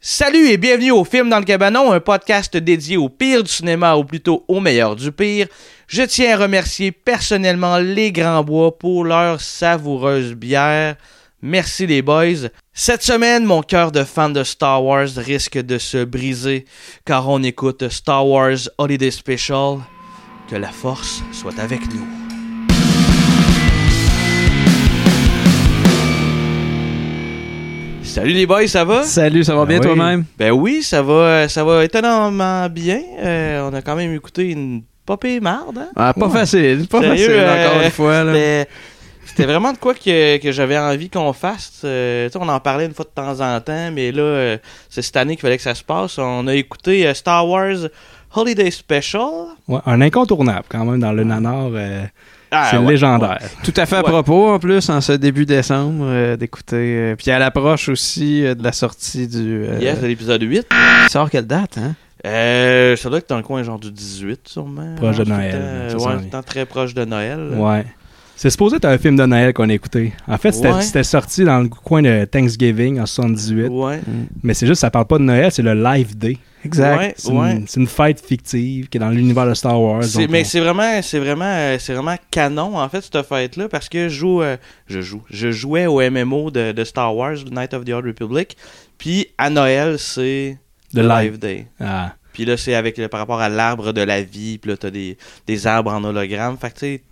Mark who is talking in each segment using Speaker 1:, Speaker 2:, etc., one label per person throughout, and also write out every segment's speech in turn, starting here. Speaker 1: Salut et bienvenue au Film dans le Cabanon, un podcast dédié au pire du cinéma, ou plutôt au meilleur du pire. Je tiens à remercier personnellement les Grands Bois pour leur savoureuse bière. Merci les boys. Cette semaine, mon cœur de fan de Star Wars risque de se briser car on écoute Star Wars Holiday Special. Que la force soit avec nous. Salut les boys, ça va?
Speaker 2: Salut, ça va
Speaker 3: Ben
Speaker 2: bien
Speaker 3: oui.
Speaker 2: toi-même?
Speaker 1: Ben oui, ça va, ça va étonnamment bien. Euh, on a quand même écouté une popée marde. hein?
Speaker 2: Ah, pas
Speaker 3: Ouais.
Speaker 2: facile, pas
Speaker 1: Sérieux,
Speaker 2: facile
Speaker 1: euh,
Speaker 2: encore une fois. Là.
Speaker 1: C'était- C'était vraiment de quoi que, que j'avais envie qu'on fasse. Euh, tu sais, on en parlait une fois de temps en temps, mais là, euh, c'est cette année qu'il fallait que ça se passe. On a écouté euh, Star Wars Holiday Special.
Speaker 3: Ouais, un incontournable quand même dans le nanar. euh,
Speaker 1: Ah,
Speaker 3: c'est
Speaker 1: ouais,
Speaker 3: légendaire.
Speaker 2: Tout à fait à
Speaker 1: Ouais.
Speaker 2: propos en plus en ce début décembre euh, d'écouter. euh, puis à l'approche aussi euh, de la sortie du. euh,
Speaker 1: ouais. Yes, de l'épisode 8.
Speaker 2: Il sort quelle date, hein?
Speaker 1: Euh, ça doit être dans le coin genre du 18, sûrement.
Speaker 3: Proche de
Speaker 1: Tout le
Speaker 3: Noël,
Speaker 1: temps-
Speaker 3: ça s'en
Speaker 1: ouais,
Speaker 3: vient.
Speaker 1: tout le temps très proche de Noël.
Speaker 3: Ouais. C'est supposé être un film de Noël qu'on a écouté. En fait, c'était
Speaker 1: Ouais. Oh.
Speaker 3: c'était sorti dans le coin de Thanksgiving en 78.
Speaker 1: Ouais.
Speaker 3: Mais c'est juste, ça parle pas de Noël, c'est le Live Day.
Speaker 2: Exact.
Speaker 1: Ouais,
Speaker 3: C'est
Speaker 1: ouais.
Speaker 3: une, c'est une fête fictive qui est dans l'univers de Star Wars.
Speaker 1: C'est-
Speaker 3: donc
Speaker 1: mais
Speaker 3: on-
Speaker 1: c'est vraiment, c'est vraiment, euh, c'est vraiment canon en fait cette fête là parce que je joue, euh, je joue, je jouais au MMO de, de Star Wars, Night of the Old Republic, puis à Noël c'est
Speaker 3: Le live.
Speaker 1: Day.
Speaker 3: Ah.
Speaker 1: Puis là c'est avec le- par rapport à l'arbre de la vie, puis là t'as des, des arbres en hologramme, fait que tu sais,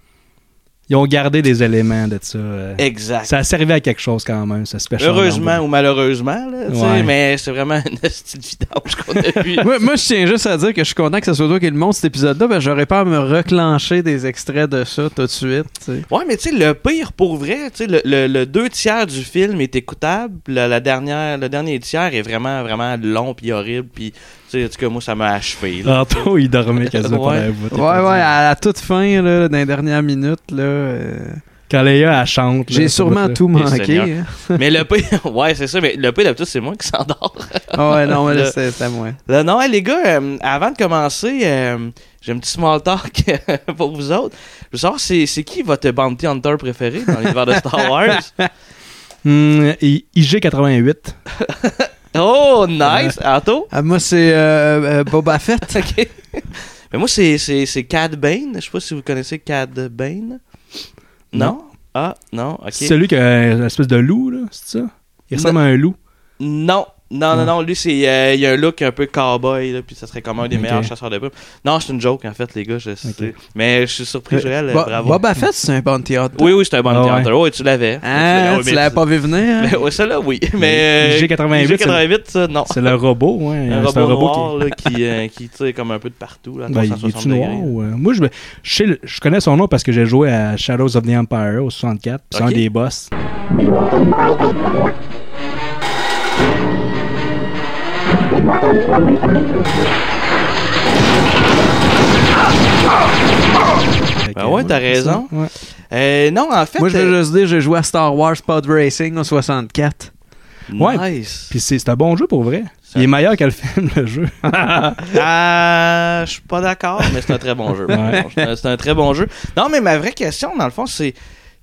Speaker 3: Ils ont gardé des éléments de ça. euh.
Speaker 1: exact.
Speaker 3: Ça servait à quelque chose quand même, ce special.
Speaker 1: Heureusement
Speaker 3: number.
Speaker 1: ou malheureusement là, tu sais,
Speaker 3: Ouais.
Speaker 1: mais c'est vraiment une style vidange qu'on a vu.
Speaker 2: moi, moi, je tiens juste à dire que je suis content que ce soit toi qui le montre cet épisode-là, parce que j'aurais pas à me reclencher des extraits de ça tout de suite. tu sais.
Speaker 1: Ouais, mais tu sais, le pire pour vrai, tu sais, le, le, le deux tiers du film est écoutable, la, la dernière, le dernier tiers est vraiment, vraiment long puis horrible, puis tu sais, en tout cas, moi, ça m'a achevé. là.
Speaker 3: Anto, il dormait quasiment
Speaker 1: Ouais.
Speaker 3: pendant un bout,
Speaker 2: Ouais,
Speaker 3: t'es
Speaker 2: ouais,
Speaker 3: pas dit.
Speaker 2: à la toute fin, là, dans les dernières minutes, là, euh,
Speaker 3: Quand Léa, elle chante. là,
Speaker 2: j'ai
Speaker 3: ce
Speaker 2: sûrement
Speaker 3: bout-là.
Speaker 2: tout
Speaker 1: Eh,
Speaker 2: manqué.
Speaker 1: Seigneur.
Speaker 2: hein.
Speaker 1: mais le pire, ouais, c'est ça, mais le pire d'habitude, c'est moi qui s'endors.
Speaker 2: Ah ouais, non, mais là,
Speaker 1: Le-
Speaker 2: c'est c'est à moi.
Speaker 1: Là, non, hey, les gars, euh, avant de commencer, euh, j'ai un petit small talk euh, pour vous autres. Je veux savoir, c'est, c'est qui votre bounty hunter préféré dans l'univers de Star Wars?
Speaker 3: Hmm, I- IG88.
Speaker 1: Oh, nice! Anto?
Speaker 2: Ah, moi, c'est euh, euh, Boba Fett.
Speaker 1: OK. Mais moi, c'est, c'est, c'est Cad Bane. Je sais pas si vous connaissez Cad Bane. Non?
Speaker 3: Non.
Speaker 1: Ah, non, ok.
Speaker 3: C'est celui qui a une espèce de loup, là, c'est ça? Il ressemble à un loup.
Speaker 1: Non, non, non,
Speaker 3: Non.
Speaker 1: non. Lui, c'est, euh, il a un look un peu cowboy, là, puis ça serait comme un des
Speaker 3: Ok.
Speaker 1: meilleurs chasseurs de brumes. Non, c'est une joke, en fait, les gars. Je, c'est- Mais je suis surpris, Joël.
Speaker 2: Bo-
Speaker 1: bravo.
Speaker 2: Bah, Boba Fett, c'est un bon théâtre.
Speaker 1: Oui, oui, c'est un bon
Speaker 3: Euh, Ah ouais.
Speaker 1: hunter. Oui, tu l'avais.
Speaker 2: Ah,
Speaker 1: Oui,
Speaker 2: tu
Speaker 1: mais-
Speaker 2: l'avais pas vu venir? hein?
Speaker 1: Mais, ouais, ça, là, oui. Mais.
Speaker 3: J'ai 88, c'est-
Speaker 1: 88, ça, non.
Speaker 3: C'est le robot, ouais.
Speaker 1: Un
Speaker 3: c'est un
Speaker 1: robot,
Speaker 3: robot
Speaker 1: noir là, qui, euh, qui tire comme un peu de partout. Là, à
Speaker 3: qui. Ben, il
Speaker 1: 360
Speaker 3: est-tu noir
Speaker 1: degrés.
Speaker 3: ou, euh, Moi, je, me- je, sais le- je connais son nom parce que j'ai joué à Shadows of the Empire au 64. C'est
Speaker 1: Ok.
Speaker 3: un des boss.
Speaker 1: Ben ouais, t'as raison.
Speaker 3: Ouais.
Speaker 1: Euh, non, en fait.
Speaker 2: Moi, je
Speaker 1: euh,
Speaker 2: veux juste dire, j'ai joué à Star Wars Pod Racing en 64.
Speaker 3: Ouais.
Speaker 1: euh, Nice.
Speaker 3: Puis c'est c'est un bon jeu pour vrai.
Speaker 1: Ça-
Speaker 3: Il est meilleur que le film, le jeu.
Speaker 1: Ah, je suis pas d'accord, mais c'est un très bon jeu. par
Speaker 3: Ouais.
Speaker 1: contre. C'est un- C'est un très bon jeu. Non, mais ma vraie question, dans le fond, c'est.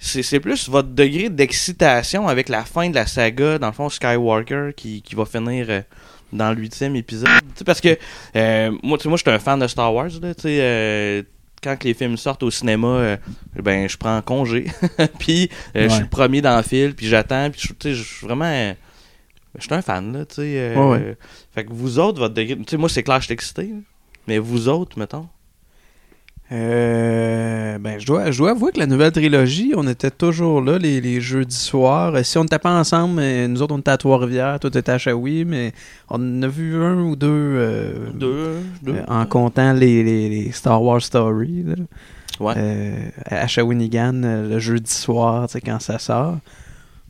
Speaker 1: C'est c'est plus votre degré d'excitation avec la fin de la saga, dans le fond, Skywalker, qui, qui va finir euh, dans l'huitième épisode. Tu sais, parce que euh, moi, tu sais, moi, je suis un fan de Star Wars. Là, tu sais, euh, quand que les films sortent au cinéma, euh, ben, je prends congé. puis euh, je suis
Speaker 3: Ouais.
Speaker 1: le premier dans le fil, puis j'attends. Puis je tu sais, je suis vraiment... euh, je suis un fan, là, tu sais. euh,
Speaker 2: Ouais, ouais.
Speaker 1: euh, Fait que vous autres, votre degré... Tu sais, moi, c'est clair, je suis excité. là. Mais vous autres, mettons.
Speaker 2: Euh, ben, je dois, je dois avouer que la nouvelle trilogie, on était toujours là les, les jeudis soirs. Euh, Si on tapait ensemble, euh, nous autres, on était à Trois-Rivières, toi, t'étais à Shawi, mais on en a vu un ou deux, euh,
Speaker 1: Deux, deux.
Speaker 2: euh, en comptant les, les- les Star Wars Stories. là.
Speaker 1: Ouais.
Speaker 2: Euh, à Shawinigan euh, le jeudi soir, tu sais, quand ça sort.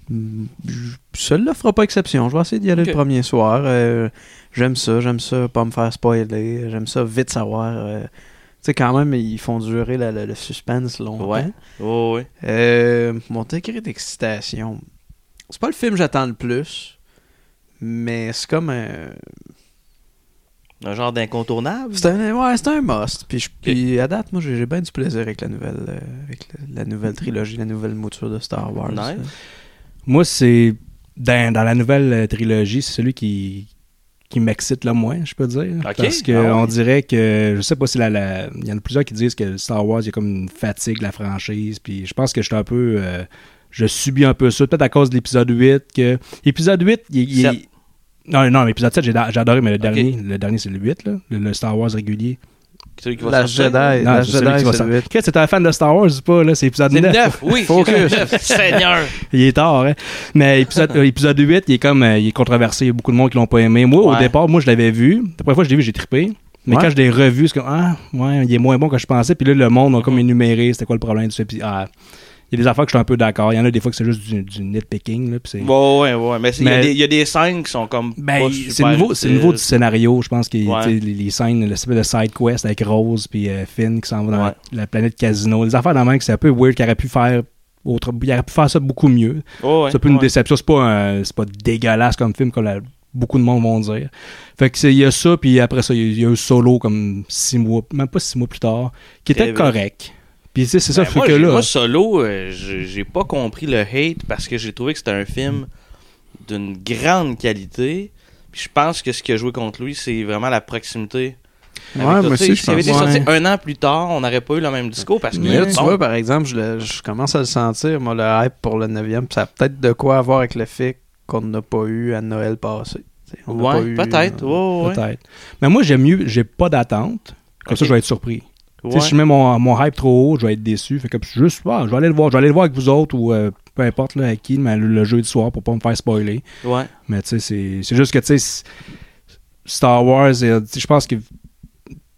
Speaker 2: Mm, je- Celui-là fera pas exception. Je vais essayer d'y aller
Speaker 1: Ok.
Speaker 2: le premier soir. Euh, j'aime ça, j'aime ça, pas me faire spoiler. J'aime ça vite savoir. euh, tu sais, quand même, ils font durer la- la- le suspense longtemps.
Speaker 1: Ouais. Ouais, ouais.
Speaker 2: Euh, mon degré d'excitation. C'est pas le film que j'attends le plus, mais c'est comme un.
Speaker 1: Un genre d'incontournable.
Speaker 2: C'est un, ouais, c'est un must. Puis, je- puis à date, moi, j'ai j'ai bien du plaisir avec la nouvelle, euh, avec la- la nouvelle trilogie, la nouvelle mouture de Star Wars.
Speaker 1: Nice.
Speaker 2: là.
Speaker 3: euh, Moi, c'est dans, dans la nouvelle euh, trilogie, c'est celui qui, qui m'excite le moins, je peux dire.
Speaker 1: Ok.
Speaker 3: Parce que
Speaker 1: Ah ouais.
Speaker 3: on dirait que, je sais pas si la, la- il y en a plusieurs qui disent que Star Wars, il y a comme une fatigue de la franchise, puis je pense que je suis un peu, euh, je subis un peu ça, peut-être à cause de l'épisode 8, que, épisode 8, il, il-
Speaker 1: Sept.
Speaker 3: non, non, l'épisode 7, j'ai j'ai adoré, mais le dernier, le dernier c'est le 8, là, le, le Star Wars régulier.
Speaker 1: Celui qui va
Speaker 2: La
Speaker 1: sortir.
Speaker 2: Jedi, la
Speaker 3: Non, c'est
Speaker 2: Jedi,
Speaker 3: celui qui va
Speaker 2: c'est le
Speaker 3: sortir. Qu'est-ce que t'es un fan de Star Wars ou pas, là, c'est épisode
Speaker 1: C'est
Speaker 3: 9.
Speaker 1: neuf, oui.
Speaker 2: Focus.
Speaker 1: c'est neuf. Seigneur.
Speaker 3: Il est tard, hein. Mais épisode, euh, épisode 8, il est comme, euh, il est controversé. Il y a beaucoup de monde qui l'ont pas aimé. Moi,
Speaker 1: Ouais.
Speaker 3: au départ, moi, je l'avais vu. La première fois que je l'ai vu, j'ai trippé. Mais
Speaker 2: Ouais.
Speaker 3: quand je l'ai revu, c'est comme, ah, ouais, il est moins bon que je pensais. Puis là, le monde a comme
Speaker 1: Mm-hmm.
Speaker 3: énuméré, c'était quoi le problème du fait. Puis, ah, il y a des affaires que je suis un peu d'accord. Il y en a des fois que c'est juste du, du nitpicking, là. Puis c'est.
Speaker 1: Ouais, ouais, ouais. Mais c'est- il y a
Speaker 3: Mais-
Speaker 1: des- il y, a des scènes qui sont comme.
Speaker 3: Ben,
Speaker 1: pas
Speaker 3: il- c'est
Speaker 1: super
Speaker 3: nouveau, c'est le niveau du
Speaker 1: utiles.
Speaker 3: scénario, je pense que
Speaker 1: Ouais.
Speaker 3: les, les scènes, l'espèce de side quest avec Rose puis euh, Finn qui s'en va dans
Speaker 1: Ouais.
Speaker 3: la, la planète Casino, des affaires dans la main que c'est un peu weird qu'il aurait pu faire autre, il aurait pu faire ça beaucoup mieux.
Speaker 1: Ouais, ouais,
Speaker 3: C'est un peu une
Speaker 1: ouais.
Speaker 3: déception. C'est pas, un- c'est pas dégueulasse comme film, comme la- beaucoup de monde vont dire. Fait que c'est- il y a ça, puis après ça, il y a- il y, a eu Solo comme six mois, même pas six mois plus tard, qui était
Speaker 1: Kevin.
Speaker 3: correct. Puis tu sais, c'est ça,
Speaker 1: Ben,
Speaker 3: faut
Speaker 1: moi,
Speaker 3: que
Speaker 1: j'ai-
Speaker 3: là.
Speaker 1: moi, solo, euh, j'ai j'ai pas compris le hate parce que j'ai trouvé que c'était un film d'une grande qualité. Puis je pense que ce qui a joué contre lui, c'est vraiment la proximité.
Speaker 2: Ouais,
Speaker 1: Avec
Speaker 2: moi
Speaker 1: toi, tu sais,
Speaker 2: aussi, je
Speaker 1: S'il avait été
Speaker 2: pense-
Speaker 1: sorti
Speaker 2: ouais.
Speaker 1: un an plus tard, on n'aurait pas eu le même discours parce que.
Speaker 2: Mais là, tu
Speaker 1: bon,
Speaker 2: vois, par exemple, je, le- je commence à le sentir, moi, le hype pour le 9e. Ça a peut-être de quoi avoir avec le fait qu'on n'a pas eu à Noël passé. Tu sais, on n'a pas
Speaker 1: ouais,
Speaker 2: eu,
Speaker 1: peut-être.
Speaker 2: euh,
Speaker 1: ouais, ouais,
Speaker 3: Peut-être. Mais moi, j'aime mieux, j'ai pas d'attente. Comme ça,
Speaker 1: Ok.
Speaker 3: je vais être surpris. Tu sais,
Speaker 1: ouais.
Speaker 3: Si je mets mon, mon hype trop haut, je vais être déçu. Fait que juste, ah, je vais aller le voir. Je vais aller le voir avec vous autres ou euh, peu importe là, avec qui, mais le, le jeudi soir pour pas me faire spoiler.
Speaker 1: Ouais.
Speaker 3: Mais tu sais, c'est- c'est juste que tu sais, s- Star Wars, euh, tu sais, je pense que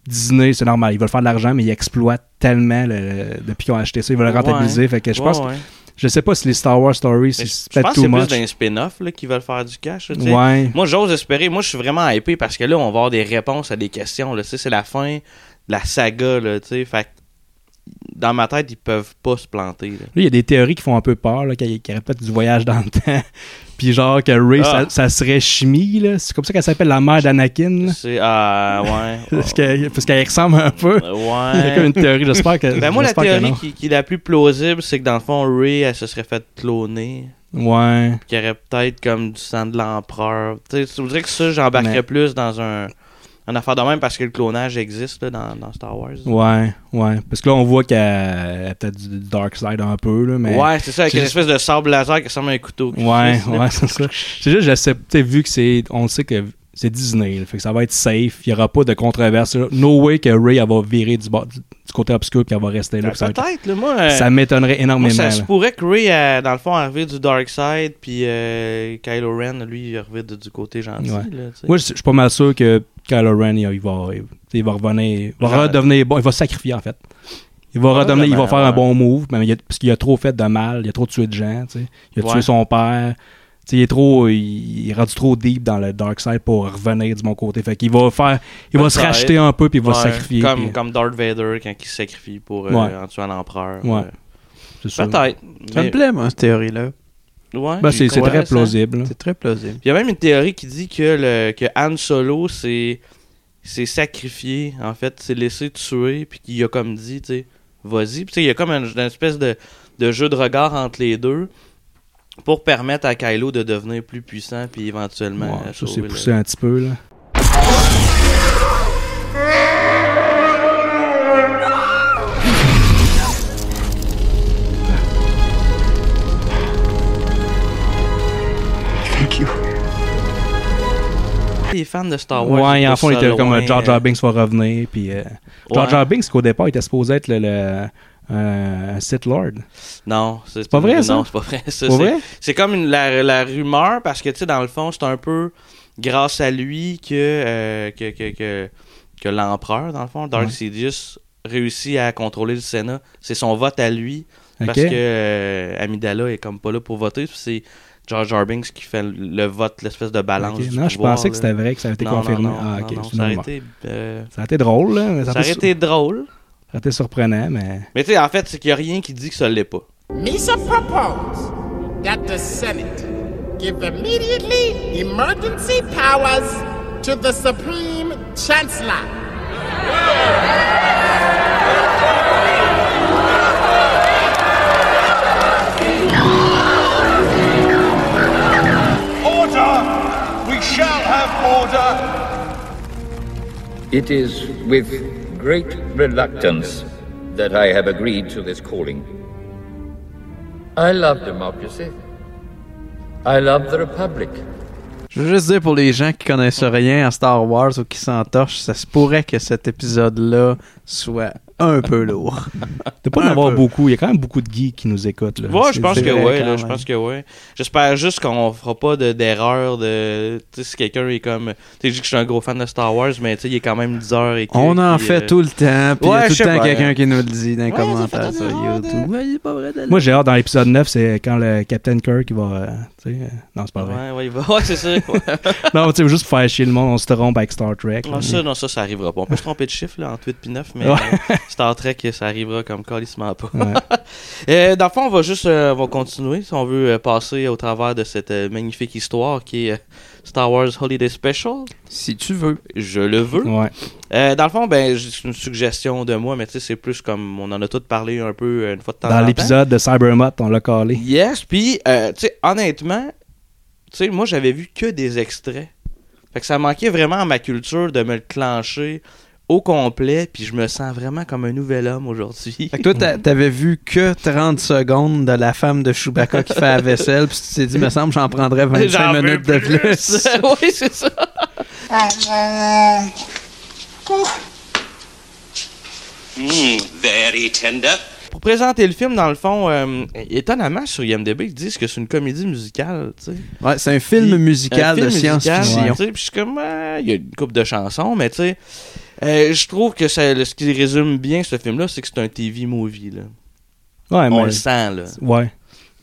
Speaker 3: Disney, c'est normal. Ils veulent faire de l'argent, mais ils exploitent tellement le- depuis qu'ils ont acheté ça. Ils veulent le
Speaker 1: Ouais.
Speaker 3: rentabiliser. Fait que je
Speaker 1: Ouais,
Speaker 3: pense,
Speaker 1: ouais.
Speaker 3: je sais pas si les Star Wars Stories,
Speaker 1: Mais
Speaker 3: c'est
Speaker 1: Je pense
Speaker 3: peut-être
Speaker 1: que c'est
Speaker 3: too
Speaker 1: plus
Speaker 3: much.
Speaker 1: d'un spin-off là, qui veulent faire du cash. là, tu sais.
Speaker 3: Ouais.
Speaker 1: Moi, j'ose espérer. Moi, je suis vraiment hypé parce que là, on va avoir des réponses à des questions. Là. Tu sais, C'est la fin de la saga. Là, tu sais. fait que dans ma tête, ils peuvent pas se planter. là.
Speaker 3: Là, il y a des théories qui font un peu peur, là, qui, qui répètent du voyage dans le temps. Puis genre que Ray,
Speaker 1: Ah.
Speaker 3: ça, ça serait chimie, là. C'est comme ça qu'elle s'appelle la mère d'Anakin. là.
Speaker 1: C'est. Ah, ouais. Ah,
Speaker 3: Parce qu'elle parce qu'elle y ressemble un peu. Il y a comme
Speaker 1: Ouais.
Speaker 3: une théorie, j'espère que.
Speaker 1: Ben, moi, la
Speaker 3: j'espère que
Speaker 1: théorie
Speaker 3: non.
Speaker 1: qui, qui est la plus plausible, c'est que dans le fond, Ray, elle se serait fait cloner.
Speaker 3: Ouais.
Speaker 1: Qu'il y aurait peut-être comme du sang de l'empereur. Tu sais, je dirais que ça, j'embarquerais
Speaker 3: Mais-
Speaker 1: plus dans un. Un affaire de même parce que le clonage existe là, dans, dans Star Wars.
Speaker 3: Ouais, ouais. Parce que là, on voit qu'elle elle a peut-être du dark side un peu, là, mais...
Speaker 1: Ouais, c'est ça, avec
Speaker 3: c'est
Speaker 1: une
Speaker 3: juste-
Speaker 1: espèce de sable laser qui ressemble à un couteau.
Speaker 3: Ouais, ouais, c'est ça. C'est juste, je sais, tu sais, vu que c'est... On le sait que c'est Disney, là, fait que ça va être safe, il n'y aura pas de controverse. là. No way que Ray, elle va virer du, bord- du du côté obscur puis elle va rester
Speaker 1: Ben,
Speaker 3: là. puis ça, va être-
Speaker 1: Peut-être, là, moi. euh,
Speaker 3: ça m'étonnerait
Speaker 1: moi,
Speaker 3: énormément.
Speaker 1: ça
Speaker 3: là.
Speaker 1: se pourrait que Ray, euh, dans le fond, arrive du Dark Side, puis euh, Kylo Ren, lui, il arrive de- du côté gentil.
Speaker 3: Ouais.
Speaker 1: Là, tu sais.
Speaker 3: Moi, je je suis pas mal sûr que Kylo Ren, il va, il- il va revenir, il va
Speaker 1: Ouais. ben,
Speaker 3: redevenir bon, il va se sacrifier en fait. Il va redevenir, il va faire un
Speaker 1: Probablement,
Speaker 3: bon move, mais il a- parce qu'il a trop fait de mal, il a trop tué de gens, tu sais. il a
Speaker 1: Ouais.
Speaker 3: tué son père. Tu sais, il est trop, il, il est rendu trop deep dans le dark side pour revenir du bon côté. Fait qu'il va faire, il va se
Speaker 1: Peut-être.
Speaker 3: racheter un peu puis il va se
Speaker 1: Ouais,
Speaker 3: sacrifier.
Speaker 1: Comme,
Speaker 3: puis-
Speaker 1: comme Darth Vader quand il se sacrifie pour, euh,
Speaker 3: Ouais.
Speaker 1: en tuant l'empereur.
Speaker 3: Ouais.
Speaker 1: euh.
Speaker 3: c'est sûr.
Speaker 1: Peut-être.
Speaker 2: Ça me
Speaker 1: mais-
Speaker 2: plaît, moi, cette théorie-là.
Speaker 1: Ouais,
Speaker 3: Ben, c'est
Speaker 1: j'ai
Speaker 3: c'est très
Speaker 1: compris ça.
Speaker 3: plausible. là.
Speaker 2: C'est très plausible.
Speaker 1: Il y a même une théorie qui dit que, le, que Han Solo s'est s'est sacrifié, en fait, s'est laissé tuer, puis qu'il a comme dit, tu sais, vas-y. Puis tu sais, il y a comme un- une, espèce de, de jeu de regard entre les deux pour permettre à Kylo de devenir plus puissant, puis éventuellement.
Speaker 3: Ouais,
Speaker 1: euh,
Speaker 3: ça, c'est
Speaker 1: sauver le-
Speaker 3: poussé un petit peu. Là.
Speaker 1: Les fans de Star Wars.
Speaker 3: Ouais,
Speaker 1: ils
Speaker 3: en
Speaker 1: poussent
Speaker 3: fond, il
Speaker 1: ça
Speaker 3: était comme
Speaker 1: loin,
Speaker 3: euh, Jar Jar
Speaker 1: euh,
Speaker 3: Binks va revenir. Puis, euh, Jar
Speaker 1: ouais.
Speaker 3: Jar Binks, qu'au départ, il était supposé être le, le, euh, un Sith Lord.
Speaker 1: Non, c'est
Speaker 3: pas vrai, ça?
Speaker 1: Non, c'est pas vrai. ça,
Speaker 3: Pas
Speaker 1: c'est-
Speaker 3: vrai?
Speaker 1: C'est comme une- la, la rumeur parce que, tu sais, dans le fond, c'est un peu grâce à lui que, euh, que, que, que, que l'empereur, dans le fond, Dark
Speaker 3: Ouais.
Speaker 1: Sidious, réussit à contrôler le Sénat. C'est son vote à lui parce
Speaker 3: Ok.
Speaker 1: que euh, Amidala est comme pas là pour voter. puis C'est George Jar Binks qui fait le- le vote, l'espèce de balance.
Speaker 3: Ok.
Speaker 1: du
Speaker 3: Non, je
Speaker 1: pouvoir,
Speaker 3: pensais que
Speaker 1: là.
Speaker 3: c'était vrai, que ça avait été
Speaker 1: Non,
Speaker 3: confirmé.
Speaker 1: non, non,
Speaker 3: ah,
Speaker 1: non,
Speaker 3: ok.
Speaker 1: non,
Speaker 3: c'est
Speaker 1: ça aurait
Speaker 3: normal.
Speaker 1: été, euh,
Speaker 3: Ça a été drôle, là. mais Ça,
Speaker 1: ça
Speaker 3: a
Speaker 1: aurait
Speaker 3: été,
Speaker 1: été drôle.
Speaker 3: ça a été surprenant, mais.
Speaker 1: Mais tu sais, en fait, c'est qu'il n'y a rien qui dit que ça l'est pas.
Speaker 4: Misa proposed that the Senate give immediately emergency powers to the Supreme Chancellor.
Speaker 5: Order! We shall have order! It is with great reluctance that I have agreed to this calling. I love democracy. I love the Republic.
Speaker 2: Je veux juste dire pour les gens qui connaissent rien à Star Wars ou qui s'entorchent, ça se pourrait que cet épisode-là soit un peu lourd.
Speaker 3: T'as pas
Speaker 2: Un
Speaker 3: d'en avoir
Speaker 2: peu.
Speaker 3: beaucoup. Il y a quand même beaucoup de geeks qui nous écoutent. Là.
Speaker 1: Ouais, je
Speaker 3: C'est
Speaker 1: pense que
Speaker 3: vrai,
Speaker 1: ouais,
Speaker 3: quand
Speaker 1: là, je
Speaker 3: même.
Speaker 1: pense que ouais. J'espère juste qu'on fera pas de- d'erreur de, tu sais si quelqu'un est comme tu sais je dis que je suis un gros fan de Star Wars mais tu sais il est quand même 10 heures et quelques,
Speaker 2: On en
Speaker 1: puis,
Speaker 2: fait
Speaker 1: euh,
Speaker 2: tout le temps, puis il y
Speaker 1: ouais,
Speaker 2: a tout
Speaker 1: je sais
Speaker 2: le temps
Speaker 1: pas,
Speaker 2: quelqu'un
Speaker 1: hein.
Speaker 2: qui nous le dit dans les
Speaker 1: Ouais, ils ont
Speaker 2: commentaires
Speaker 1: fait
Speaker 2: sur
Speaker 1: un erreur
Speaker 2: YouTube. Ouais, il est pas vrai de-
Speaker 3: Moi, j'ai hâte dans l'épisode 9, c'est quand le Captain Kirk il va. euh, tu sais, euh, non, c'est pas vrai.
Speaker 1: Ouais, ouais, il va- ouais, c'est ça. quoi.
Speaker 3: Non, tu sais, juste pour faire chier le monde, on se trompe avec Star Trek. là.
Speaker 1: non, ça, non, ça, ça arrivera pas. On peut se tromper de chiffre là, entre 8 et 9, mais
Speaker 3: Ouais.
Speaker 1: euh, Star Trek, ça arrivera comme calissement pas.
Speaker 3: Ouais.
Speaker 1: Euh, dans le fond, on va juste euh, on va continuer si on veut euh, passer au travers de cette euh, magnifique histoire qui est euh, Star Wars Holiday Special.
Speaker 2: Si tu veux.
Speaker 1: Je le veux.
Speaker 3: Ouais.
Speaker 1: Euh, dans le fond, ben, j- c'est une suggestion de moi, mais tu sais, c'est plus comme on en a tous parlé un peu euh, une fois de temps en
Speaker 3: Dans
Speaker 1: temps.
Speaker 3: l'épisode de Cybermot, on l'a calé.
Speaker 1: Yes, puis, euh, tu sais, honnêtement, tu sais, moi, j'avais vu que des extraits. Fait que ça manquait vraiment à ma culture de me le clencher au complet, puis je me sens vraiment comme un nouvel homme aujourd'hui.
Speaker 2: Fait que toi, t'a- t'avais vu que 30 secondes de la femme de Chewbacca qui fait la vaisselle, puis tu t'es dit, me semble, j'en prendrais 25
Speaker 1: J'en veux
Speaker 2: minutes de plus.
Speaker 1: oui, c'est ça.
Speaker 6: Mmm, very tender.
Speaker 1: Pour présenter le film, dans le fond, euh, étonnamment, sur IMDb, ils disent que c'est une comédie musicale, tu sais.
Speaker 2: Ouais, c'est un film
Speaker 1: Puis,
Speaker 2: musical
Speaker 1: un
Speaker 2: de
Speaker 1: film musical, tu
Speaker 2: science-fiction.
Speaker 1: sais, puis je suis comme, ah, il y a une coupe de chansons, mais tu sais, euh, je trouve que ça, le- ce qui résume bien ce film-là, c'est que c'est un TV movie. Là.
Speaker 3: Ouais,
Speaker 1: On
Speaker 3: mais.
Speaker 1: le sent, là,
Speaker 3: Ouais.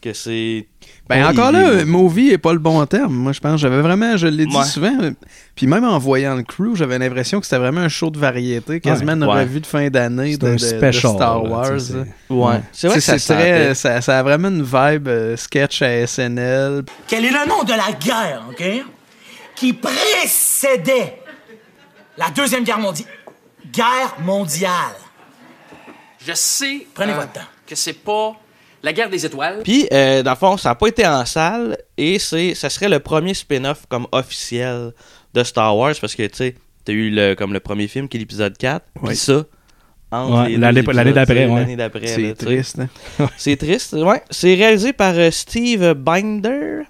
Speaker 1: que c'est.
Speaker 2: Ah, Ben
Speaker 1: Oui,
Speaker 2: encore
Speaker 1: il
Speaker 2: là,
Speaker 1: est-
Speaker 2: movie est pas le bon terme. Moi, je pense, j'avais vraiment, je l'ai
Speaker 1: Ouais.
Speaker 2: dit souvent, euh, puis même en voyant le crew, j'avais l'impression que c'était vraiment un show de variété, quasiment une
Speaker 1: ouais.
Speaker 2: revue de fin d'année
Speaker 3: C'est
Speaker 2: de,
Speaker 3: un
Speaker 2: de- de
Speaker 3: special.
Speaker 2: Star
Speaker 3: là,
Speaker 2: Wars.
Speaker 3: tu sais, c'est-
Speaker 1: Ouais. C'est vrai que
Speaker 2: Tu sais,
Speaker 1: ça
Speaker 2: euh, c'est
Speaker 1: sentait.
Speaker 2: très, ça, ça a vraiment une vibe euh, sketch à SNL.
Speaker 7: Quel est le nom de la guerre, OK? Qui précédait la Deuxième Guerre mondiale. Guerre mondiale.
Speaker 8: Je sais.
Speaker 7: Prenez votre temps.
Speaker 8: Que c'est pas la guerre des étoiles.
Speaker 1: Puis, euh, dans le fond, ça n'a pas été en salle et c'est, ça serait le premier spin-off comme officiel de Star Wars parce que, tu sais, t'as eu le, comme le premier film qui est l'épisode 4, puis
Speaker 3: Ouais.
Speaker 1: ça. entre
Speaker 3: Ouais,
Speaker 1: les deux
Speaker 3: l'année-
Speaker 1: épisodes,
Speaker 3: l'année d'après,
Speaker 1: tu sais,
Speaker 3: ouais.
Speaker 1: l'année d'après, là,
Speaker 2: C'est
Speaker 1: tu sais.
Speaker 2: triste. hein.
Speaker 1: C'est triste, ouais. C'est réalisé par euh, Steve Binder.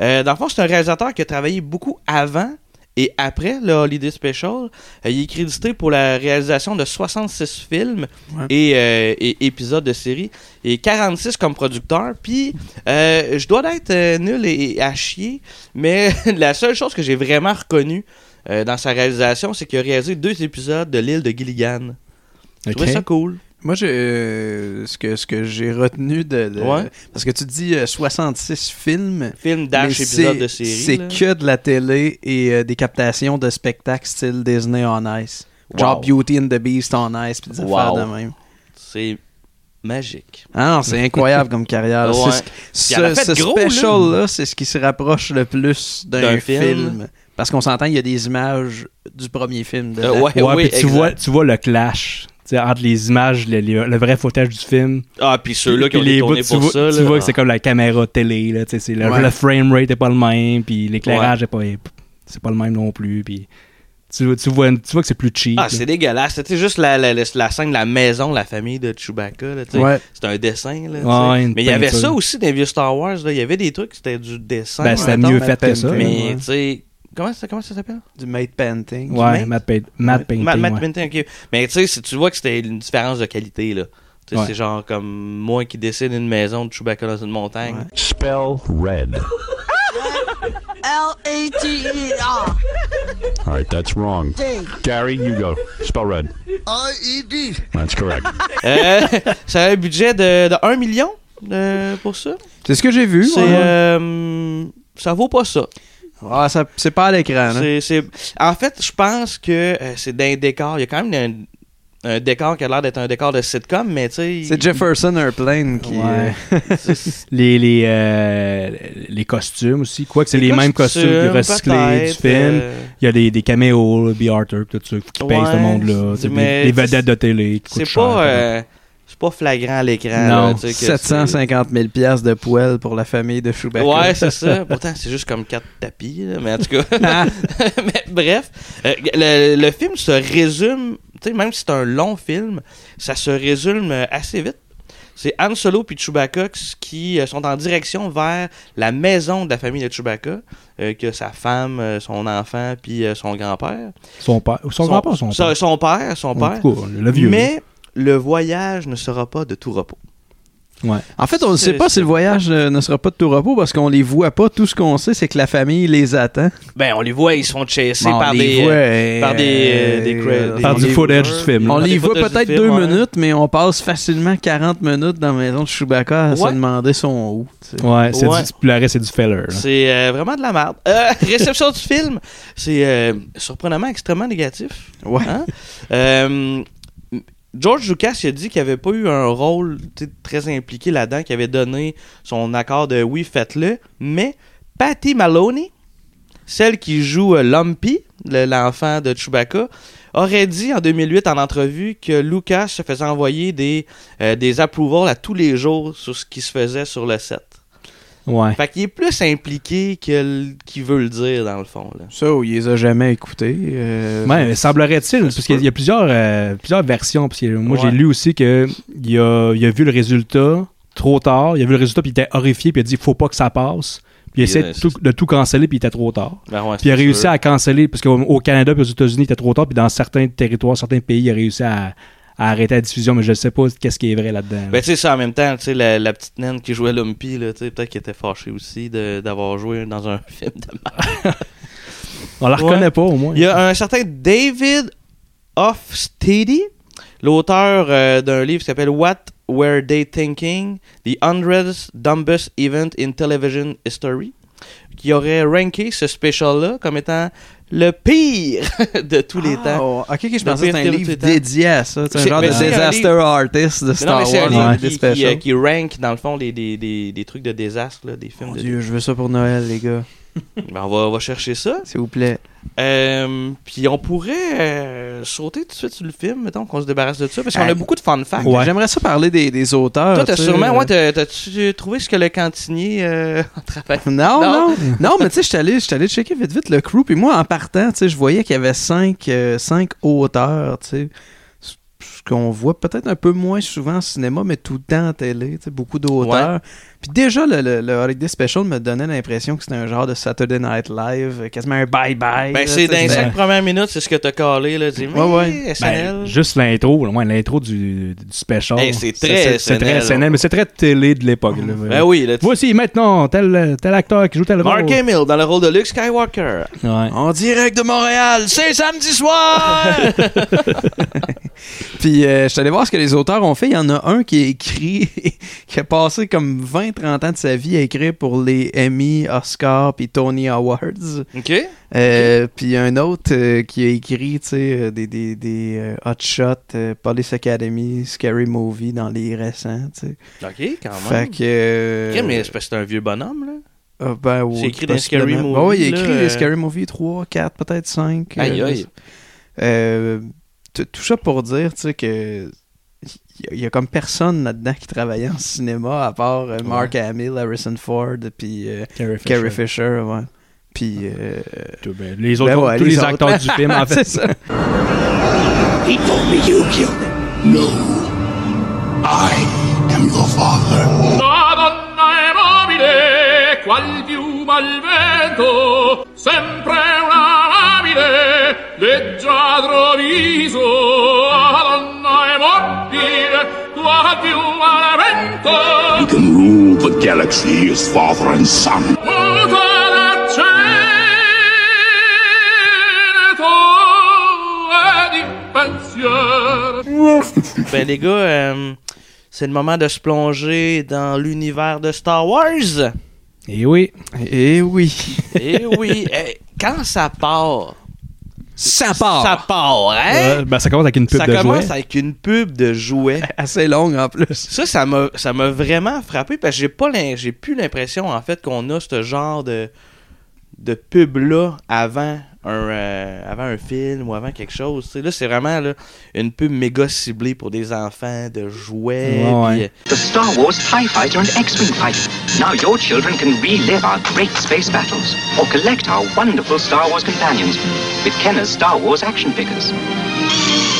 Speaker 1: Euh, dans le fond, c'est un réalisateur qui a travaillé beaucoup avant et après le Holiday Special. Euh, il est crédité pour la réalisation de 66 films
Speaker 2: Ouais.
Speaker 1: et, euh, et épisodes de séries et 46 comme producteur. Puis, euh, je dois être euh, nul et, et à chier, mais la seule chose que j'ai vraiment reconnue euh, dans sa réalisation, c'est qu'il a réalisé deux épisodes de l'île de Gilligan. Je trouvais
Speaker 3: Ok.
Speaker 1: ça cool.
Speaker 2: Moi, j'ai, euh, ce que, ce que j'ai retenu de, de-
Speaker 1: Ouais.
Speaker 2: Parce que tu dis euh, 66 films.
Speaker 1: Film
Speaker 2: mais
Speaker 1: dash épisode
Speaker 2: c'est-
Speaker 1: de série.
Speaker 2: C'est
Speaker 1: là.
Speaker 2: que de la télé et euh, des captations de spectacles style Disney on Ice.
Speaker 1: Wow.
Speaker 2: Genre Beauty and the Beast on Ice, puis des
Speaker 1: Wow.
Speaker 2: affaires de même.
Speaker 1: C'est magique.
Speaker 2: Ah non, c'est incroyable comme carrière.
Speaker 1: Ouais.
Speaker 2: C'est
Speaker 1: Puis elle a
Speaker 2: Ce,
Speaker 1: fait
Speaker 2: ce,
Speaker 1: gros, là.
Speaker 2: special-là, c'est ce qui se rapproche le plus d'un
Speaker 1: D'un
Speaker 2: film.
Speaker 1: film.
Speaker 2: Parce qu'on s'entend, il y a des images du premier film. dedans.
Speaker 1: Euh, ouais.
Speaker 3: Ouais,
Speaker 1: oui,
Speaker 3: puis tu
Speaker 1: exact.
Speaker 3: vois, tu vois le clash tu sais, entre les images, le, le- le vrai footage du film.
Speaker 1: Ah, puis ceux-là qui
Speaker 3: puis
Speaker 1: ont été
Speaker 3: les bouts,
Speaker 1: tournés
Speaker 3: tu
Speaker 1: pour
Speaker 3: vois,
Speaker 1: ça.
Speaker 3: tu
Speaker 1: là.
Speaker 3: vois que c'est comme la caméra télé. Là, tu sais, c'est le,
Speaker 2: Ouais.
Speaker 3: le frame rate n'est pas le même, puis l'éclairage n'est pas, c'est pas le même non plus. Puis tu, tu, vois, tu vois que c'est plus cheap.
Speaker 1: Ah,
Speaker 3: là.
Speaker 1: c'est dégueulasse. C'était juste la, la, la- la scène de la maison, la famille de Chewbacca. là, tu sais.
Speaker 2: Ouais.
Speaker 1: C'était un dessin. Là, tu sais.
Speaker 3: Ouais, une
Speaker 1: mais il y avait
Speaker 3: peinture.
Speaker 1: ça aussi dans les vieux Star Wars. là. Il y avait des trucs, c'était du dessin.
Speaker 3: Ben, c'était
Speaker 1: mettons.
Speaker 3: mieux
Speaker 2: Matt
Speaker 3: fait que ça.
Speaker 2: Painting.
Speaker 3: là.
Speaker 1: Mais
Speaker 2: ouais.
Speaker 1: tu sais, comment ça, comment ça s'appelle
Speaker 2: Du made painting.
Speaker 3: Ouais,
Speaker 1: Matt-
Speaker 3: Matt, Paint- Matt Painting.
Speaker 1: Matt- Matt
Speaker 3: ouais.
Speaker 1: Painting, ok. Mais tu sais, si tu vois que c'était une différence de qualité. là. Tu sais,
Speaker 3: Ouais.
Speaker 1: C'est genre comme moi qui dessine une maison de Chewbacca dans une montagne.
Speaker 9: Spell red.
Speaker 10: L A T E R.
Speaker 9: All right, that's wrong. Gary, you go. Spell red.
Speaker 10: I-E-D.
Speaker 9: That's correct.
Speaker 1: Euh, ça a un budget de, de 1 million euh, pour ça.
Speaker 2: C'est ce que j'ai vu.
Speaker 1: C'est,
Speaker 2: ouais.
Speaker 1: euh, ça vaut pas ça.
Speaker 2: Ah, ça- c'est pas à l'écran. là.
Speaker 1: C'est- c'est- En fait, je pense que euh, c'est d'un décor. Il y a quand même un, un décor qui a l'air d'être un décor de sitcom, mais tu sais.
Speaker 2: C'est Jefferson Airplane qui.
Speaker 3: Ouais.
Speaker 1: c'est-
Speaker 3: les, les, euh, les costumes aussi. Quoi que c'est les, mêmes costumes recyclés du
Speaker 1: peut-être,
Speaker 3: film.
Speaker 1: euh,
Speaker 3: Il y a des, des caméos, là, B. Arthur, tout ça, qui
Speaker 1: Ouais,
Speaker 3: paye ce monde-là. tu sais,
Speaker 1: mais
Speaker 3: Les, les vedettes de télé. qui
Speaker 1: C'est
Speaker 3: coûtent cher,
Speaker 1: pas.
Speaker 3: puis-
Speaker 1: euh, c'est pas flagrant à l'écran. là,
Speaker 2: Non,
Speaker 1: euh, tu sais, que c'est-
Speaker 2: 750 000 piastres de poêle pour la famille de Chewbacca.
Speaker 1: Ouais, c'est ça. Pourtant, c'est juste comme quatre tapis, là, mais en tout cas. mais bref, euh, le, le film se résume, tu sais, même si c'est un long film, ça se résume euh, assez vite. C'est Han Solo puis Chewbacca qui euh, sont en direction vers la maison de la famille de Chewbacca, euh, que sa femme, euh, son enfant puis euh, son grand-père.
Speaker 3: Son père. Son, grand-père, ou son
Speaker 1: son-
Speaker 3: père.
Speaker 1: Son père, son
Speaker 3: En
Speaker 1: père.
Speaker 3: tout cas, le vieux.
Speaker 1: mais le voyage ne sera pas de tout repos.
Speaker 3: Ouais.
Speaker 2: En fait, on ne
Speaker 1: C'est-
Speaker 2: sait pas si le voyage euh, ne sera pas de tout repos parce qu'on les voit pas. Tout ce qu'on sait, c'est que la famille les attend.
Speaker 1: Ben, on les voit, ils sont chassés
Speaker 3: Ben,
Speaker 2: Bon, on
Speaker 1: par,
Speaker 2: les
Speaker 1: des,
Speaker 2: voit,
Speaker 1: euh,
Speaker 2: euh,
Speaker 1: par des, euh, des cra-
Speaker 2: euh,
Speaker 1: des-
Speaker 3: Par
Speaker 1: des
Speaker 3: du footage
Speaker 1: viewers.
Speaker 3: du film.
Speaker 2: On
Speaker 1: Par
Speaker 2: les
Speaker 1: des
Speaker 2: voit
Speaker 1: footage du
Speaker 2: peut-être
Speaker 1: film,
Speaker 2: deux
Speaker 1: ouais.
Speaker 2: minutes, mais on passe facilement 40 minutes dans la maison de Chewbacca à se
Speaker 1: Ouais.
Speaker 2: demander son où. tu sais.
Speaker 3: Ouais, c'est
Speaker 1: Ouais.
Speaker 3: du puis le reste, c'est du feller. là.
Speaker 1: C'est euh, vraiment de la merde. Euh, réception du film, c'est euh, surprenamment extrêmement négatif.
Speaker 2: Ouais.
Speaker 1: Hein? Euh, George Lucas il a dit qu'il avait pas eu un rôle tu sais, très impliqué là-dedans, qu'il avait donné son accord de oui, faites-le. Mais Patty Maloney, celle qui joue euh, Lumpy, le- l'enfant de Chewbacca, aurait dit en 2008 en entrevue que Lucas se faisait envoyer des, euh, des approvals à tous les jours sur ce qui se faisait sur le set.
Speaker 3: Ouais.
Speaker 1: Fait qu'il est plus impliqué que l- qu'il veut le dire, dans le fond. Là.
Speaker 2: Ça, il les a jamais écoutés. euh,
Speaker 3: Ouais, mais semblerait-il,
Speaker 2: se
Speaker 3: parce qu'il y a plusieurs, euh, plusieurs versions. Parce que moi, j'ai
Speaker 1: Ouais.
Speaker 3: lu aussi qu'il a, il a vu le résultat trop tard. Il a vu le résultat, puis il était horrifié, puis il a dit faut pas que ça passe.
Speaker 1: Puis,
Speaker 3: Puis il essaie
Speaker 1: euh,
Speaker 3: de tout- de tout canceller, puis il était trop tard.
Speaker 1: Ben ouais,
Speaker 3: Puis il a
Speaker 1: c'est
Speaker 3: réussi
Speaker 1: sûr.
Speaker 3: à canceller, parce qu'au au Canada puis aux États-Unis, il était trop tard, puis dans certains territoires, certains pays, il a réussi à, à arrêter la diffusion, mais je ne sais pas qu'est-ce qui est vrai là-dedans.
Speaker 1: Ben, tu sais, ça en même temps, tu sais, la, la petite naine qui jouait Lumpy, là, tu sais, peut-être qu'elle était fâchée aussi de- d'avoir joué dans un film de merde.
Speaker 3: On la
Speaker 1: ouais.
Speaker 3: reconnaît pas, au moins.
Speaker 1: Il y a un certain David Ofstady, l'auteur euh, d'un livre qui s'appelle What Were They Thinking? The 100th Dumbest Event in Television History, qui aurait ranké ce special-là comme étant le pire de tous les
Speaker 2: Ah,
Speaker 1: temps.
Speaker 2: oh, ok, ok, je
Speaker 1: Le
Speaker 2: pensais que c'était
Speaker 1: pire film de
Speaker 2: un
Speaker 1: tous
Speaker 2: livre
Speaker 1: les temps.
Speaker 2: dédié à ça. C'est un
Speaker 1: C'est-
Speaker 2: genre de
Speaker 1: mais c'est un
Speaker 2: disaster
Speaker 1: livre-
Speaker 2: artist de
Speaker 1: Mais non, mais
Speaker 2: Star
Speaker 1: c'est un
Speaker 2: Wars.
Speaker 1: livre
Speaker 2: ouais.
Speaker 1: qui,
Speaker 2: des
Speaker 1: qui, euh,
Speaker 2: specials.
Speaker 1: qui rank, dans le fond, les, des, des, des trucs de désastre, là, des films
Speaker 2: Mon
Speaker 1: de
Speaker 2: Dieu, je veux ça pour Noël, les gars.
Speaker 1: Ben, on, va, on va chercher ça.
Speaker 2: S'il vous plaît.
Speaker 1: Euh, Puis on pourrait euh, sauter tout de suite sur le film, mettons, qu'on se débarrasse de ça, parce qu'on
Speaker 2: Ah.
Speaker 1: a beaucoup de fun facts.
Speaker 3: Ouais.
Speaker 2: J'aimerais ça parler des, des auteurs.
Speaker 1: Toi, t'as
Speaker 2: tu sais,
Speaker 1: sûrement...
Speaker 2: euh,
Speaker 1: Ouais, t'as- t'as-tu trouvé ce que le cantinier euh, en travaille?
Speaker 2: Non,
Speaker 1: Non.
Speaker 2: non. non, mais tu sais, je suis allé- je suis allé checker vite vite le crew. Puis moi, en partant, tu sais, je voyais qu'il y avait cinq, euh, cinq auteurs, tu sais. Ce- Ce qu'on voit peut-être un peu moins souvent au cinéma, mais tout le temps en télé, tu sais, beaucoup d'auteurs. Puis déjà, le, le, le Holiday Special me donnait l'impression que c'était un genre de Saturday Night Live, euh, quasiment un
Speaker 1: Ben,
Speaker 2: bye-bye. là,
Speaker 1: c'est
Speaker 2: tu sais,
Speaker 1: dans les
Speaker 2: c'était-
Speaker 1: cinq premières minutes, c'est ce que t'as calé, là. Dis,
Speaker 2: Ouais, ouais.
Speaker 1: mais,
Speaker 3: Ben,
Speaker 1: SNL.
Speaker 3: juste l'intro, là, ouais, l'intro du, du special.
Speaker 1: Hey, c'est très
Speaker 3: c'est
Speaker 1: SNL,
Speaker 3: très
Speaker 1: là.
Speaker 3: SNL, mais c'est très télé de l'époque. là.
Speaker 1: Ben oui, là. tu-
Speaker 3: Voici maintenant tel, tel acteur qui joue tel
Speaker 1: Mark
Speaker 3: rôle.
Speaker 1: Hamill dans le rôle de Luke Skywalker.
Speaker 3: Ouais.
Speaker 2: En direct de
Speaker 1: Ah,
Speaker 2: Montréal, c'est samedi
Speaker 1: Soir!
Speaker 2: Puis euh, je suis allé voir ce que les auteurs ont fait. Il y en a un qui a écrit, qui a passé comme 20-30 ans de sa vie à écrire pour les Emmy, Oscar, puis Tony Awards.
Speaker 1: OK.
Speaker 2: Euh, Puis un autre euh, qui a écrit, tu sais, euh, des, des, des euh, Hot Shot, euh, Police Academy, Scary Movie dans les récents, tu sais.
Speaker 1: OK, quand même.
Speaker 2: Fait que... euh,
Speaker 1: Ok, mais c'est parce que c'est un vieux bonhomme, là.
Speaker 2: ah, ben, oui,
Speaker 1: C'est écrit dans
Speaker 2: possiblement.
Speaker 1: Scary Movie,
Speaker 2: Ben oui, il a
Speaker 1: là,
Speaker 2: écrit
Speaker 1: euh,
Speaker 2: les Scary Movie 3, 4, peut-être 5.
Speaker 1: Aïe, aïe.
Speaker 2: Euh, t- tout ça pour dire, tu sais, que il y a- il y, a comme personne là-dedans qui travaillait en cinéma à part euh, Mark Hamill, Harrison Ford, puis euh,
Speaker 3: Carrie
Speaker 2: Carrie Fisher, ouais. Puis euh,
Speaker 3: Tout, ben, les autres,
Speaker 2: ben ouais,
Speaker 3: tous les,
Speaker 2: les autres.
Speaker 3: acteurs du film, en fait.
Speaker 2: c'est ça.
Speaker 6: He told me you killed him. No. I am your father.
Speaker 4: Madonna è mobile, qual piuma al vento, sempre una labile, leggiadro viso. Madonna è mobile, qual piuma al vento,
Speaker 6: He can rule the galaxy as father and son.
Speaker 4: muta da ceneto e di pensier.
Speaker 1: Ben les gars, euh, c'est le moment de se plonger dans l'univers de Star Wars.
Speaker 3: Et oui.
Speaker 2: Et Eh oui,
Speaker 1: Et oui, eh, quand ça part,
Speaker 2: ça part.
Speaker 1: ça part, hein?
Speaker 3: Euh, ben, ça commence avec une pub
Speaker 1: ça
Speaker 3: de
Speaker 1: commence
Speaker 3: jouets.
Speaker 1: avec une pub de jouets.
Speaker 2: Assez longue en plus.
Speaker 1: Ça, ça m'a, ça m'a vraiment frappé parce que j'ai pas, l'im- j'ai plus l'impression en fait qu'on a ce genre de de pub là avant un euh, avant un film ou avant quelque chose. tu sais. Là, c'est vraiment là, une pub méga ciblée pour des enfants, de jouets.
Speaker 3: Ouais.
Speaker 1: puis,
Speaker 11: The Star Wars TIE Fighter and X Wing fighter. Now your children can relive our great space battles or collect our wonderful Star Wars companions with Kenner's Star Wars action figures.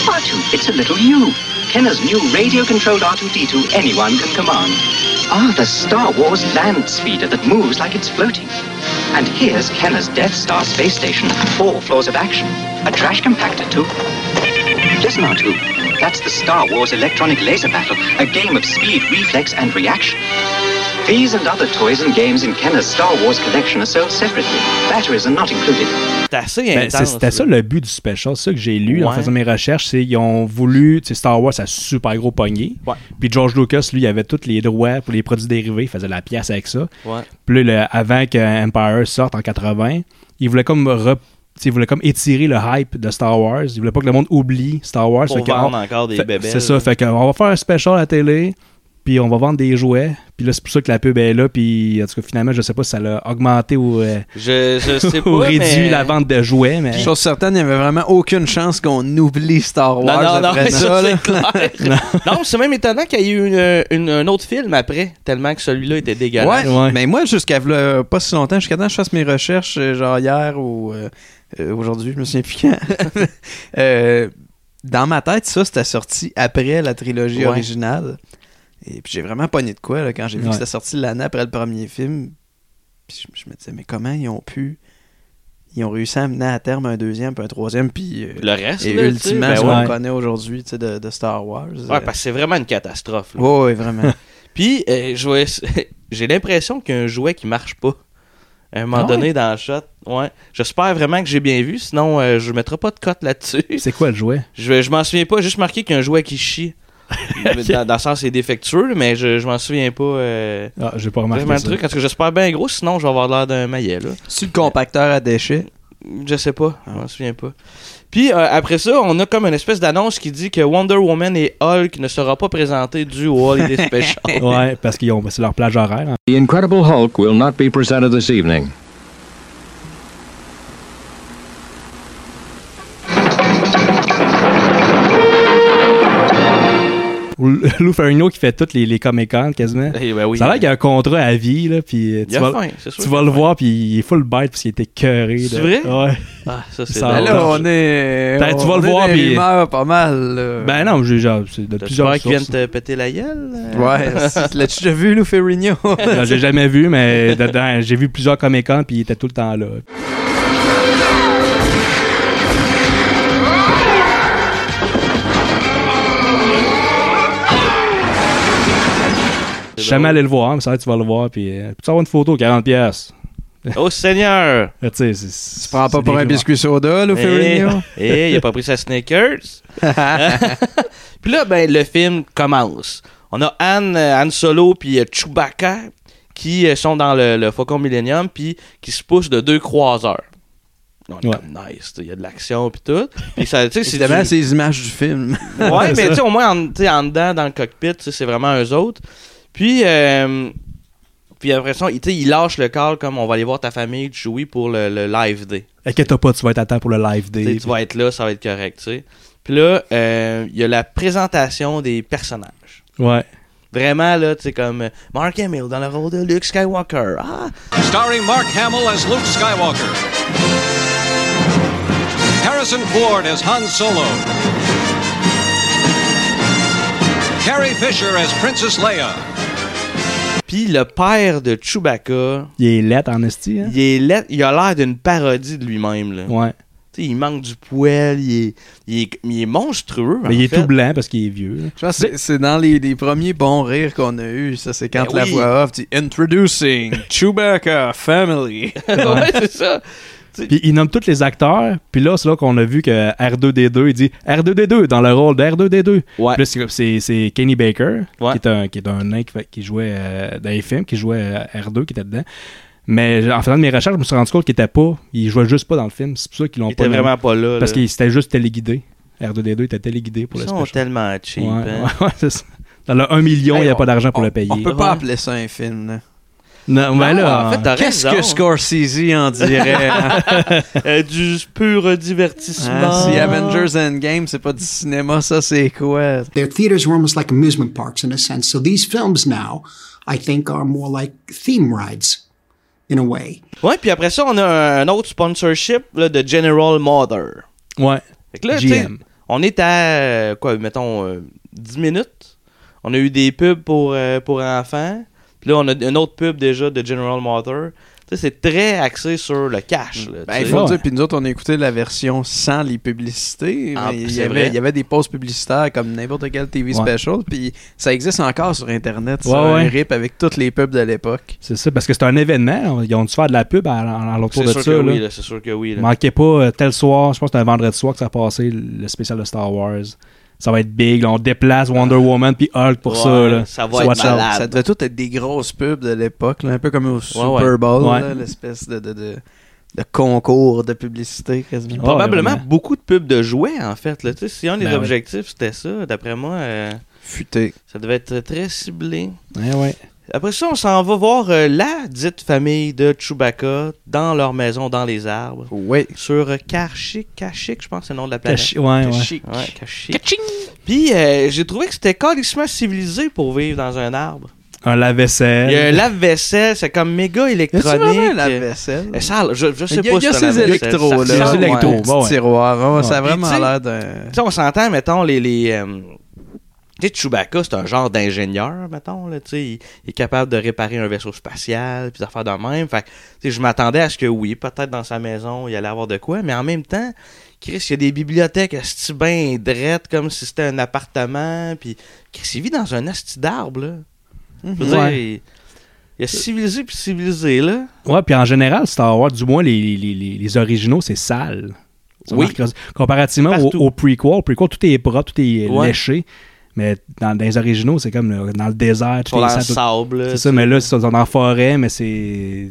Speaker 11: R2, it's a little you. Kenner's new radio controlled R2D2 anyone can command. Ah, the Star Wars land speeder that moves like it's floating. And here's Kenner's Death Star space station, four floors of action, a trash compactor too. Listen, R2, that's the Star Wars electronic laser battle, a game of speed, reflex, and reaction. These and other toys and games in Kenner's Star Wars collection are sold separately. Batteries are not included.
Speaker 1: euh, C'est assez
Speaker 3: Ben, c'est-
Speaker 1: intense.
Speaker 3: C'était ça
Speaker 1: là.
Speaker 3: le but du special, c'est ça que j'ai lu en
Speaker 1: Ouais.
Speaker 3: faisant mes recherches, c'est ils ont voulu, tu sais, Star Wars a super gros pogné.
Speaker 1: Ouais.
Speaker 3: Puis George Lucas, lui, il avait tous les droits pour les produits dérivés, il faisait la pièce avec ça.
Speaker 1: Ouais.
Speaker 3: Puis là, le- avant que Empire sorte en 80, il voulait comme re- tu sais, il voulait comme étirer le hype de Star Wars. Il voulait pas que le monde oublie Star Wars.
Speaker 1: Pour
Speaker 3: Fait que,
Speaker 1: vendre
Speaker 3: on-
Speaker 1: encore des
Speaker 3: fait-
Speaker 1: bébés.
Speaker 3: C'est ça. Fait que, on va faire un special à la télé, puis on va vendre des jouets. Puis là, c'est pour ça que la pub est là. Puis en tout cas, finalement, je sais pas si ça l'a augmenté ou, euh,
Speaker 1: Je, je sais pas.
Speaker 3: ou réduit
Speaker 1: mais-
Speaker 3: la vente de jouets. Mais...
Speaker 2: Je suis certain, il n'y avait vraiment aucune chance qu'on oublie Star
Speaker 1: Non,
Speaker 2: Wars
Speaker 1: non, non,
Speaker 2: après ça.
Speaker 1: ça,
Speaker 2: là.
Speaker 1: c'est clair. non, c'est même étonnant qu'il y ait eu une- une- un autre film après, tellement que celui-là était dégueulasse.
Speaker 2: Ouais.
Speaker 3: Ouais.
Speaker 2: Mais moi, jusqu'à v'là pas si longtemps, jusqu'à temps que je fasse mes recherches, euh, genre hier ou euh, euh, aujourd'hui, je me souviens plus quand. euh, dans ma tête, ça, c'était sorti après la trilogie
Speaker 1: Ouais.
Speaker 2: originale. Et puis j'ai vraiment pogné de quoi là, quand j'ai vu
Speaker 3: Ouais.
Speaker 2: que c'était sorti l'année après le premier film. Puis je, je me disais, mais comment ils ont pu. Ils ont réussi à mener à terme un deuxième, puis un troisième, puis. euh,
Speaker 1: Le reste,
Speaker 2: et
Speaker 1: là, tu sais,
Speaker 2: ultimement,
Speaker 1: ben
Speaker 2: ce
Speaker 1: ouais.
Speaker 2: qu'on
Speaker 3: ouais.
Speaker 2: connaît aujourd'hui tu sais, de, de Star Wars.
Speaker 1: Ouais, parce que c'est vraiment une catastrophe. là.
Speaker 2: Ouais, ouais, vraiment.
Speaker 1: Puis, euh, je vois- j'ai l'impression qu'il y a un jouet qui marche pas. À un moment
Speaker 3: Ah ouais?
Speaker 1: donné, dans le shot. Ouais. J'espère vraiment que j'ai bien vu, sinon euh, je mettrai pas de cote là-dessus.
Speaker 3: C'est quoi le jouet?
Speaker 1: Je, vais- je m'en souviens pas, juste marqué qu'il y a un jouet qui chie. dans, dans le sens, c'est défectueux, mais je, je m'en souviens pas. euh,
Speaker 3: Ah, j'ai pas remarqué
Speaker 1: Vraiment le
Speaker 3: ça.
Speaker 1: truc, parce que j'espère bien gros, sinon je vais avoir l'air d'un maillet. Là.
Speaker 2: C'est le compacteur à déchets.
Speaker 1: Je sais pas, je m'en souviens pas. Puis euh, après ça, on a comme une espèce d'annonce qui dit que Wonder Woman et Hulk ne sera pas présenté dû au Holiday Special.
Speaker 3: Ouais, parce qu'ils ont c'est leur plage horaire. hein.
Speaker 5: The Incredible Hulk will not be presented this evening.
Speaker 3: Ou L- Lou Ferrigno qui fait toutes les, les Comic-Con quasiment.
Speaker 1: Eh ben oui.
Speaker 3: Ça a l'air qu'il y a un contrat à vie, là, puis euh,
Speaker 1: Il
Speaker 3: tu
Speaker 1: a
Speaker 3: vas,
Speaker 1: faim, c'est sûr.
Speaker 3: tu vas le voir, puis il est full bête parce qu'il était cœuré.
Speaker 1: C'est
Speaker 3: là.
Speaker 1: vrai?
Speaker 3: Ouais.
Speaker 1: Ah, ça c'est
Speaker 3: Ça
Speaker 1: drôle.
Speaker 3: a
Speaker 2: Ben là, on est.
Speaker 3: Ben, tu
Speaker 2: on
Speaker 3: vas le
Speaker 2: est
Speaker 3: voir,
Speaker 2: dans les
Speaker 3: puis-
Speaker 2: rumeurs pas mal. là.
Speaker 3: Ben non, j'ai genre, c'est de plusieurs
Speaker 1: J'espère qu'ils viennent
Speaker 3: sources.
Speaker 1: te péter la gueule. euh.
Speaker 2: Ouais, c'est- l'as-tu déjà vu, Lou Ferrigno?
Speaker 3: Non, j'ai jamais vu, mais dedans, j'ai vu plusieurs Comic-Con, puis il était tout le temps là. Je suis jamais allé le voir, mais ça, tu vas le voir, puis euh, peux-tu avoir une photo, 40 pièces.
Speaker 1: Oh Seigneur!
Speaker 3: Euh, Tu sais, c'est- c'est-
Speaker 2: Tu prends pas
Speaker 3: c'est
Speaker 2: pour
Speaker 3: des
Speaker 2: un
Speaker 3: rumeurs.
Speaker 2: biscuit soda, Lou
Speaker 1: Eh,
Speaker 2: Ferrigno?
Speaker 1: eh, il a pas pris sa Snickers. puis là, ben, le film commence. On a Anne, euh, Han Solo puis euh, Chewbacca qui euh, sont dans le, le Faucon Millennium puis qui se poussent de deux croiseurs. On est
Speaker 3: Ouais.
Speaker 1: comme nice, il y a de l'action puis tout. Puis ça, tu sais, c'est
Speaker 2: Évidemment,
Speaker 1: du-
Speaker 2: c'est les images du film.
Speaker 1: Ouais, mais
Speaker 3: ça.
Speaker 1: tu sais, au moins, en, tu sais, en dedans, dans le cockpit, tu sais, c'est vraiment eux autres. Puis, euh, puis après ça, ils- tu sais, ils lâchent le call comme on va aller voir ta famille, Chewie, pour le, le live day.
Speaker 3: Inquiète-toi pas, tu vas être à temps pour le live
Speaker 1: Tu sais,
Speaker 3: day.
Speaker 1: tu vas être là, ça va être correct, tu sais. Puis là, euh, il y a la présentation des personnages.
Speaker 3: Ouais.
Speaker 1: Vraiment, là, tu sais, comme euh, Mark Hamill dans le rôle de Luke Skywalker. Ah!
Speaker 12: starring Mark Hamill as Luke Skywalker, Harrison Ford as Han Solo, Carrie Fisher as Princess Leia.
Speaker 1: Puis le père de Chewbacca,
Speaker 3: Il est laid en esti, hein?
Speaker 1: il, est laid- il a l'air d'une parodie de lui-même, là.
Speaker 3: Ouais.
Speaker 1: Tu sais, il manque du poil, il est, il est, il est monstrueux, en
Speaker 3: Mais il est
Speaker 1: fait.
Speaker 3: tout blanc parce qu'il est vieux. là.
Speaker 2: Je pense que c'est- c'est dans les, les premiers bons rires qu'on a eu. Ça, c'est quand
Speaker 1: Ben
Speaker 2: la
Speaker 1: oui.
Speaker 2: voix off dit Introducing Chewbacca Family.
Speaker 1: ouais, c'est ça.
Speaker 3: Puis il nomme tous les acteurs. Puis là, c'est là qu'on a vu que R2D2, il dit R2D2 dans le rôle de R2D2.
Speaker 1: Ouais.
Speaker 3: Puis là, c'est- c'est- c'est Kenny Baker,
Speaker 1: Ouais.
Speaker 3: qui, est un, qui est un nain qui, fait- qui jouait euh, dans les films, qui jouait euh, R2, qui était dedans. Mais en faisant de mes recherches, je me suis rendu compte qu'il était pas. Il jouait juste pas dans le film. C'est pour ça qu'ils l'ont
Speaker 1: Il
Speaker 3: pas.
Speaker 1: était
Speaker 3: nommé.
Speaker 1: vraiment pas là.
Speaker 3: Parce
Speaker 1: là.
Speaker 3: qu'il s'était juste téléguidé. R2D2 était téléguidé pour
Speaker 1: Ils
Speaker 3: le
Speaker 1: sont
Speaker 3: special.
Speaker 1: tellement cheap.
Speaker 3: Ouais,
Speaker 1: hein.
Speaker 3: ouais, c'est ça. Dans le 1 million, il
Speaker 2: Hey,
Speaker 3: n'y a
Speaker 2: on-
Speaker 3: pas d'argent pour
Speaker 2: on-
Speaker 3: le payer.
Speaker 2: On peut pas
Speaker 1: Ouais.
Speaker 2: appeler ça un film. là.
Speaker 3: Non, mais
Speaker 1: Non,
Speaker 3: là,
Speaker 1: en fait, t'as
Speaker 2: Qu'est-ce
Speaker 1: raison.
Speaker 2: que Scorsese en dirait?
Speaker 1: Euh, du pur divertissement.
Speaker 2: Ah, si Avengers Endgame, c'est pas du cinéma, ça c'est quoi?
Speaker 13: Their theaters were almost like amusement parks in a sense. So these films now, I think, are more like theme rides in a way.
Speaker 1: Ouais, puis après ça, on a un autre sponsorship là, de General Mother.
Speaker 3: Ouais.
Speaker 1: Fait que là, tu sais,
Speaker 3: GM.
Speaker 1: on est à, euh, quoi, mettons, euh, 10 minutes. On a eu des pubs pour, euh, pour enfants. Puis là, on a une autre pub déjà de General Mother. Tu sais, c'est très axé sur le cash. Là,
Speaker 2: Ben,
Speaker 1: tu
Speaker 2: il
Speaker 1: sais.
Speaker 2: faut dire, puis nous autres, on a écouté la version sans les publicités.
Speaker 1: Ah,
Speaker 2: mais il, y
Speaker 1: c'est
Speaker 2: avait,
Speaker 1: vrai.
Speaker 2: il y avait des pauses publicitaires comme n'importe quel TV
Speaker 3: Ouais.
Speaker 2: special, puis ça existe encore sur Internet, ça,
Speaker 3: Ouais,
Speaker 2: un
Speaker 3: ouais.
Speaker 2: rip avec toutes les pubs de l'époque.
Speaker 3: C'est ça, parce que c'est un événement. Ils ont dû faire de la pub à, à, à l'entour
Speaker 1: C'est
Speaker 3: de
Speaker 1: sûr
Speaker 3: ça.
Speaker 1: que
Speaker 3: là.
Speaker 1: oui, là, c'est sûr que oui. là.
Speaker 3: Manquez pas euh, tel soir, je pense que c'est un vendredi soir que ça a passé, le spécial de Star Wars. Ça va être big. là, on déplace Wonder Woman puis Hulk pour
Speaker 1: Ah. Ouais,
Speaker 3: ça. Là.
Speaker 1: ça va
Speaker 3: So
Speaker 1: être
Speaker 3: watch out.
Speaker 1: malade.
Speaker 2: Ça devait tout être des grosses pubs de l'époque, là, un peu comme au Super
Speaker 1: ouais.
Speaker 2: Bowl,
Speaker 3: Ouais.
Speaker 2: là, l'espèce de, de, de- de concours de publicité quasiment.
Speaker 1: Probablement
Speaker 3: vraiment.
Speaker 1: beaucoup de pubs de jouets, en fait. Là. Tu sais, Si un des
Speaker 3: Ben ouais.
Speaker 1: objectifs, c'était ça, d'après moi, euh,
Speaker 2: Futé.
Speaker 1: ça devait être très ciblé.
Speaker 3: Ouais, Eh ouais.
Speaker 1: Après ça, on s'en va voir euh, la dite famille de Chewbacca dans leur maison, dans les arbres,
Speaker 2: Oui.
Speaker 1: sur euh, Karchik, Karchik, je pense que c'est le nom de la planète.
Speaker 3: Caché- ouais, ouais.
Speaker 1: Ouais, Karchik. Puis euh, j'ai trouvé que c'était carrément civilisé pour vivre dans un arbre.
Speaker 3: Un
Speaker 1: Il y a un
Speaker 3: lave-vaisselle.
Speaker 1: lave-vaisselle, c'est comme méga
Speaker 2: Euh, Y a-tu vraiment un
Speaker 1: électronique.
Speaker 2: lave-vaisselle?
Speaker 1: Euh, ça, je, je sais
Speaker 2: Il y a,
Speaker 1: pas
Speaker 2: il y a
Speaker 1: si c'est un
Speaker 2: ces
Speaker 1: lave-vaisselle,
Speaker 2: électros
Speaker 1: ça
Speaker 2: là,
Speaker 1: ressemble.
Speaker 3: ces électros,
Speaker 2: ouais, un petit
Speaker 3: bon, ouais.
Speaker 2: tiroir, ouais,
Speaker 3: Ouais.
Speaker 2: ça a
Speaker 1: Puis,
Speaker 2: vraiment
Speaker 1: tu sais,
Speaker 2: l'air d'un.
Speaker 1: Tu sais, on s'entend, mettons, les. les euh, tu sais, Chewbacca, c'est un genre d'ingénieur, mettons. Là, tu sais, il, il est capable de réparer un vaisseau spatial, puis d'affaires de même. Fait que, tu sais, je m'attendais à ce que, oui, peut-être dans sa maison, il allait avoir de quoi, mais en même temps, Chris, il y a des bibliothèques asti bien drettes, comme si c'était un appartement, puis Chris, il vit dans un asti d'arbre, là. Je veux
Speaker 3: Mhm.
Speaker 1: dire,
Speaker 3: Ouais.
Speaker 1: il, il est civilisé puis civilisé, là.
Speaker 3: Ouais, puis en général, Star Wars, du moins les, les, les, les originaux, c'est sale. Ça
Speaker 1: Oui.
Speaker 3: marque- Comparativement au,
Speaker 1: Partout.
Speaker 3: au prequel, prequel, tout est propre, tout est
Speaker 1: Ouais.
Speaker 3: léché. Mais dans, dans les originaux, c'est comme le- dans le désert, tout
Speaker 1: Sur
Speaker 3: est
Speaker 1: le
Speaker 3: sale, tout-
Speaker 1: sable, là,
Speaker 3: C'est ça, mais là, c'est dans la forêt, mais c'est.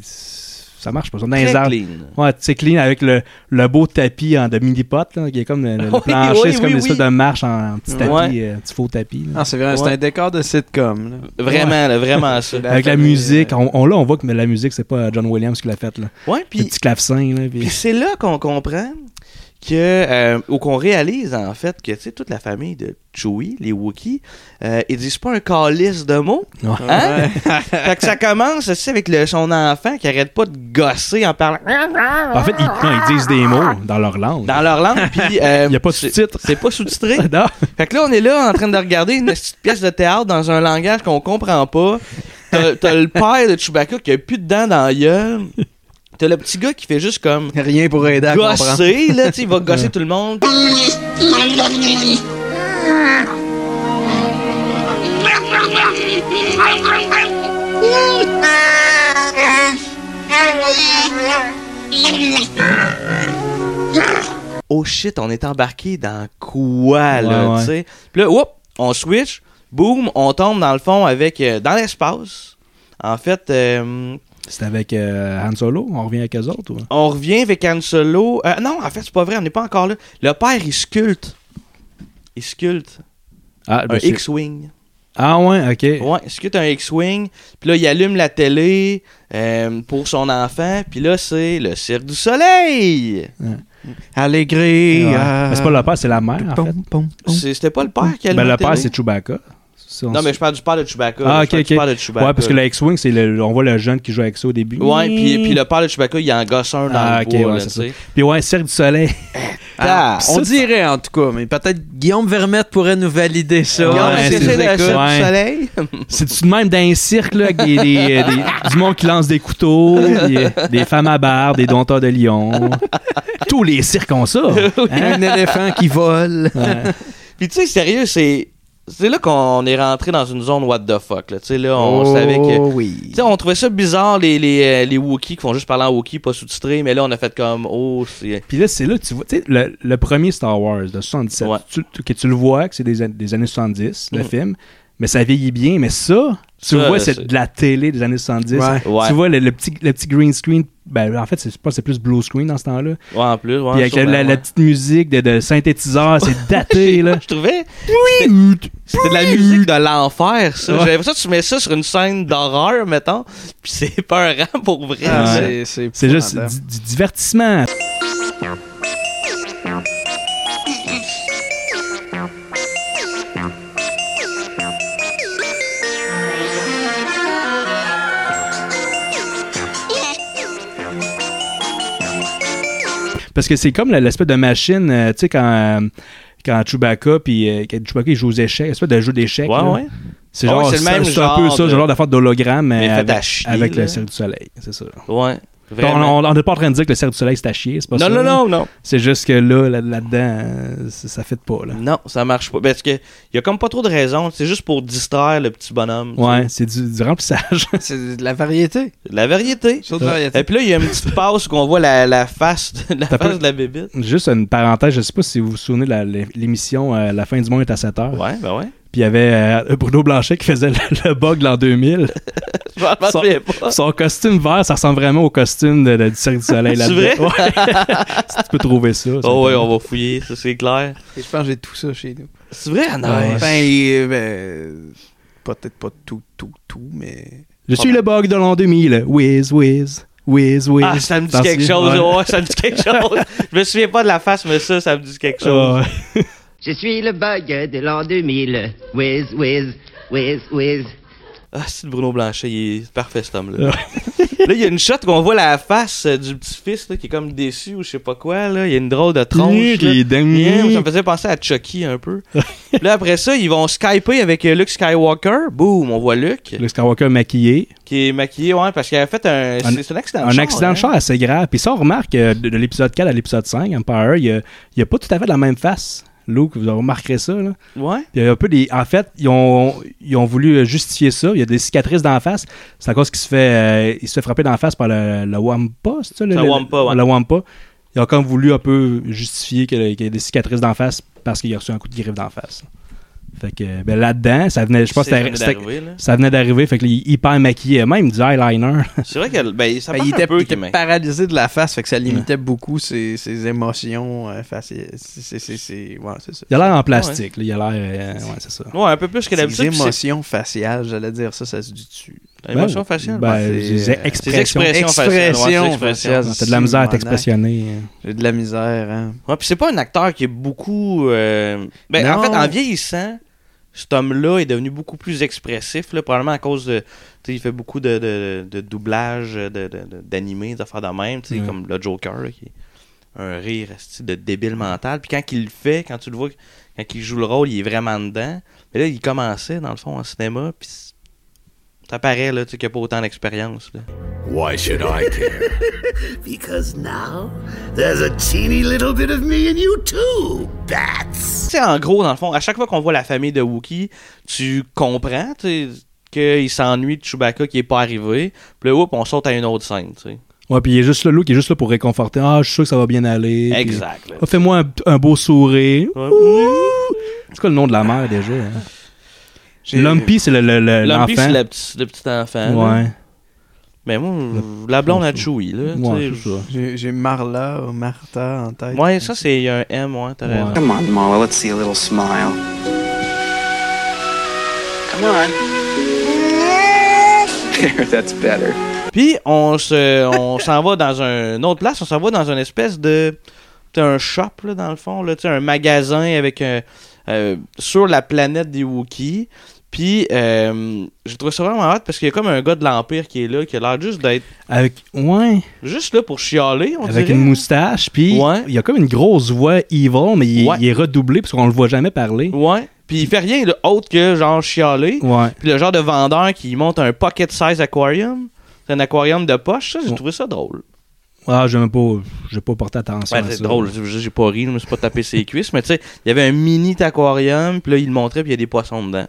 Speaker 3: Ça marche pas. Ça, dans
Speaker 1: très
Speaker 3: les arbres.
Speaker 1: clean.
Speaker 3: Ouais, tu sais, clean avec le, le beau tapis en demi-pot, là, qui est comme le, le- le
Speaker 1: Oui,
Speaker 3: plancher,
Speaker 1: oui,
Speaker 3: c'est comme
Speaker 1: oui,
Speaker 3: une
Speaker 1: oui.
Speaker 3: espèce de marche en, en petit tapis,
Speaker 1: Ouais.
Speaker 3: euh, petit faux tapis. là.
Speaker 2: Ah, c'est vrai, c'est
Speaker 1: Ouais.
Speaker 2: un décor de sitcom. là.
Speaker 1: Vraiment, là, vraiment ça. Euh,
Speaker 3: Avec la
Speaker 2: famille,
Speaker 3: musique, on, on- là, on voit que la musique, c'est pas John Williams qui l'a faite. là.
Speaker 1: Ouais,
Speaker 3: Le
Speaker 1: puis
Speaker 3: petit clavecin. Là, puis-
Speaker 1: Puis c'est là qu'on comprend que euh, ou qu'on réalise en fait que tu sais toute la famille de Chewie, les Wookiees, euh, ils disent pas un calice de mots.
Speaker 3: Ouais.
Speaker 1: Hein? fait que ça commence aussi avec le, son enfant qui arrête pas de gosser en parlant
Speaker 3: En fait, ils, non, ils disent des mots dans leur langue.
Speaker 1: dans leur langue puis euh,
Speaker 3: Il n'y a pas de
Speaker 1: c'est-
Speaker 3: sous-titres.
Speaker 1: C'est pas sous-titré.
Speaker 3: Non.
Speaker 1: Fait que là, on est là en train de regarder une petite pièce de théâtre dans un langage qu'on comprend pas. T'as t'as le père de Chewbacca qui a plus de dents dans la gueule. T'as le petit gars qui fait juste comme
Speaker 2: Rien pour aider à comprendre.
Speaker 1: gosser, là, tu sais, il va gosser tout le monde. Oh shit, on est embarqué dans quoi, là,
Speaker 3: Ouais, ouais.
Speaker 1: tu sais. Puis là, whoop, on switch, boum, on tombe dans le fond avec, euh, dans l'espace. En fait, euh,
Speaker 3: C'est avec euh, Han Solo, on revient avec eux autres. ou-
Speaker 1: on revient avec Han Solo. Euh, non, en fait, c'est pas vrai, on n'est pas encore là. Le père, il sculpte. Il sculpte
Speaker 3: Ah,
Speaker 1: un
Speaker 3: ben, c'est-
Speaker 1: X-Wing.
Speaker 3: ah ouais, ok.
Speaker 1: Ouais, il sculpte un X-Wing. Puis là, il allume la télé euh, pour son enfant. Puis là, c'est le Cirque du Soleil.
Speaker 2: Allégré.
Speaker 3: Ouais.
Speaker 2: euh,
Speaker 3: Mais c'est pas le père, c'est la mère, en
Speaker 2: pom,
Speaker 3: fait.
Speaker 2: pom, pom.
Speaker 1: C'est- C'était pas le père qui
Speaker 3: Oh. Ben,
Speaker 1: allume
Speaker 3: le
Speaker 1: la
Speaker 3: père,
Speaker 1: télé?
Speaker 3: c'est Chewbacca. Si on
Speaker 1: Non,
Speaker 3: se-
Speaker 1: mais je parle du père de Chewbacca.
Speaker 3: Ah,
Speaker 1: là.
Speaker 3: ok,
Speaker 1: Je parle
Speaker 3: ok.
Speaker 1: du père de Chewbacca.
Speaker 3: Ouais, parce que le X-Wing, c'est le- on voit le jeune qui joue avec ça au début.
Speaker 1: Ouais, puis, puis le père de Chewbacca, il en gosse un dans
Speaker 3: Ah,
Speaker 1: le
Speaker 3: ok,
Speaker 1: bois,
Speaker 3: ouais,
Speaker 1: là,
Speaker 3: c'est
Speaker 1: tu
Speaker 3: ça.
Speaker 1: sais.
Speaker 3: Puis ouais, Cirque du Soleil.
Speaker 2: Ah,
Speaker 1: Tac.
Speaker 2: on dirait en tout cas, mais peut-être Guillaume Vermette pourrait nous valider ça.
Speaker 1: Regarde,
Speaker 3: Ouais,
Speaker 1: est-ce
Speaker 2: s'il
Speaker 1: que
Speaker 3: c'est-
Speaker 1: c'est
Speaker 2: nous
Speaker 1: le
Speaker 2: écoute.
Speaker 1: Cirque
Speaker 3: Ouais.
Speaker 1: du soleil?
Speaker 3: C'est tout de même dans un cirque, là, avec des, des- euh, des- du monde qui lance des couteaux, des, des femmes à barbe, des dompteurs de lions. Tous les cirques ont ça. hein?
Speaker 2: Un éléphant qui vole.
Speaker 1: Puis tu sais, sérieux, c'est... C'est là qu'on est rentré dans une zone what the fuck. Là. Tu sais, là, on
Speaker 2: Oh,
Speaker 1: savait que...
Speaker 2: oui.
Speaker 1: Tu sais, on trouvait ça bizarre, les, les, euh, les Wookiees qui font juste parler en Wookiee, pas sous-titré, mais là, on a fait comme... Oh, c'est...
Speaker 3: Puis là, c'est là que tu vois, tu sais, le, le premier Star Wars de 77,
Speaker 1: Ouais.
Speaker 3: tu, tu- que tu le vois, que c'est des, an- des années 70, le
Speaker 1: Mhm.
Speaker 3: film, mais ça vieillit bien, mais ça, Tu
Speaker 1: Ça,
Speaker 3: vois,
Speaker 1: c'est-
Speaker 3: c'est de la télé des années 70.
Speaker 1: Ouais. Ouais.
Speaker 3: Tu vois le, le petit, le petit green screen. Ben, en fait, c'est je pense que c'est plus blue screen dans ce temps-là.
Speaker 1: Ouais, en plus, ouais,
Speaker 3: Puis avec la,
Speaker 1: sûrement,
Speaker 3: la- la
Speaker 1: ouais.
Speaker 3: petite musique de, de synthétiseur, c'est daté, là.
Speaker 1: Je trouvais. C'était- C'était de la musique de l'enfer, ça.
Speaker 3: Ouais.
Speaker 1: J'avais l'impression que tu mets ça sur une scène d'horreur, mettons, puis c'est peurant pour vrai.
Speaker 3: Ah,
Speaker 1: ça.
Speaker 3: ouais. C'est juste du, du divertissement. Parce que c'est comme la- l'espèce de machine, euh, tu sais, quand, euh, quand Chewbacca, puis euh, quand Chewbacca, il joue aux échecs, l'espèce de jeu d'échecs.
Speaker 1: Ouais,
Speaker 3: là.
Speaker 1: ouais.
Speaker 3: C'est
Speaker 1: Ah Ouais,
Speaker 3: genre,
Speaker 1: c'est le même
Speaker 3: c'est c'est un peu
Speaker 1: genre
Speaker 3: ça,
Speaker 1: de-
Speaker 3: genre d'affaire d'hologramme, mais,
Speaker 1: Mais fait
Speaker 3: avec,
Speaker 1: à chier,
Speaker 3: avec
Speaker 1: là.
Speaker 3: le Cirque du Soleil, c'est ça.
Speaker 1: Ouais.
Speaker 3: Donc, on-
Speaker 1: Vraiment.
Speaker 3: on n'est pas en train de dire que le Cirque du Soleil, c'est à chier, c'est pas
Speaker 1: Non,
Speaker 3: ça.
Speaker 1: non,
Speaker 3: là.
Speaker 1: non, non.
Speaker 3: C'est juste que là, là- là-dedans, euh, ça ça fit pas, là.
Speaker 1: Non, ça marche pas. Parce que y a comme pas trop de raisons. C'est juste pour distraire le petit bonhomme. tu
Speaker 3: Ouais,
Speaker 1: sais.
Speaker 3: c'est du, du remplissage.
Speaker 2: C'est de la variété.
Speaker 1: La variété.
Speaker 2: Sur de la variété.
Speaker 1: Et puis là, il y a une petite passe qu'on voit la, la face, de, la
Speaker 3: T'as
Speaker 1: face
Speaker 3: pas-
Speaker 1: de la bébite.
Speaker 3: Juste une parenthèse, je sais pas si vous vous souvenez de la- l'émission euh, La fin du monde est à 7 heures.
Speaker 1: Ouais, ben ouais.
Speaker 3: Puis il y avait euh, Bruno Blanchet qui faisait le, le bug de l'an 2000.
Speaker 1: Je m'en
Speaker 3: Son-
Speaker 1: rappelais pas.
Speaker 3: Son costume vert, ça ressemble vraiment au costume de, de- du Cirque du Soleil
Speaker 1: C'est
Speaker 3: là-dedans.
Speaker 1: vrai?
Speaker 3: Ouais. Si tu peux trouver ça. ça
Speaker 1: Oh
Speaker 3: me
Speaker 1: oui,
Speaker 3: permet.
Speaker 1: on va fouiller, ça c'est clair.
Speaker 2: Et je pense que j'ai tout ça chez nous.
Speaker 1: C'est vrai, ah, nice.
Speaker 2: Enfin, euh, ben, peut-être pas tout, tout, tout, mais.
Speaker 3: Je suis le bug de l'an 2000. Whiz, whiz, whiz, whiz.
Speaker 1: Ah, ça me dit
Speaker 3: T'en
Speaker 1: quelque
Speaker 3: souviens?
Speaker 1: chose,
Speaker 3: Ouais.
Speaker 1: ouais, ça me dit quelque chose. Je me souviens pas de la face, mais ça, ça me dit quelque chose.
Speaker 3: Ah, Ouais.
Speaker 14: Je suis le bug de l'an 2000. Whiz, whiz, whiz, whiz.
Speaker 1: Ah, c'est Bruno Blanchet, il est parfait cet homme-là. là, il y a une shot qu'on voit la face euh, du petit-fils là, qui est comme déçu ou je sais pas quoi. Là. Il y a une drôle de tronche. là.
Speaker 3: Qui est dingue.
Speaker 1: Yeah, ça me faisait penser à Chucky un peu. Puis là, après ça, ils vont skyper avec euh, Luke Skywalker. Boum, on voit Luke
Speaker 3: Luke Skywalker maquillé.
Speaker 1: qui est maquillé, ouais, parce qu'il a fait un, c'est- c'est un accident de
Speaker 3: un
Speaker 1: char,
Speaker 3: accident de
Speaker 1: hein.
Speaker 3: char assez grave. Puis ça, on remarque euh, de, de l'épisode 4 à l'épisode 5, Empire, il n'y a, il y a pas tout à fait la même face. Luke, vous remarquerez ça. Là.
Speaker 1: Ouais.
Speaker 3: Puis il y a un peu des. En fait, ils ont, ils ont voulu euh, justifier ça. Il y a des cicatrices dans la face. C'est à cause qu'il se fait, euh, il se fait frapper dans la face par le, le Wampa, c'est ça? Le,
Speaker 1: C'est un
Speaker 3: le-
Speaker 1: Wampa, ouais.
Speaker 3: le Wampa. Ils ont comme voulu un peu justifier que- qu'il y a des cicatrices dans la face parce qu'il a reçu un coup de griffe dans la face. Fait que ben, là-dedans, ça venait. Je pense que
Speaker 1: C'est- ça
Speaker 3: c'était-
Speaker 1: venait
Speaker 3: c'était-
Speaker 1: d'arriver, là.
Speaker 3: ça venait d'arriver. Fait qu'il est hyper maquillé. Même du eyeliner.
Speaker 1: C'est vrai que ben, ça
Speaker 2: Ben,
Speaker 1: parle
Speaker 2: il était,
Speaker 1: un peu
Speaker 2: il était
Speaker 1: qu'il m'a-
Speaker 2: paralysé de la face, fait que ça limitait beaucoup ses, ses émotions euh, faciales. C'est- c'est- c'est- c'est- ouais, c'est ça.
Speaker 3: Il a l'air en plastique. là. Il a l'air. euh, ouais, c'est ça.
Speaker 1: Ouais, un peu plus que
Speaker 2: Ses
Speaker 1: d'habitude. puis c'est-
Speaker 2: émotions faciales, j'allais dire ça, ça se dit dessus.
Speaker 1: Émotion faciale.
Speaker 3: Ben,
Speaker 2: Ouais,
Speaker 3: je disais
Speaker 2: c'est, euh,
Speaker 1: Ses
Speaker 3: expression.
Speaker 1: expressions faciales. ouais, ses
Speaker 2: Expression
Speaker 1: expressions.
Speaker 2: faciale.
Speaker 3: T'as de la misère à
Speaker 2: Simonac.
Speaker 3: t'expressionner. hein.
Speaker 2: J'ai de la misère, hein.
Speaker 1: Ouais, puis c'est pas un acteur qui est beaucoup. euh, Ben, en
Speaker 2: Non.
Speaker 1: fait, en vieillissant, cet homme-là est devenu beaucoup plus expressif, là, probablement à cause de. Tu sais, il fait beaucoup de, de, de doublage, de- de- de- d'animés, des affaires de même, tu sais,
Speaker 3: Ouais.
Speaker 1: comme le Joker, là, qui est un rire esti, de débile mental. Puis quand il le fait, quand tu le vois, quand il joue le rôle, il est vraiment dedans. Mais là, il commençait, dans le fond, en cinéma, puis c- ça paraît, là, tu sais, qu'il n'y a pas autant d'expérience, là.
Speaker 9: Why should I care?
Speaker 6: Because now there's a teeny little bit of me in you too, bats.
Speaker 1: Tu sais, en gros, dans le fond, à chaque fois qu'on voit la famille de Wookie, tu comprends tu sais, qu'il s'ennuie de Chewbacca qui est pas arrivé. Puis là, oups, on saute à une autre scène. tu sais.
Speaker 3: Ouais, puis il est juste là, Luke, il est juste là pour réconforter. Ah, je suis sûr que ça va bien aller. Puis,
Speaker 1: Exact. là.
Speaker 3: Ah, Fais-moi un, un beau sourire.
Speaker 1: Ouais.
Speaker 3: Ouh! C'est quoi le nom de la mère déjà? hein? Lumpy, c'est le, le, le-
Speaker 1: Lumpy, c'est
Speaker 3: l'enfant.
Speaker 1: hein? le petit, le petit enfant. là.
Speaker 3: Ouais.
Speaker 1: Mais moi, la blonde à Chewie. Là, tu
Speaker 3: Ouais,
Speaker 1: sais,
Speaker 3: c'est ça.
Speaker 2: J'ai j'ai Marla ou Martha en tête.
Speaker 1: ouais, ça, c'est un M, ouais, t'as raison.
Speaker 11: Come on, Marla, let's see a little smile. Come on. There, that's better.
Speaker 1: Puis, on se- on s'en va dans un, une autre place. On s'en va dans une espèce de. t'as un shop, là, dans le fond. Là, t'sais, un magasin avec un. euh, sur la planète des Wookiees. Puis, euh, j'ai trouvé ça vraiment hâte parce qu'il y a comme un gars de l'Empire qui est là, qui a l'air juste d'être
Speaker 3: Avec, ouais,
Speaker 1: juste là pour chialer, on
Speaker 3: avec
Speaker 1: dirait.
Speaker 3: une moustache, puis
Speaker 1: Ouais.
Speaker 3: il y a comme une grosse voix evil, mais il, est-
Speaker 1: Ouais.
Speaker 3: il est redoublé parce qu'on le voit jamais parler.
Speaker 1: Ouais. Puis, il fait rien de autre que genre chialer.
Speaker 3: Ouais.
Speaker 1: Puis, le genre de vendeur qui monte un pocket size aquarium. C'est un aquarium de poche, ça, j'ai trouvé ça drôle.
Speaker 3: Ah, je même pas, j'ai pas porté attention
Speaker 1: Ouais,
Speaker 3: à
Speaker 1: c'est
Speaker 3: ça.
Speaker 1: drôle, j'ai j'ai pas ri, je me suis pas tapé ses cuisses, mais tu sais, il y avait un mini aquarium, puis là, il le montrait, puis il y a des poissons dedans.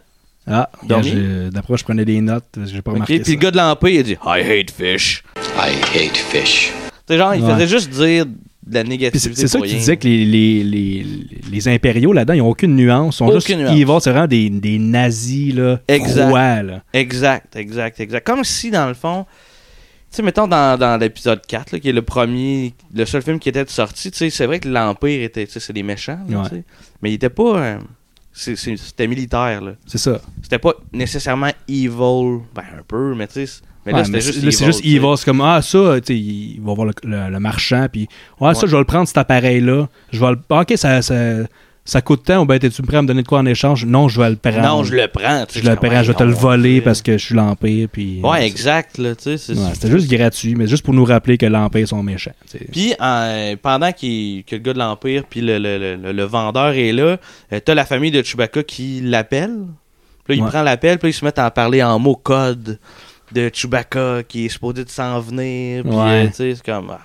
Speaker 3: Ah,
Speaker 1: Dormi?
Speaker 3: j'ai- d'après, je prenais des notes, parce que j'ai pas
Speaker 1: Ok,
Speaker 3: remarqué
Speaker 1: Puis le
Speaker 3: ça.
Speaker 1: gars de l'Empire, il a dit I hate fish.
Speaker 6: I hate fish.
Speaker 1: Tu sais, genre, il
Speaker 3: Ouais.
Speaker 1: faisait juste dire de la
Speaker 3: Puis c'est-
Speaker 1: négativité.
Speaker 3: c'est ça
Speaker 1: pour
Speaker 3: que tu
Speaker 1: rien.
Speaker 3: disais que les, les, les, les impériaux là-dedans, ils n'ont aucune nuance. Ils sont
Speaker 1: Aucune
Speaker 3: juste
Speaker 1: nuance.
Speaker 3: evil, c'est vraiment des, des nazis là,
Speaker 1: Exact.
Speaker 3: froids, là.
Speaker 1: Exact, exact, exact. Comme si, dans le fond, tu sais, mettons dans, dans l'épisode 4, là, qui est le premier, le seul film qui était sorti, tu sais, c'est vrai que l'Empire était, tu sais, c'est des méchants, là,
Speaker 3: Ouais.
Speaker 1: tu sais, mais il était pas. euh, c'est- c'est- C'était militaire, là.
Speaker 3: C'est ça.
Speaker 1: C'était pas nécessairement evil, ben un peu, mais tu sais. c- Mais là,
Speaker 3: Ouais,
Speaker 1: c'était
Speaker 3: mais
Speaker 1: juste
Speaker 3: là, c'est
Speaker 1: evil,
Speaker 3: juste
Speaker 1: tu sais.
Speaker 3: evil. C'est comme, ah, ça, tu sais, il va voir le, le- le marchand, puis, ouais, ça,
Speaker 1: Ouais.
Speaker 3: je vais le prendre, cet appareil-là. Je vais le. ah, Ok, ça, ça, ça coûte tant, ou ben, t'es-tu prêt à me donner de quoi en échange? Non, je vais le prendre.
Speaker 1: Non, je le prends, tu sais,
Speaker 3: Je le
Speaker 1: je fais,
Speaker 3: prends, je vais te
Speaker 1: ouais,
Speaker 3: le
Speaker 1: non,
Speaker 3: voler parce que je suis l'Empire, puis.
Speaker 1: Ouais, exact, là, tu sais. c'est-
Speaker 3: Ouais, c'était juste gratuit, mais juste pour nous rappeler que l'Empire sont méchants. tu sais.
Speaker 1: Puis euh, pendant qu'il- que le gars de l'Empire puis le, le- le- le- le vendeur est là, euh, t'as la famille de Chewbacca qui l'appelle. Puis là, il
Speaker 3: Ouais.
Speaker 1: prend l'appel, puis là, ils se mettent à en parler en mots code de Chewbacca qui est supposé de s'en venir. Puis
Speaker 3: Ouais.
Speaker 1: euh, tu sais, c'est comme... ah.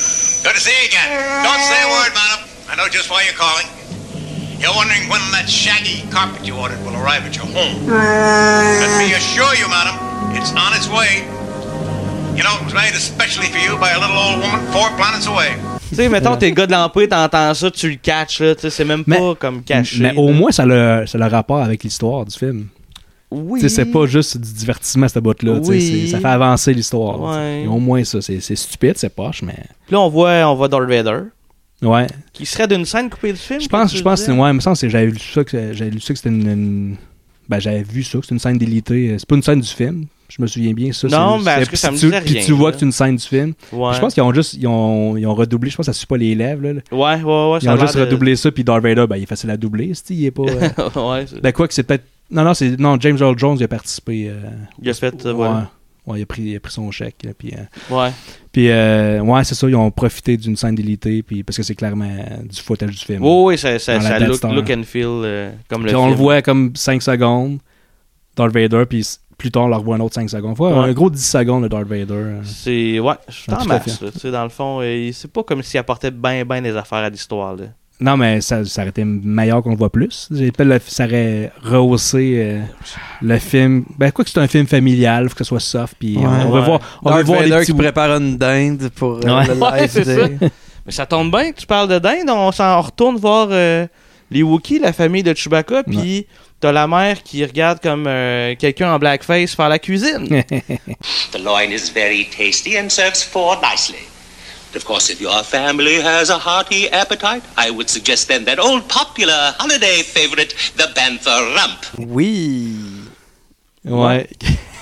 Speaker 15: Good to see you again. Don't say a word, madam. I know just why you're calling. You're wondering when that shaggy carpet you ordered will arrive at your home. Let me assure you, madam, it's on its way. You know, it was made especially for you by a little old woman four planets away.
Speaker 1: Tu sais, mettons, t'es le gars de l'Empire, t'entends ça, tu le catches, là, tu sais, c'est même pas comme caché.
Speaker 3: Mais au moins, ça a le, ça a le rapport avec l'histoire du film.
Speaker 1: Oui.
Speaker 3: Tu sais, C'est pas juste du divertissement, cette boîte-là. tu sais,
Speaker 1: Oui.
Speaker 3: c'est- Ça fait avancer l'histoire. là, tu sais.
Speaker 1: Ouais.
Speaker 3: Et Au moins, ça. C'est c'est stupide, c'est poche, mais.
Speaker 1: Puis là, on voit, on voit Darth Vader,
Speaker 3: Ouais.
Speaker 1: qui serait d'une scène coupée du film.
Speaker 3: Je pense, je pense, que c'est-
Speaker 1: moi.
Speaker 3: ouais, il me semble que c'est- j'avais lu ça, que c'est- j'avais lu ça que c'était une, une- ben j'avais vu ça, que c'était une scène délitée. C'est pas une scène du film. Je me souviens bien ça.
Speaker 1: Non,
Speaker 3: c'est-
Speaker 1: ben,
Speaker 3: c'est-
Speaker 1: est-ce que ça me
Speaker 3: tu-
Speaker 1: disait
Speaker 3: Puis
Speaker 1: rien,
Speaker 3: tu vois
Speaker 1: là?
Speaker 3: que c'est une scène du film.
Speaker 1: Ouais.
Speaker 3: Je pense qu'ils ont juste, ils ont, ils ont redoublé. Je pense que ça suit pas les lèvres là.
Speaker 1: Ouais, ouais, ouais.
Speaker 3: Ils
Speaker 1: ça a
Speaker 3: ont
Speaker 1: l'air
Speaker 3: juste
Speaker 1: de-
Speaker 3: redoublé ça. Puis Darth Vader, ben il est facile à doubler. c'ti, Il est pas. euh,
Speaker 1: ouais, c'est-
Speaker 3: ben quoi que c'est peut-être. Non, non, c'est non. James Earl Jones il a participé. euh,
Speaker 1: Il a fait, euh,
Speaker 3: ouais.
Speaker 1: voilà.
Speaker 3: Ouais, il a pris, il a pris son chèque. là, puis, euh,
Speaker 1: Ouais.
Speaker 3: Puis euh, ouais, c'est ça. Ils ont profité d'une scène délitée. Puis parce que c'est clairement euh, du footage du film.
Speaker 1: Oui, oui, ça, ça,
Speaker 3: Dans la
Speaker 1: ça
Speaker 3: Death
Speaker 1: look,
Speaker 3: Star.
Speaker 1: look and feel euh, comme Oh, le
Speaker 3: Puis on
Speaker 1: film.
Speaker 3: le voit comme 5 secondes, Darth Vader, puis s- plus tard, on le revoit un autre 5 secondes. Faut avoir
Speaker 1: Ouais.
Speaker 3: Un gros 10 secondes, le Darth Vader. euh.
Speaker 1: C'est. Ouais, je suis
Speaker 3: Ah,
Speaker 1: en
Speaker 3: tout à
Speaker 1: masse.
Speaker 3: fait.
Speaker 1: là, tu sais, dans le fond, euh, c'est pas comme s'il apportait bien, bien des affaires à l'histoire. là.
Speaker 3: Non, mais ça, ça aurait été meilleur qu'on le voit plus. J'ai pas le- Ça aurait rehaussé euh, le film. Ben, quoi que c'est un film familial, faut que ce soit soft, puis euh,
Speaker 2: Ouais.
Speaker 3: on va
Speaker 2: Ouais.
Speaker 3: voir, on veut
Speaker 2: Darth
Speaker 3: voir les
Speaker 2: Vader
Speaker 3: petits...
Speaker 2: qui prépare une dinde pour euh,
Speaker 3: Ouais.
Speaker 2: le live
Speaker 1: Ouais, c'est
Speaker 2: day.
Speaker 1: ça. Mais ça tombe bien que tu parles de dinde. On s'en on retourne voir euh, les Wookiees, la famille de Chewbacca, puis t'as la mère qui regarde comme euh, quelqu'un en blackface faire la cuisine.
Speaker 16: The loin is very tasty and serves four nicely. But of course, if your family has a hearty appetite, I would suggest then that old popular holiday favorite, the Bantha Rump.
Speaker 2: Oui.
Speaker 3: Ouais.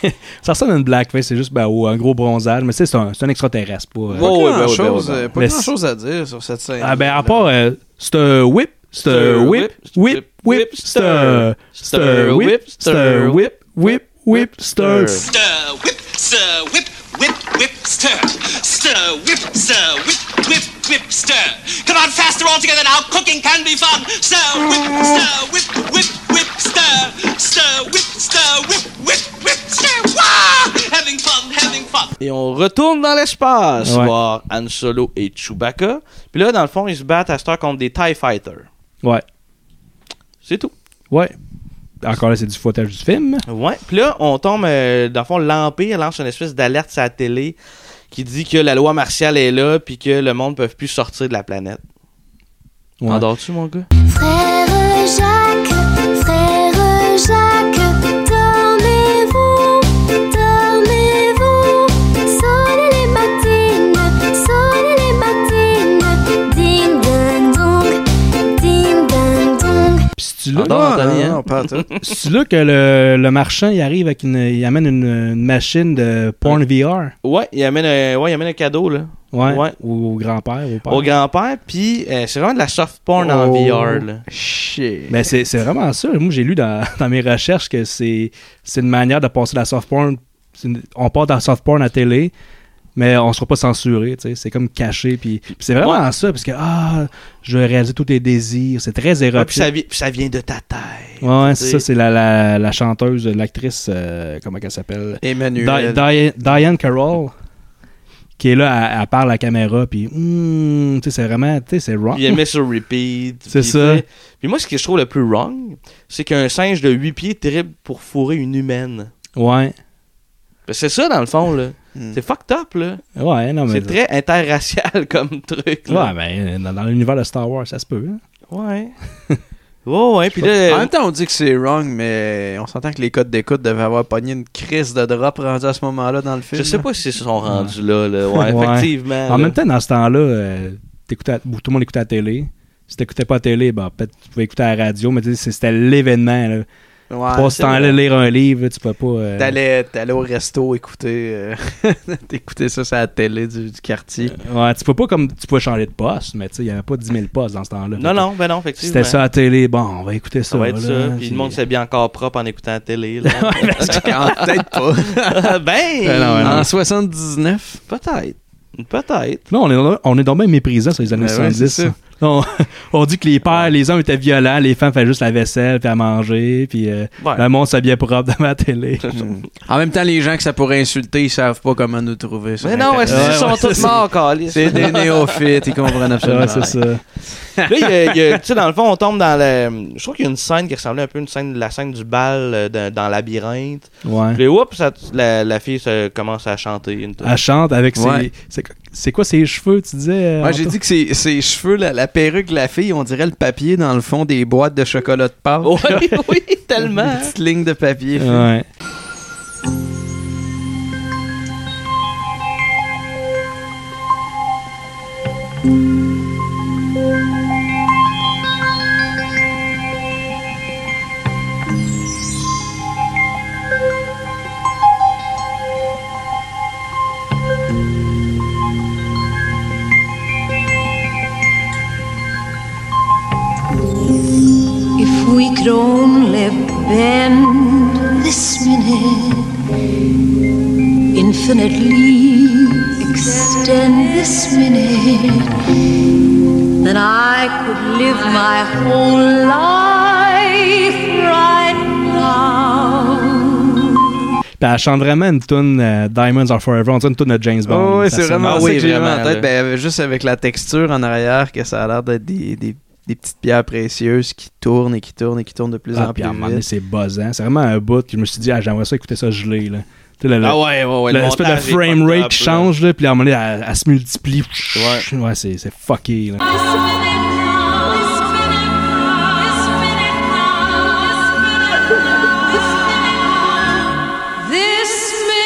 Speaker 3: ça ressemble à une blackface, c'est juste ben, au- un gros bronzage, mais tu sais, c'est un, c'est un extraterrestre. Pas, euh,
Speaker 2: Pas grand-chose euh, pas
Speaker 3: Mais
Speaker 2: grand-chose à dire sur cette scène.
Speaker 3: Ah ben à part euh, c'est un whip, c'est un whip, whip, whip, c'est un c'est un whip, c'est un whip, whip, whip, c'est un
Speaker 16: Stir, whip, stir, whip, whip, whip, stir. Stir, whip, stir, whip, whip, whip, stir. Come on, faster all together now. Cooking can be fun. Stir, whip, stir, whip, whip, whip, stir. Stir, whip, stir, whip, whip, whip, stir. Wah! Having fun, having fun.
Speaker 1: Et on retourne dans l'espace
Speaker 3: Ouais.
Speaker 1: voir Han Solo et Chewbacca. Puis là, dans le fond, ils se battent à cette heure contre des TIE Fighters.
Speaker 3: Ouais,
Speaker 1: C'est tout.
Speaker 3: ouais. Encore là, c'est du footage du film.
Speaker 1: Ouais. Puis là, on tombe, euh, dans le fond, l'Empire lance une espèce d'alerte sur la télé qui dit que la loi martiale est là puis que le monde ne peut plus sortir de la planète.
Speaker 3: Ouais.
Speaker 1: T'endors-tu, mon gars?
Speaker 17: Frère Jacques, frère Jacques, dormez-vous, dormez-vous. Sonnez les matines, sonnez les matines. Ding ding dong, ding ding dong.
Speaker 3: Puis c'est là,
Speaker 2: Ah, Non, non,
Speaker 3: Ah,
Speaker 2: non, non, pas à tout.
Speaker 3: c'est là que le, le marchand il arrive avec une, il amène une, une machine de porn VR.
Speaker 1: Ouais, il amène un, ouais, il amène un cadeau, là.
Speaker 3: Ouais.
Speaker 1: Ouais.
Speaker 3: Au, au grand-père, au père.
Speaker 1: Au grand-père, puis euh, c'est vraiment de la soft porn en
Speaker 3: Oh,
Speaker 1: VR, là.
Speaker 2: Shit.
Speaker 3: Mais Ben, c'est c'est vraiment ça. Moi, j'ai lu dans, dans mes recherches que c'est c'est une manière de passer la soft porn. C'est une- on part dans la soft porn à télé, mais on sera pas censuré. tu sais. C'est comme caché. Puis, puis c'est vraiment ça, parce que ah, je vais réaliser tous tes désirs. C'est très
Speaker 1: Ouais, puis,
Speaker 3: érotique.
Speaker 1: ça vi- puis ça vient de ta tête.
Speaker 3: Ouais, ouais, c'est
Speaker 1: tu
Speaker 3: ça.
Speaker 1: sais.
Speaker 3: C'est la, la, la chanteuse, l'actrice, euh, comment elle s'appelle
Speaker 2: Emmanuel.
Speaker 3: Di- Di- Diane Carroll. Qui est là, elle, elle parle à la caméra, puis Hmm, tu sais, c'est vraiment, tu sais, c'est wrong.
Speaker 1: Puis il aimait sur repeat.
Speaker 3: C'est
Speaker 1: puis,
Speaker 3: ça.
Speaker 1: tu sais. Puis moi, ce que je trouve le plus wrong, c'est qu'un singe de 8 pieds terrible pour fourrer une humaine.
Speaker 3: Ouais.
Speaker 1: Ben, c'est ça, dans le fond, là. C'est fucked up, là.
Speaker 3: Ouais, non, mais.
Speaker 1: C'est très interracial comme truc. là.
Speaker 3: Ouais, mais dans, dans l'univers de Star Wars, ça se peut. hein.
Speaker 1: Ouais. Oh, ouais, puis là.
Speaker 2: En même temps, on dit que c'est wrong, mais on s'entend que les codes d'écoute devaient avoir pogné une crise de drop rendue à ce moment-là dans le film.
Speaker 1: Je sais pas s'ils se sont rendus là, là. Ouais,
Speaker 3: hein. Ouais.
Speaker 1: effectivement.
Speaker 3: En
Speaker 1: là.
Speaker 3: même temps, dans ce temps-là, euh, t'écoutais à- tout le monde écoutait à la télé. Si t'écoutais pas à la télé, ben, peut-être tu pouvais écouter à la radio, mais tu sais, c'était l'événement. là.
Speaker 2: Ouais,
Speaker 3: pas ce
Speaker 2: c'est
Speaker 3: temps-là,
Speaker 2: vrai.
Speaker 3: lire un livre, tu peux pas. euh,
Speaker 2: T'allais, t'allais au resto écouter, euh, t'écoutais ça sur la télé du, du quartier.
Speaker 3: Ouais, tu peux pas comme. Tu pouvais changer de poste, mais tu sais, il y avait pas 10 000 postes dans ce temps-là.
Speaker 1: Non,
Speaker 3: Fait que
Speaker 1: non, ben non, effectivement.
Speaker 3: C'était ça à la télé, bon, on va écouter ça.
Speaker 1: Ça va être
Speaker 3: là,
Speaker 1: ça. Puis le monde s'habille encore propre en écoutant la télé. là.
Speaker 2: Peut-être pas.
Speaker 1: ben,
Speaker 3: Ben non, ben non.
Speaker 2: En 79,
Speaker 1: peut-être. Peut-être.
Speaker 3: Non, on est, dans- on est donc bien méprisant sur les années
Speaker 2: Ben ouais,
Speaker 3: 70.
Speaker 2: c'est ça.
Speaker 3: ça. Non, on, dit que les pères, les hommes étaient violents, les femmes faisaient juste la vaisselle, puis à manger, puis euh,
Speaker 1: Ouais.
Speaker 3: le monde s'habillait propre devant la télé.
Speaker 2: En même temps, les gens que ça pourrait insulter, ils savent pas comment nous trouver. sur
Speaker 1: Mais non,
Speaker 2: Internet.
Speaker 1: est-ce qu'ils
Speaker 2: Ouais,
Speaker 1: sont
Speaker 2: ouais,
Speaker 1: tous
Speaker 2: c'est-
Speaker 1: morts, câlisse?
Speaker 2: C'est des néophytes, ils comprennent absolument.
Speaker 3: Ouais, c'est
Speaker 2: rien.
Speaker 3: ça.
Speaker 1: Là, il y a- il y a- tu sais, dans le fond, on tombe dans le. Je trouve qu'il y a une scène qui ressemblait un peu à une scène, la scène du bal euh, dans, dans Labyrinthe.
Speaker 3: Ouais.
Speaker 1: Puis, oups, ça- la, la fille ça commence à chanter une tune.
Speaker 3: Elle chante avec
Speaker 2: Ouais.
Speaker 3: ses. c'est- C'est quoi ses cheveux, tu disais? euh,
Speaker 2: Moi, j'ai
Speaker 3: Antoine?
Speaker 2: dit que ses, ses cheveux, la, la perruque de la fille, on dirait le papier dans le fond des boîtes de chocolat de Pâques.
Speaker 1: Oui, oui, tellement.
Speaker 2: Une petite ligne de papier.
Speaker 3: Ouais.
Speaker 18: If we could only bend this minute, infinitely extend this minute, then I could live my whole life right now.
Speaker 3: Puis elle chante vraiment une tune euh, Diamonds Are Forever, on dirait une tune de James Bond.
Speaker 2: Oh, oui,
Speaker 3: Ça
Speaker 2: c'est
Speaker 3: sonne-
Speaker 2: vraiment
Speaker 1: Ah
Speaker 2: ça
Speaker 1: oui,
Speaker 2: que j'ai eu en
Speaker 1: vraiment, là.
Speaker 2: tête. Ben, euh, juste avec la texture en arrière, que ça a l'air d'être des, des- des petites pierres précieuses qui tournent et qui tournent et qui tournent de plus
Speaker 3: Ah,
Speaker 2: en
Speaker 3: puis
Speaker 2: plus
Speaker 3: à un moment donné,
Speaker 2: vite.
Speaker 3: c'est buzzant. C'est vraiment un bout que je me suis dit, ah, j'aimerais ça écouter ça gelé. Là. Tu sais, le- le-
Speaker 1: Ah ouais, ouais, ouais. le
Speaker 3: L'espèce
Speaker 1: montage
Speaker 3: de
Speaker 1: est
Speaker 3: frame
Speaker 1: fucked
Speaker 3: rate
Speaker 1: up,
Speaker 3: qui
Speaker 1: là.
Speaker 3: change, là, puis à un moment donné, elle, elle se multiplie. Ouais, c'est, c'est fucké. Là.
Speaker 18: This minute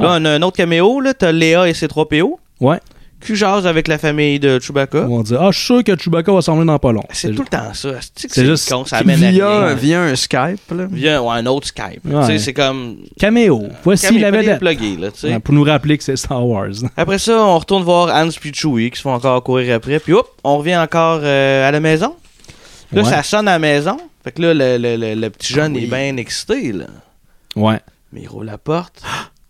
Speaker 1: Là, on a un autre caméo, là. T'as Léa et ses 3 PO.
Speaker 3: Ouais.
Speaker 1: Qui jase avec la famille de Chewbacca.
Speaker 3: On dit, ah, je suis sûr que Chewbacca va s'emmener dans pas long.
Speaker 1: C'est tout le temps ça. C'est
Speaker 3: c'est
Speaker 1: juste
Speaker 3: juste
Speaker 1: con, ça amène à
Speaker 2: via,
Speaker 1: rien.
Speaker 2: via un Skype, là.
Speaker 1: Via ouais, un autre Skype.
Speaker 3: Ouais.
Speaker 1: Tu sais, c'est comme.
Speaker 3: Caméo, voici
Speaker 1: Comme il
Speaker 3: la
Speaker 1: fallait
Speaker 3: vedette.
Speaker 1: plugger, là, tu sais.
Speaker 3: Ouais, pour nous rappeler que c'est Star Wars.
Speaker 1: Après ça, on retourne voir Hans puis Chewie qui se font encore courir après. Puis hop, on revient encore euh, à la maison. Là,
Speaker 3: Ouais.
Speaker 1: ça sonne à la maison. Fait que là, le, le- le- le petit jeune est bien excité, là.
Speaker 3: Ouais,
Speaker 1: Mais il roule la porte.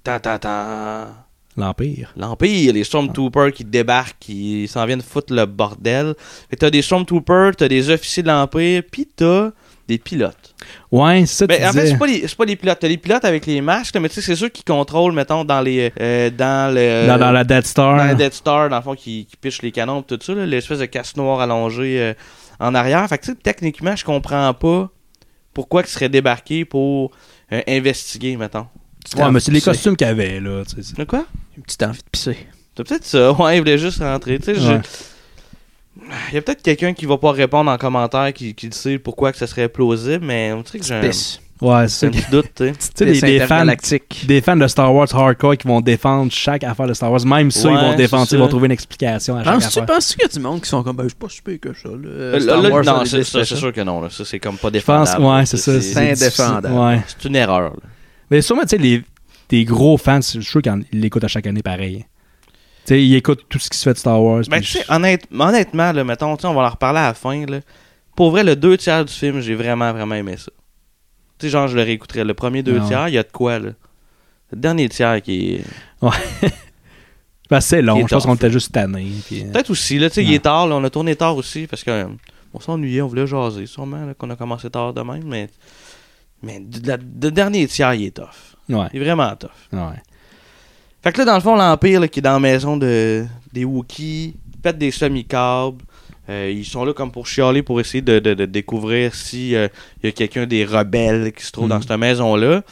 Speaker 1: ta ta ta.
Speaker 3: l'Empire.
Speaker 1: L'Empire, les Stormtroopers qui débarquent, qui s'en viennent foutre le bordel. Fait que t'as des Stormtroopers, t'as des officiers de l'Empire, pis t'as des pilotes.
Speaker 3: Ouais, c'est ça
Speaker 1: Ben,
Speaker 3: tu
Speaker 1: en fait,
Speaker 3: disais.
Speaker 1: c'est pas, les- c'est pas les pilotes. T'as les pilotes avec les masques, là, mais tu sais, c'est ceux qui contrôlent, mettons, dans les. euh, dans le.
Speaker 3: dans, dans la Dead Star.
Speaker 1: Dans la Death Star, dans le fond, qui, qui piche les canons pis tout ça, là, l'espèce de casse noire allongée euh, en arrière. Fait que, tu sais, techniquement, je comprends pas pourquoi qu'ils seraient débarqués pour euh, investiguer, mettons.
Speaker 3: Ouais, Ah, mais c'est les
Speaker 2: Tu sais.
Speaker 3: costumes qu'il y avait, là. tu sais, c'est-
Speaker 1: De quoi?
Speaker 2: Une petite envie de pisser.
Speaker 1: C'est peut-être ça. Ouais, ils voulaient juste rentrer. Tu sais, je-
Speaker 3: Ouais.
Speaker 1: Il y a peut-être quelqu'un qui va pas répondre en commentaire qui, qui sait pourquoi que ça serait plausible, mais on dirait que j'ai un,
Speaker 2: Pisse.
Speaker 3: Ouais, c'est
Speaker 1: un petit doute, tu sais.
Speaker 3: Tu sais, des, des fans,
Speaker 2: intergalactiques.
Speaker 3: des fans de Star Wars hardcore qui vont défendre chaque affaire de Star Wars. Même ça, ils
Speaker 1: Ouais,
Speaker 3: vont défendre,
Speaker 1: c'est
Speaker 3: ils
Speaker 1: ça.
Speaker 3: vont trouver une explication à chaque
Speaker 2: Penses-tu
Speaker 3: affaire.
Speaker 2: penses qu'il y a du monde qui sont comme, ben, je suis pas super que ça, là.
Speaker 1: Euh,
Speaker 2: Star
Speaker 1: là,
Speaker 2: Wars,
Speaker 1: non,
Speaker 2: les
Speaker 1: c'est ça, c'est
Speaker 2: spécial.
Speaker 1: sûr que non. là. Ça, c'est comme pas
Speaker 3: Je pense,
Speaker 1: défendable.
Speaker 3: ouais, c'est ça.
Speaker 2: c'est indéfendable.
Speaker 3: Ouais.
Speaker 1: C'est une erreur. là.
Speaker 3: Mais sûrement, tu sais, les, des gros fans, je suis sûr qu'ils l'écoutent à chaque année pareil. Tu sais, ils écoutent tout ce qui se fait de Star Wars.
Speaker 1: Ben,
Speaker 3: puis
Speaker 1: tu sais,
Speaker 3: je-
Speaker 1: honnête- honnêtement, là, mettons, tu sais, on va en reparler à la fin. Là. Pour vrai, le deux tiers du film, j'ai vraiment, vraiment aimé ça. Tu sais, genre, je le réécouterais. Le premier deux
Speaker 3: Non.
Speaker 1: tiers, il y a de quoi, là. Le dernier tiers qui est.
Speaker 3: Ouais. Ben, c'est long.
Speaker 1: Qui est
Speaker 3: Je pense
Speaker 1: tough.
Speaker 3: qu'on était juste tannés. puis-
Speaker 1: Peut-être aussi, là, tu sais, il
Speaker 3: Ouais.
Speaker 1: est tard, là, on a tourné tard aussi, parce que euh, on s'ennuyait, on voulait jaser, sûrement, là, qu'on a commencé tard de même, mais. Mais de la- le dernier tiers, il est tough.
Speaker 3: Ouais.
Speaker 1: Il est vraiment tough.
Speaker 3: ouais.
Speaker 1: Fait que là, dans le fond, l'Empire là, qui est dans la maison de, des Wookiees, pète des semi-câbles, Euh, ils sont là comme pour chialer, pour essayer de, de- de découvrir si euh, il y a quelqu'un des rebelles qui se trouve dans
Speaker 2: Mhm.
Speaker 1: cette maison-là.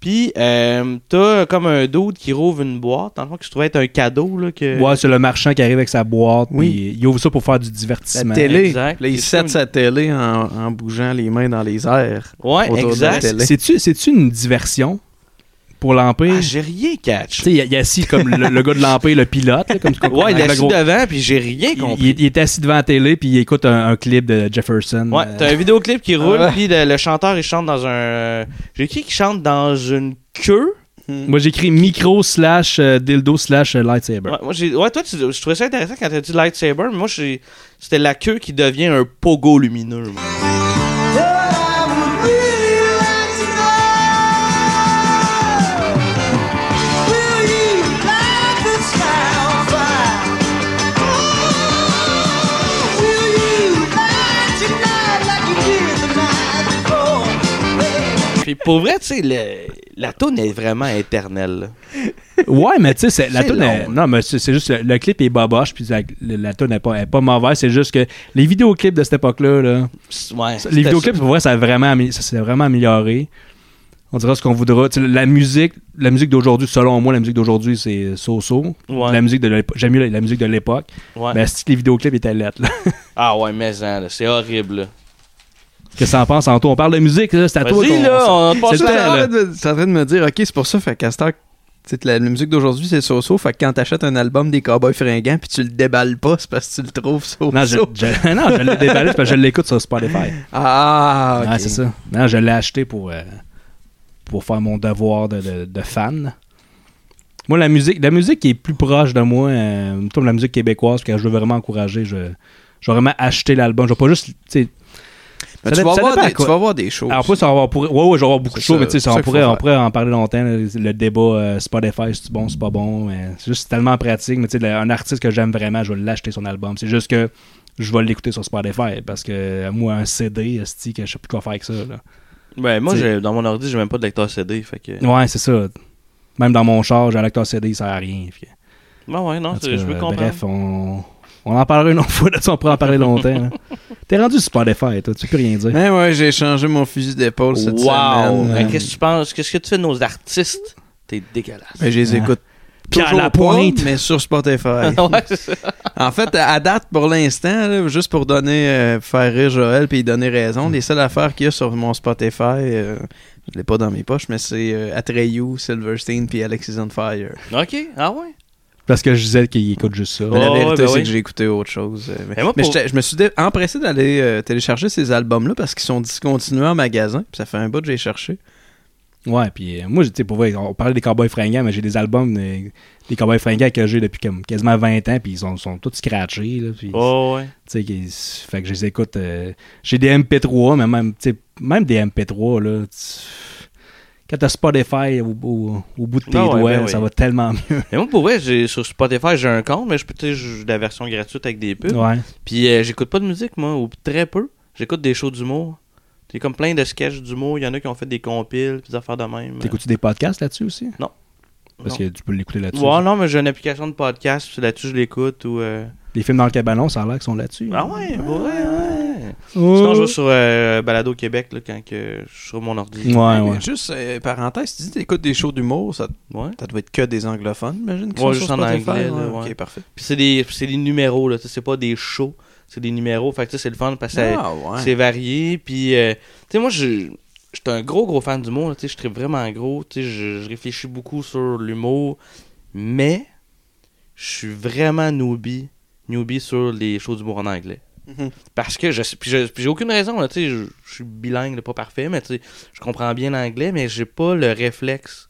Speaker 1: Puis, euh, t'as comme un dude qui rouvre une boîte, dans le fond, qui se trouve être un cadeau. Là, que...
Speaker 3: Ouais, c'est le marchand qui arrive avec sa boîte.
Speaker 1: Oui.
Speaker 3: puis il ouvre ça pour faire du divertissement.
Speaker 2: La télé.
Speaker 1: Exact.
Speaker 2: Là, il
Speaker 1: C'est
Speaker 2: set
Speaker 1: ça.
Speaker 2: sa télé en, en bougeant les mains dans les airs.
Speaker 1: Ouais,
Speaker 2: autour de la
Speaker 1: exact.
Speaker 2: télé.
Speaker 3: C'est-tu, c'est-tu une diversion pour l'Empire?
Speaker 1: Ah, j'ai rien catch.
Speaker 3: Tu sais, il est- il est assis comme le, le gars de l'Empire, le pilote. là, comme tu comprends,
Speaker 1: Ouais, il est
Speaker 3: avec le
Speaker 1: assis
Speaker 3: gros-
Speaker 1: devant, puis j'ai rien compris.
Speaker 3: Il, il est assis devant la télé, puis il écoute un, un clip de Jefferson.
Speaker 1: Ouais,
Speaker 3: euh,
Speaker 1: t'as un vidéoclip qui roule,
Speaker 3: Ah ouais.
Speaker 1: puis le, le chanteur, il chante dans un... euh, J'ai qui qui chante dans une queue?
Speaker 3: Moi, j'écris micro slash euh, dildo slash euh, lightsaber.
Speaker 1: Ouais, moi, j'ai- ouais, toi, tu- je trouvais ça intéressant quand t'as dit lightsaber, mais moi, j'ai- c'était la queue qui devient un pogo lumineux. moi. Puis pour vrai, tu sais, le- la toune est vraiment éternelle.
Speaker 3: Ouais, mais tu sais, c'est- la
Speaker 1: C'est
Speaker 3: toune.
Speaker 1: long,
Speaker 3: est- Non, mais c'est c'est juste le, le clip est boboche, puis la, le- la toune est pas, est pas mauvaise. C'est juste que les vidéoclips de cette époque-là, là,
Speaker 1: Ouais,
Speaker 3: les
Speaker 1: c'était
Speaker 3: vidéoclips,
Speaker 1: ça.
Speaker 3: pour vrai, ça a vraiment, amé- ça s'est vraiment amélioré. On dira ce qu'on voudra. Tu sais, la musique, la musique d'aujourd'hui, selon moi, la musique d'aujourd'hui, c'est so-so.
Speaker 1: Ouais.
Speaker 3: La musique de l'époque, j'aime mieux la, la musique de l'époque.
Speaker 1: Ouais.
Speaker 3: Mais c'est que les vidéoclips étaient lettres, là.
Speaker 1: Ah ouais, mais hein, là, c'est horrible. là.
Speaker 3: Qu'est-ce que t'en penses, Anto? On parle de musique, là, c'est à toi.
Speaker 1: Vas-y,
Speaker 3: qu'on-
Speaker 1: là, on passe
Speaker 3: c'est le
Speaker 1: la-
Speaker 3: temps,
Speaker 2: en
Speaker 3: là.
Speaker 2: train de- t'es en train de me dire, OK, c'est pour ça, fait Castor, la musique d'aujourd'hui, c'est so-so, fait que quand t'achètes un album des Cowboys fringants puis tu le déballes pas, c'est parce que tu le trouves so-so.
Speaker 3: Non, je, je- non, je l'ai déballé, c'est parce que je l'écoute sur Spotify.
Speaker 2: Ah, ok.
Speaker 3: Ouais, c'est ça. Non, je l'ai acheté pour, euh, pour faire mon devoir de, de- de fan. Moi, la musique, la musique qui est plus proche de moi, euh, mettons, la musique québécoise, que je veux vraiment encourager, je, je vais vraiment acheter l'album. Je vais pas juste. tu sais,
Speaker 2: Mais tu,
Speaker 3: ça dé-
Speaker 2: vas
Speaker 3: ça
Speaker 2: avoir
Speaker 3: dépend
Speaker 2: des,
Speaker 3: quoi.
Speaker 2: tu vas avoir des choses.
Speaker 3: Alors, plus, on va pour... ouais, ouais, je vais avoir beaucoup de
Speaker 2: C'est
Speaker 3: shows,
Speaker 2: ça,
Speaker 3: mais tu sais,
Speaker 2: c'est
Speaker 3: ça, on,
Speaker 2: ça qu'il
Speaker 3: pourrait,
Speaker 2: faut
Speaker 3: on pourrait en parler longtemps. là, Le débat euh, Spotify, c'est bon, c'est pas bon. mais C'est juste tellement pratique. Mais tu sais, le- un artiste que j'aime vraiment, je vais l'acheter son album. C'est juste que je vais l'écouter sur Spotify parce que euh, moi, un CD, esti, que je sais plus quoi faire avec ça. là.
Speaker 1: Ouais, Ben, moi,
Speaker 3: Tu sais.
Speaker 1: j'ai- dans mon ordi, j'ai même pas de lecteur CD, fait que...
Speaker 3: Ouais, c'est ça. Même dans mon char, j'ai un lecteur CD, il sert à rien. Puis,
Speaker 1: Ouais, ouais, non,
Speaker 3: en tout
Speaker 1: c'est-
Speaker 3: cas,
Speaker 1: je peux
Speaker 3: euh,
Speaker 1: comprendre.
Speaker 3: Bref, on, on en parlera une autre fois. Là, on pourra en parler longtemps. là. T'es rendu sur Spotify, toi, tu peux rien dire.
Speaker 2: Mais ouais, j'ai changé mon fusil d'épaule cette
Speaker 1: Wow!
Speaker 2: semaine.
Speaker 3: Ben,
Speaker 1: Hey, Ah, Qu'est-ce que tu penses? Qu'est-ce que tu fais de nos artistes? T'es dégueulasse.
Speaker 2: Mais je les écoute
Speaker 3: Pierre
Speaker 2: toujours
Speaker 3: Lapointe.
Speaker 2: pas, mais sur Spotify.
Speaker 1: ouais, c'est ça.
Speaker 2: en fait, à date, pour l'instant, là, juste pour donner, euh, faire rire Joël puis lui donner raison, les seules affaires qu'il y a sur mon Spotify, euh, je l'ai pas dans mes poches, mais c'est euh, Atreyu, Silverstein puis Alexis on Fire.
Speaker 1: OK, ah ouais.
Speaker 3: Parce que je disais qu'il écoute juste ça.
Speaker 2: Mais la
Speaker 1: Ouais,
Speaker 2: vérité,
Speaker 1: ouais, ben
Speaker 2: c'est
Speaker 1: oui.
Speaker 2: que j'ai écouté autre chose. euh, Mais,
Speaker 1: Mais moi,
Speaker 2: mais
Speaker 1: pour-
Speaker 2: j'étais- je me suis dé- empressé d'aller euh, télécharger ces albums-là parce qu'ils sont discontinués en magasin. Puis ça fait un bout que j'ai cherché.
Speaker 3: Ouais, puis euh, moi, tu sais, pour vrai, on parlait des Cowboys fringants, mais j'ai des albums de- des Cowboys fringants que j'ai depuis comme quasiment 20 ans, puis ils sont, sont tous scratchés. Là, puis,
Speaker 1: Oh, ouais.
Speaker 3: tu sais, qu'ils- fait que je les écoute. euh, j'ai des MP3, mais même, tu sais, même des MP3, là, tu- quand t'as Spotify au, au- au bout de tes
Speaker 1: Ah ouais,
Speaker 3: doigts,
Speaker 1: ben oui.
Speaker 3: ça va tellement mieux.
Speaker 1: Mais moi, pour vrai, j'ai- sur Spotify, j'ai un compte, mais je peux, tu sais, j'ai la version gratuite avec des pubs.
Speaker 3: Ouais.
Speaker 1: Puis euh, j'écoute pas de musique, moi, ou très peu. J'écoute des shows d'humour. T'es comme plein de sketchs d'humour. Il y en a qui ont fait des compiles, puis des affaires de même.
Speaker 3: T'écoutes-tu des podcasts là-dessus aussi?
Speaker 1: Non.
Speaker 3: Parce
Speaker 1: Non.
Speaker 3: que tu peux l'écouter là-dessus.
Speaker 1: Ouais, non, mais j'ai une application de podcast, puis là-dessus, je l'écoute. Ou, euh,
Speaker 3: Les films dans le cabanon, ça a l'air qu'ils sont là-dessus.
Speaker 1: Ah ouais, pour vrai, ouais.
Speaker 3: Oh.
Speaker 1: Sinon, je vais sur euh, Balado Québec, là, quand que je suis sur mon ordi.
Speaker 3: Ouais,
Speaker 2: Mais
Speaker 3: ouais.
Speaker 2: Juste, euh, parenthèse, tu dis que t'écoutes des shows d'humour, ça,
Speaker 1: Ouais.
Speaker 2: ça doit être que des anglophones, j'imagine. qui
Speaker 1: Ouais,
Speaker 2: sont
Speaker 1: juste
Speaker 2: sur
Speaker 1: en
Speaker 2: Spotify,
Speaker 1: anglais,
Speaker 2: ouais.
Speaker 1: là, ouais.
Speaker 2: Ok, parfait.
Speaker 1: Puis c'est des, c'est des numéros, là. tu sais, C'est pas des shows, c'est des numéros. Fait que tu sais, c'est le fun parce que ça-
Speaker 2: Ah, ouais.
Speaker 1: c'est varié. Puis, euh, tu sais, moi, je je suis un gros, gros fan d'humour. là, Tu sais, je tripe vraiment gros. Tu sais, je, je réfléchis beaucoup sur l'humour. Mais, je suis vraiment newbie, newbie sur les shows d'humour en anglais.
Speaker 2: Mhm.
Speaker 1: Parce que je sais- puis je- puis j'ai aucune raison, là, tu sais, je, je suis bilingue, là, pas parfait, mais tu sais, je comprends bien l'anglais, mais j'ai pas le réflexe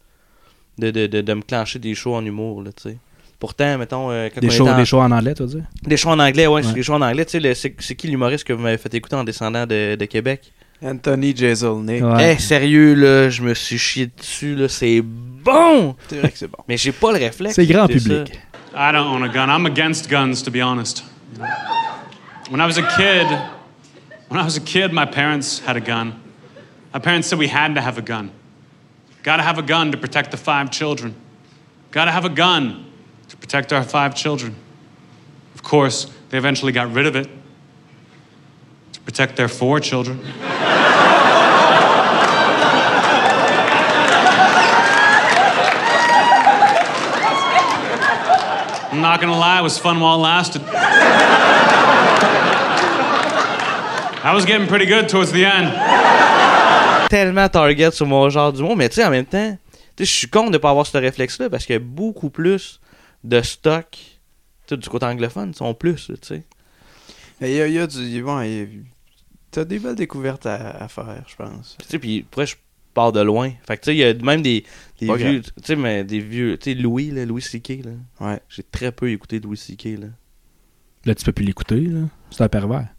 Speaker 1: de, de, de, de me clencher des shows en humour, là, tu sais. Pourtant, mettons, euh, quand
Speaker 3: Des
Speaker 1: on était
Speaker 3: shows,
Speaker 1: en-
Speaker 3: des shows en anglais, tu veux dire?
Speaker 1: des shows en anglais, ouais,
Speaker 3: Ouais.
Speaker 1: des shows en anglais, tu sais, le- c'est c'est qui l'humoriste que vous m'avez fait écouter en descendant de, de Québec?
Speaker 2: Anthony Jeselnik.
Speaker 1: Eh,
Speaker 3: Ouais.
Speaker 1: sérieux, là, je me suis chié dessus, là, c'est bon!
Speaker 2: C'est vrai que c'est bon.
Speaker 1: Mais j'ai pas le réflexe.
Speaker 3: C'est grand
Speaker 1: d'écouter ça.
Speaker 3: public.
Speaker 19: I don't own a gun. I'm against guns, to be honest. When I was a kid, when I was a kid, my parents had a gun. My parents said we had to have a gun. Gotta have a gun to protect the five children. Gotta have a gun to protect our five children. Of course, they eventually got rid of it. protect their four children. I'm not gonna lie, it was fun while it lasted. I was getting pretty good towards the end.
Speaker 1: Tellement target sur mon genre d'humour, mais tu sais, en même temps, tu sais, je suis con de ne pas avoir ce réflexe-là parce qu'il y a beaucoup plus de stock tu sais, du côté anglophone, ils sont plus, tu sais.
Speaker 2: Il y a, il y a du. Bon, il y a- T'as des belles découvertes à, à faire, je pense.
Speaker 1: Puis, tu sais, puis après, je pars de loin. Fait que, tu sais, il y a même des, des
Speaker 2: Pas
Speaker 1: vieux, tu sais, mais des vieux, tu sais, Louis, là, Louis C.K., là.
Speaker 2: Ouais.
Speaker 1: J'ai très peu écouté Louis C.K., là.
Speaker 3: Là, tu peux plus l'écouter, là. C'est un pervers.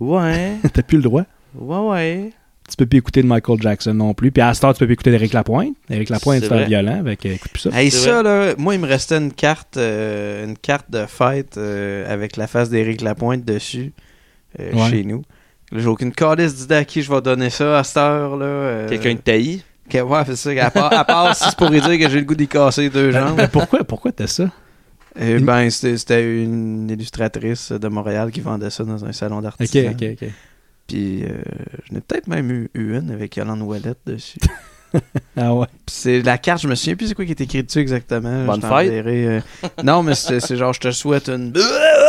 Speaker 1: Ouais,
Speaker 3: T'as plus le droit.
Speaker 1: ouais, ouais.
Speaker 3: Tu peux plus écouter de Michael Jackson non plus. Puis à cette heure, tu peux plus écouter d'Éric Lapointe. Éric Lapointe,
Speaker 1: C'est
Speaker 3: c'est un
Speaker 1: vrai.
Speaker 3: violent, fait que, écoute plus ça.
Speaker 2: Hey,
Speaker 1: C'est
Speaker 2: ça, là, moi, il me restait une carte, euh, une carte de fête euh, avec la face d'Éric Lapointe dessus euh,
Speaker 3: Ouais.
Speaker 2: chez nous. Là, J'ai aucune calice d'idée à qui je vais donner ça à cette heure-là. euh,
Speaker 1: Quelqu'un de taillis.
Speaker 2: que- ouais, c'est ça. À part, à part si c'est pour dire que j'ai le goût d'y casser deux jambes.
Speaker 3: Mais pourquoi, pourquoi t'as ça?
Speaker 2: Eh ben, c'était c'était une illustratrice de Montréal qui vendait ça dans un salon
Speaker 3: Ok,
Speaker 2: d'artisan.
Speaker 3: ok, ok.
Speaker 2: Puis euh, je n'ai peut-être même eu, eu une avec Yolande Ouellette dessus.
Speaker 3: Ah ouais.
Speaker 2: Puis c'est la carte, je me souviens plus c'est quoi qui est écrit dessus exactement.
Speaker 1: Bonne
Speaker 2: Je
Speaker 1: fête.
Speaker 2: t'enverrai, euh, Non, mais c'est c'est genre, je te souhaite une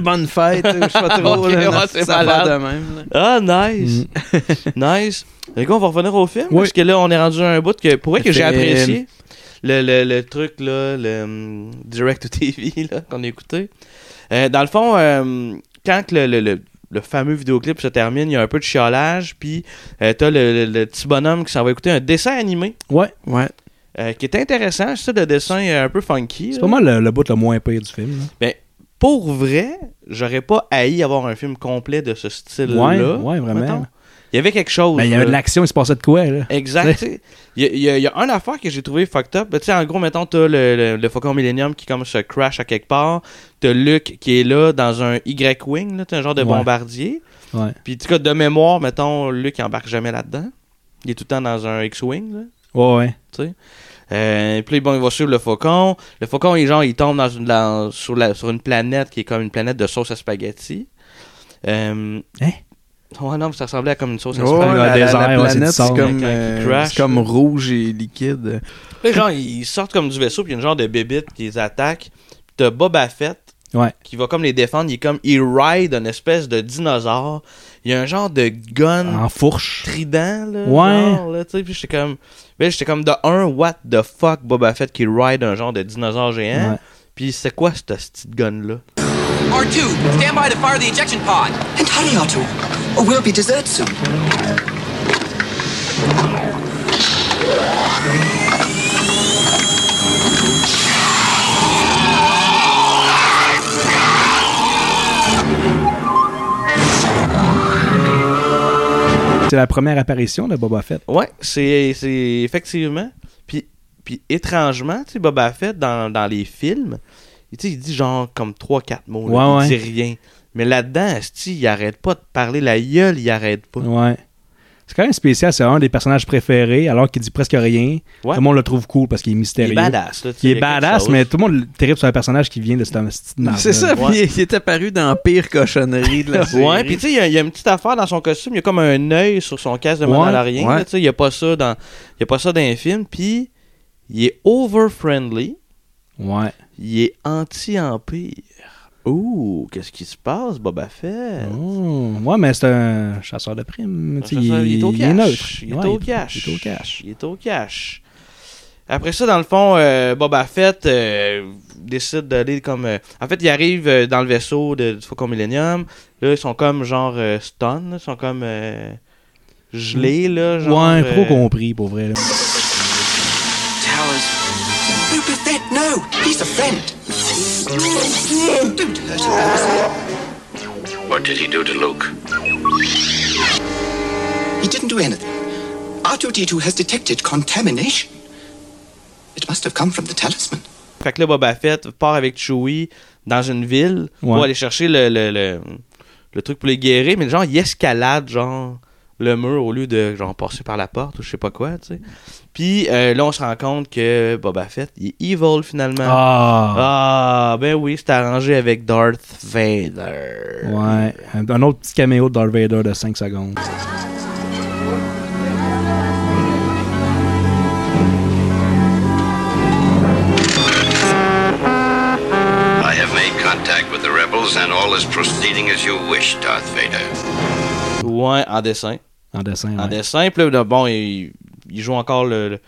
Speaker 2: bonne fête. Je sais pas trop.
Speaker 1: Ok,
Speaker 2: là,
Speaker 1: ouais,
Speaker 2: une
Speaker 1: c'est
Speaker 2: affaire
Speaker 1: malade.
Speaker 2: de même. là.
Speaker 1: Ah, nice!
Speaker 3: Mm.
Speaker 1: nice! Les gars, on va revenir au film,
Speaker 3: Oui.
Speaker 1: parce que là, on est rendu à un bout que, pour vrai que j'ai
Speaker 2: Fait,
Speaker 1: apprécié le, le, le truc, là, le hum, direct-to-TV, là, qu'on a écouté. Euh, dans le fond, euh, quand que le, le, le, le fameux vidéoclip se termine, il y a un peu de chiolage, puis euh, t'as le, le- le petit bonhomme qui s'en va écouter un dessin animé,
Speaker 3: Ouais.
Speaker 2: Ouais.
Speaker 1: euh, qui est intéressant, c'est ça, le dessin euh, un peu funky.
Speaker 3: C'est
Speaker 1: là.
Speaker 3: pas mal le, le bout le moins pire du film. là.
Speaker 1: Ben, pour vrai, j'aurais pas haï avoir un film complet de ce style-là.
Speaker 3: Ouais, ouais, vraiment.
Speaker 1: mettons. Il y avait quelque chose.
Speaker 3: Ben, il y avait de
Speaker 1: là.
Speaker 3: l'action, il se passait de quoi, là?
Speaker 1: Exact. tu sais. Il y, a- il y a- il y a une affaire que j'ai trouvé fucked up. Ben, tu sais, en gros, mettons, t'as le, le, le Faucon Millennium qui comme se crash à quelque part. T'as Luke qui est là dans un Y-Wing, là, t'as un genre de
Speaker 3: Ouais.
Speaker 1: bombardier.
Speaker 3: Ouais.
Speaker 1: Puis, en tout cas, de mémoire, mettons, Luke il embarque jamais là-dedans. Il est tout le temps dans un X-Wing, là.
Speaker 3: Ouais, ouais.
Speaker 1: tu sais. Euh, puis là, bon, il va suivre le faucon. Le faucon, il, genre, il tombe dans une, dans- sur, la, sur une planète qui est comme une planète de sauce à spaghetti. Euh,
Speaker 3: Hein?
Speaker 1: Ouais, non, mais ça ressemblait à comme une sauce à
Speaker 2: Ouais,
Speaker 1: spaghetti.
Speaker 3: un
Speaker 2: Oh, la, la- la
Speaker 3: désert, ouais, c'est du
Speaker 2: planète, c'est
Speaker 3: sable.
Speaker 2: comme,
Speaker 1: Quand il
Speaker 2: euh,
Speaker 1: crash,
Speaker 2: c'est comme rouge et liquide.
Speaker 1: Puis là, genre, ils sortent comme du vaisseau, puis il y a une genre de bébite qui les attaque. Puis t'as Boba Fett
Speaker 3: Ouais.
Speaker 1: qui va comme les défendre. Il est comme, il ride une espèce de dinosaure. Il y a un genre de gun
Speaker 2: Ah
Speaker 3: En fourche.
Speaker 1: trident là,
Speaker 3: Ouais.
Speaker 1: genre, là, tu sais, puis j'étais comme ben, j'étais comme de un what the fuck Boba Fett qui ride un genre de dinosaure géant.
Speaker 3: Ouais.
Speaker 1: Puis c'est quoi cette petite gun là
Speaker 16: R2, stand by to fire the ejection pod.
Speaker 14: And hurry, Otto, or we'll be deserted soon.
Speaker 3: C'est la première apparition de Boba Fett.
Speaker 1: Ouais, c'est c'est effectivement. Puis puis étrangement, tu sais Boba Fett dans, dans les films, tu sais, il dit genre comme 3 4 mots, là,
Speaker 3: Ouais,
Speaker 1: il
Speaker 3: ouais.
Speaker 1: dit rien. Mais là-dedans, asti, il arrête pas de parler la gueule, il arrête pas.
Speaker 3: Ouais. C'est quand même spécial, c'est un des personnages préférés, alors qu'il dit presque rien.
Speaker 1: Ouais.
Speaker 3: Tout le monde le trouve cool parce qu'il est
Speaker 1: Il
Speaker 3: mystérieux.
Speaker 1: est badass là, tu sais,
Speaker 3: Il
Speaker 1: y
Speaker 3: est
Speaker 1: a quelque
Speaker 3: badass,
Speaker 1: chose.
Speaker 3: mais tout le monde terrible sur un personnage qui vient de cette petite marde-là.
Speaker 2: c'est ça,
Speaker 1: Ouais.
Speaker 2: puis il- il est apparu dans la pire cochonnerie de la série.
Speaker 1: Ouais, puis tu sais, il y a- il y, a une petite affaire dans son costume. Il y a comme un œil sur son casque de
Speaker 3: Ouais,
Speaker 1: Mandalorian.
Speaker 2: ouais.
Speaker 1: là, Tu sais, il y a pas ça dans, il y a pas ça dans les films. Puis il est over friendly.
Speaker 3: Ouais.
Speaker 1: Il est anti empire. Ouh, qu'est-ce qui se passe, Boba Fett?
Speaker 3: Oh. Ouais, mais c'est un chasseur de primes. tu sais,
Speaker 1: Ça, ça, il est au cash.
Speaker 3: neutre.
Speaker 1: Il est
Speaker 3: Ouais,
Speaker 1: au cash.
Speaker 3: Il est au cash.
Speaker 1: Il est au cash. Après ça, dans le fond, euh, Boba Fett euh, décide d'aller comme. euh, en fait, il arrive euh, dans le vaisseau de, du Faucon Millennium. Là, ils sont comme genre euh, stun. là. Ils sont comme euh, gelés, là. Genre,
Speaker 3: ouais, trop
Speaker 1: euh,
Speaker 3: compris, pour vrai. là.
Speaker 14: Towers. No, but that, no, he's a friend. Don't hurt him, Boba.
Speaker 5: What did he do to Luke?
Speaker 14: He didn't do anything. R2D2 has detected contamination. It must have come from the talisman.
Speaker 1: Fait que là, Boba Fett part avec Chewie dans une ville
Speaker 3: Ouais.
Speaker 1: pour aller chercher le, le, le, le truc pour les guérir. Mais genre, il escalade, genre, le mur au lieu de genre passer par la porte ou je sais pas quoi, tu sais. Puis euh, là, on se rend compte que Boba Fett, il est evil finalement.
Speaker 3: Ah.
Speaker 1: Ah, ben oui, c'est arrangé avec Darth Vader.
Speaker 3: Ouais. Un, un autre petit caméo de Darth Vader de 5 secondes.
Speaker 20: I have made contact with the rebels, and all is proceeding as you wish, Darth Vader.
Speaker 1: Ouais, en dessin.
Speaker 3: En dessin,
Speaker 1: En
Speaker 3: ouais.
Speaker 1: dessin, puis là, bon, il, il joue encore le, le-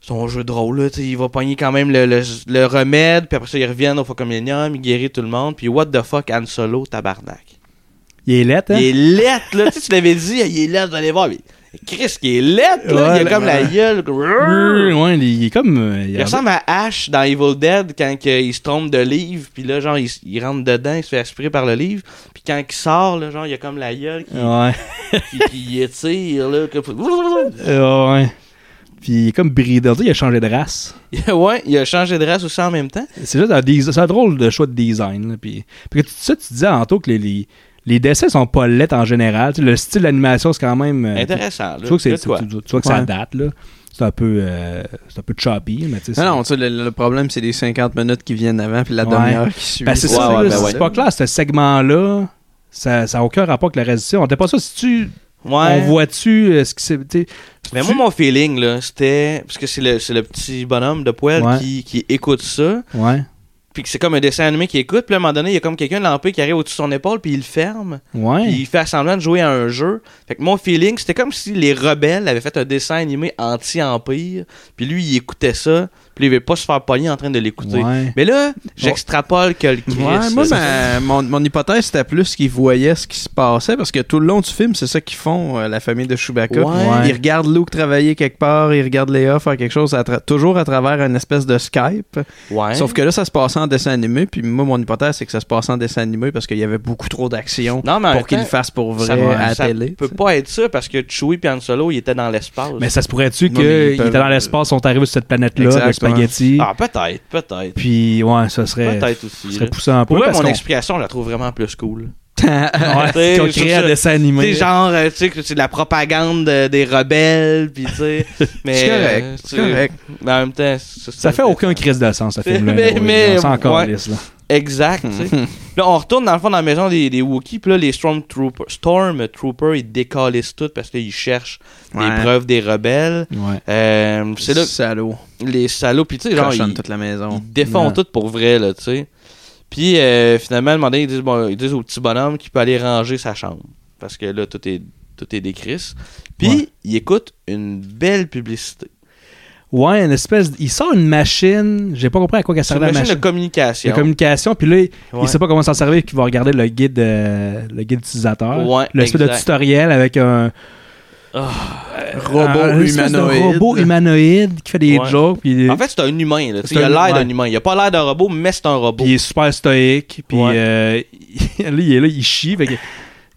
Speaker 1: son jeu de rôle, là, tu sais, il va pogner quand même le, le- le remède, puis après ça, ils reviennent au Focomillennium, il guérit tout le monde, puis what the fuck, Han Solo, tabarnak.
Speaker 3: Il est lettre, hein?
Speaker 1: Il est lettre, là, tu sais, tu l'avais dit, il est lettre, vous allez voir, mais Chris, qui est lettre, là,
Speaker 3: Ouais,
Speaker 1: il a comme la
Speaker 3: ouais.
Speaker 1: gueule.
Speaker 3: Ouais, ouais, il, il est comme. euh,
Speaker 1: Il ressemble à Ash dans Evil Dead quand que il se trompe de livre, puis là, genre, il, s- il rentre dedans, il se fait aspirer par le livre, puis quand il sort, là, genre, il a comme la gueule qui,
Speaker 3: Ouais.
Speaker 1: qui, qui étire, là. comme-
Speaker 3: Euh, ouais. Puis il est comme bridé. On dirait qu'il a changé de race.
Speaker 1: ouais, il a changé de race aussi en même temps.
Speaker 3: C'est juste un, des- c'est un drôle de choix de design. là, Puis, parce que tu- ça, tu disais tantôt que les, les, les dessins sont pas lettres en général. Tu sais, le style d'animation, c'est quand même. euh,
Speaker 1: Intéressant, là.
Speaker 3: Tu, tu vois que, c'est-
Speaker 1: Là,
Speaker 3: tu-
Speaker 1: tu vois.
Speaker 3: tu- tu vois que ça
Speaker 2: Ouais.
Speaker 3: date. là. C'est un peu, euh, c'est un peu choppy, mais tu sais.
Speaker 2: Non, non, tu sais, le, le problème, c'est les 50 minutes qui viennent avant, puis la demi-heure qui suit.
Speaker 3: Ben, c'est ça, là, c'est pas clair, ce segment-là, ça n'a aucun rapport avec le reste du film. On était pas ça si tu. On voit-tu euh, ce qui s'est. tu sais,
Speaker 1: Mais
Speaker 3: tu-
Speaker 1: moi, mon feeling, là, c'était. Parce que c'est le, c'est le petit bonhomme de poêle
Speaker 3: Ouais.
Speaker 1: qui, qui écoute ça.
Speaker 3: Ouais.
Speaker 1: Puis que c'est comme un dessin animé qui écoute. Puis là, à un moment donné, il y a comme quelqu'un de lampé qui arrive au-dessus de son épaule, puis il le ferme.
Speaker 3: Ouais.
Speaker 1: Puis il fait semblant de jouer à un jeu. Fait que mon feeling, c'était comme si les rebelles avaient fait un dessin animé anti-empire. Puis lui, il écoutait ça. Puis il veut pas se faire pogner en train de l'écouter.
Speaker 2: Ouais.
Speaker 1: Mais là, j'extrapole que le Christ,
Speaker 2: Ouais, moi,
Speaker 1: là.
Speaker 2: ma-
Speaker 3: ben,
Speaker 2: mon, mon hypothèse, c'était plus qu'ils voyaient ce qui se passait, parce que tout le long du film, c'est ça qu'ils font, euh, la famille de Chewbacca.
Speaker 1: Ouais. Ouais.
Speaker 2: Ils regardent Luke travailler quelque part, ils regardent Leia faire quelque chose, à tra- toujours à travers une espèce de Skype.
Speaker 1: Ouais.
Speaker 2: Sauf que là, ça se passait en dessin animé, puis moi, mon hypothèse, c'est que ça se passait en dessin animé parce qu'il y avait beaucoup trop d'action
Speaker 1: Non, mais en même
Speaker 2: pour qu'ils
Speaker 1: temps,
Speaker 2: le fassent pour vrai
Speaker 1: ça,
Speaker 2: à la
Speaker 1: ça
Speaker 2: télé.
Speaker 1: peut pas être ça parce que Chewie et Han Solo, ils étaient dans l'espace.
Speaker 3: Mais ça se
Speaker 1: Non,
Speaker 3: pourrait-tu
Speaker 1: mais
Speaker 3: qu'ils
Speaker 1: ils peuvent-
Speaker 3: étaient dans l'espace, sont arrivés sur cette planète-là, avec
Speaker 1: Exactement.
Speaker 3: spaghetti.
Speaker 1: Ah, peut-être, peut-être.
Speaker 3: Puis, ouais, ça serait.
Speaker 1: Peut-être aussi.
Speaker 3: ça serait
Speaker 1: là.
Speaker 3: poussé un peu.
Speaker 1: Pour vrai,
Speaker 3: parce
Speaker 1: mon
Speaker 3: qu'on-
Speaker 1: explication, je la trouve vraiment plus cool.
Speaker 3: Ouais,
Speaker 1: T'sais,
Speaker 3: qu'on
Speaker 1: je trouve
Speaker 3: crée un
Speaker 1: ça-
Speaker 3: dessin animé.
Speaker 1: t'sais, genre, euh, tu sais, que c'est de la propagande euh, des rebelles, puis tu sais. mais,
Speaker 3: C'est correct,
Speaker 1: euh,
Speaker 3: c'est
Speaker 1: tu sais,
Speaker 3: correct.
Speaker 1: mais en même temps, ça,
Speaker 3: Ça fait aucun crise de sens, ce film-là.
Speaker 1: Mais-
Speaker 3: anyway,
Speaker 1: mais-
Speaker 3: là. On s'en calisse,
Speaker 1: ouais.
Speaker 3: là.
Speaker 1: Exact, tu sais. Là, on retourne dans le fond dans la maison des, des Wookiees, puis là, les Stormtroopers, Stormtroopers, ils décalissent tout parce qu'ils cherchent
Speaker 2: Ouais.
Speaker 1: des preuves des rebelles.
Speaker 3: Ouais.
Speaker 1: Euh, c'est là.
Speaker 2: Salauds.
Speaker 1: Les salauds, puis tu sais, genre.
Speaker 2: Cochonne
Speaker 1: ils-
Speaker 2: toute la maison.
Speaker 1: ils défont
Speaker 2: Ouais.
Speaker 1: tout pour vrai, là, tu sais. Puis euh, finalement, à un moment donné, ils disent, bon, ils disent au petit bonhomme qu'il peut aller ranger sa chambre. Parce que là, tout est, tout est décris. Puis il écoute une belle publicité.
Speaker 3: Ouais, une espèce. d- Il sort une machine. J'ai pas compris à quoi qu'elle
Speaker 1: C'est une
Speaker 3: servait la
Speaker 1: machine
Speaker 3: machine.
Speaker 1: de communication.
Speaker 3: De communication, puis là, il-
Speaker 1: Ouais.
Speaker 3: il sait pas comment s'en servir, puis il va regarder le guide, euh, le guide utilisateur.
Speaker 1: Ouais,
Speaker 3: le espèce de
Speaker 1: exact.
Speaker 3: tutoriel avec un. Ah,
Speaker 2: Robot
Speaker 3: un espèce de
Speaker 2: humanoïde.
Speaker 3: robot humanoïde qui fait des
Speaker 1: Ouais.
Speaker 3: jokes, puis il,
Speaker 1: En fait, c'est un humain, là. tu sais,
Speaker 3: C'est
Speaker 1: il a
Speaker 3: un-
Speaker 1: l'air
Speaker 3: ouais.
Speaker 1: d'un humain. Il a pas l'air d'un robot, mais c'est un robot.
Speaker 3: puis il est super stoïque, puis
Speaker 1: Ouais.
Speaker 3: euh, là, il est là, il chie, fait que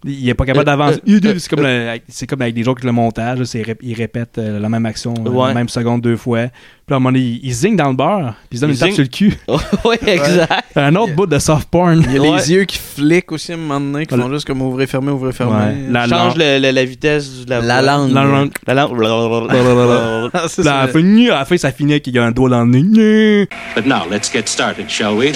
Speaker 3: il est pas capable
Speaker 1: Euh,
Speaker 3: d'avancer.
Speaker 1: euh, euh,
Speaker 3: C'est comme, le- c'est comme avec des jokes avec le montage, là, c'est ré- il répète euh, la même action, euh,
Speaker 1: Ouais.
Speaker 3: la même seconde deux fois. Puis à un moment donné, il, il zigne dans le beurre, puis il se donne
Speaker 1: Il
Speaker 3: une tape
Speaker 1: zigne.
Speaker 3: sur le cul.
Speaker 1: oui, exact.
Speaker 3: Un autre bout de soft porn.
Speaker 2: Il y a les yeux qui fliquent aussi à un moment donné, qui font juste comme ouvrir, fermer, ouvrir, fermer.
Speaker 3: Ouais. La
Speaker 1: Change
Speaker 3: langue.
Speaker 1: le- le- la vitesse de la,
Speaker 2: La langue.
Speaker 3: La langue.
Speaker 1: La langue.
Speaker 3: Là,
Speaker 2: Ah, c'est
Speaker 3: à la
Speaker 2: ça.
Speaker 3: fin, gnu, à la fin, ça finit qu'il y a un doigt dans le nez.
Speaker 16: But now let's get started, shall we?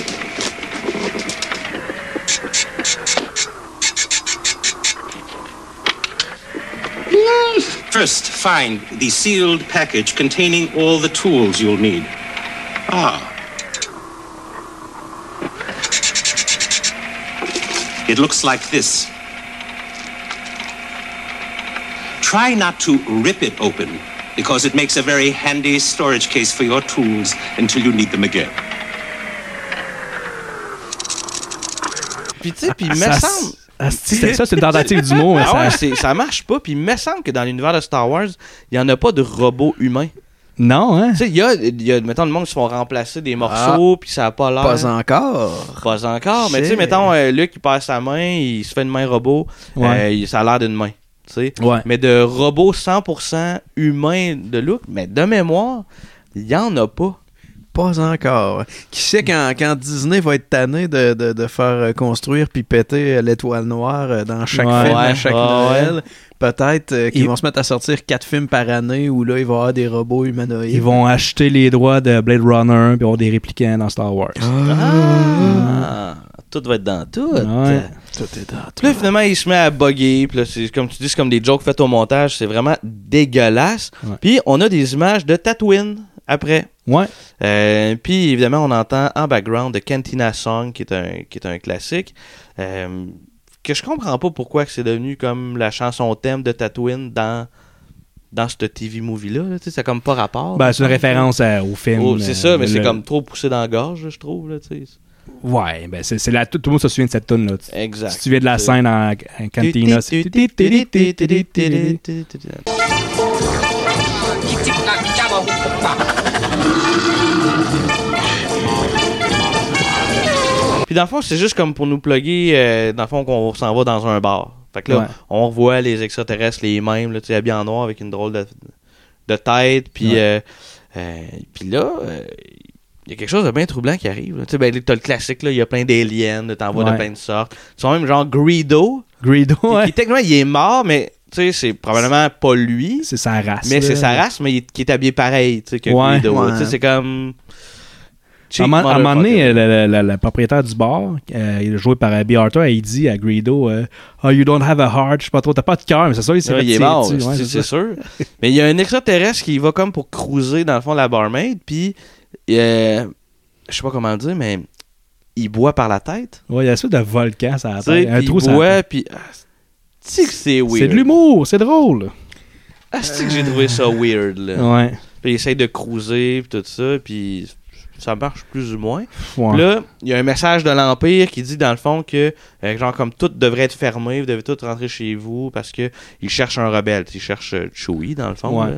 Speaker 16: First, find the sealed package containing all the tools you'll need. Ah. It looks like this. Try not to rip it open because it makes a very handy storage case for your tools until you need them again.
Speaker 1: Puis tu sais, puis il me
Speaker 3: Ça s-
Speaker 1: semble.
Speaker 3: Asti, c'est- ça, c'est une tentative d'humour, mais
Speaker 1: Ah
Speaker 3: ça-
Speaker 1: ouais, c'est- ça marche pas. Puis il me semble que dans l'univers de Star Wars, il y en a pas de robots humains.
Speaker 3: Non, hein?
Speaker 1: Tu sais, il y a, il y a, mettons, le monde qui se font remplacer des morceaux, puis ça a pas l'air.
Speaker 2: Ah. Pas encore.
Speaker 1: Pas encore, mais tu sais,
Speaker 2: Shit.
Speaker 1: mettons, euh, Luc, il passe sa main, il se fait une main robot,
Speaker 3: Ouais.
Speaker 1: euh, il- ça a l'air d'une main. tu sais.
Speaker 3: Ouais.
Speaker 1: Mais de robot 100% humain de look, mais de mémoire, il y en a pas.
Speaker 2: Pas encore. Qui sait quand, quand Disney va être tanné de, de, de faire euh, construire puis péter euh, l'étoile noire euh, dans chaque
Speaker 1: Ouais.
Speaker 2: film, à
Speaker 1: Ouais,
Speaker 2: chaque
Speaker 1: ouais,
Speaker 2: Noël?
Speaker 1: ouais.
Speaker 2: Peut-être euh, qu'ils
Speaker 1: Ils-
Speaker 2: vont se mettre à sortir quatre films par année où là, il va y avoir des robots humanoïdes.
Speaker 3: Ils vont acheter les droits de Blade Runner puis avoir des répliquants dans Star Wars.
Speaker 1: Ah, tout va être dans tout.
Speaker 3: Ouais.
Speaker 2: Tout est dans
Speaker 1: Puis là, finalement, il se met à bugger. Puis là, c'est comme tu dis, c'est comme des jokes faites au montage. C'est vraiment dégueulasse. Puis on a des images de Tatooine après.
Speaker 3: Ouais.
Speaker 1: Euh, puis évidemment, on entend en background de Cantina Song, qui est un, qui est un classique. Euh, que je comprends pas pourquoi que c'est devenu comme la chanson thème de Tatooine dans dans ce TV movie-là. là. Tu sais, ça a comme pas rapport.
Speaker 3: Ben, c'est une référence à- au film,
Speaker 1: Oh, c'est ça,
Speaker 3: euh,
Speaker 1: mais c'est
Speaker 3: le-
Speaker 1: comme trop poussé dans la gorge, là, je trouve. Là, tu sais.
Speaker 3: Ouais, ben c'est, c'est la, tout, tout le monde se souvient de cette tune là
Speaker 1: Exact.
Speaker 3: Si tu viens de la
Speaker 1: C'est-
Speaker 3: scène en, en cantina, c'est...
Speaker 1: Puis dans le fond, c'est juste comme pour nous plugger, euh, dans le fond, qu'on s'en va dans un bar. Fait que là,
Speaker 3: Ouais.
Speaker 1: on revoit les extraterrestres les mêmes, là, tu sais, habillés en noir avec une drôle de, de tête. Puis euh, euh, puis là, euh, il y a quelque chose de bien troublant qui arrive. là. Tu sais, ben, t'as le classique, là, il y a plein d'aliens, là, t'en vois de
Speaker 3: Ouais.
Speaker 1: plein de sortes. Ils sont même genre Greedo.
Speaker 3: Greedo,
Speaker 1: Qui, techniquement, il est mort, mais tu sais, c'est probablement pas lui.
Speaker 3: C'est sa race.
Speaker 1: Mais
Speaker 3: là.
Speaker 1: c'est sa race, mais il est- qui est habillé pareil tu sais, que
Speaker 3: Ouais.
Speaker 1: Greedo. là.
Speaker 3: Ouais.
Speaker 1: Tu sais, c'est comme.
Speaker 3: À un
Speaker 1: Cheap
Speaker 3: moment à un moment
Speaker 1: motherfucker.
Speaker 3: donné, euh, le, le- le- le propriétaire du bar, euh, il est joué par euh, B. Arthur, il dit à Greedo euh, Oh, you don't have a heart, je sais pas trop, t'as pas de cœur, mais c'est ça, il s'est
Speaker 1: Ouais,
Speaker 3: fait
Speaker 1: il est
Speaker 3: tirer
Speaker 1: mort,
Speaker 3: dessus, ouais,
Speaker 1: c'est-
Speaker 3: c'est
Speaker 1: c'est
Speaker 3: ça.
Speaker 1: sûr. Mais il y a un extraterrestre qui va comme pour cruiser dans le fond de la barmaid, puis euh, je sais pas comment le dire, mais il boit par la tête.
Speaker 3: Ouais, il y a une espèce de volcan, ça a
Speaker 1: Tu sais,
Speaker 3: un
Speaker 1: puis
Speaker 3: trou,
Speaker 1: il
Speaker 3: ça
Speaker 1: boit, puis ah, c'est que c'est weird.
Speaker 3: C'est de l'humour, c'est drôle.
Speaker 1: Ah, c'est que j'ai trouvé ça weird là.
Speaker 3: Ouais.
Speaker 1: Puis il essaye de cruiser puis tout ça, puis ça marche plus ou moins.
Speaker 3: Ouais.
Speaker 1: Puis Là, il y a un message de l'Empire qui dit dans le fond que euh, genre comme tout devrait être fermé, vous devez tout rentrer chez vous parce que ils cherchent un rebelle, ils cherchent euh, Chewie dans le fond.
Speaker 3: Ouais.
Speaker 1: là.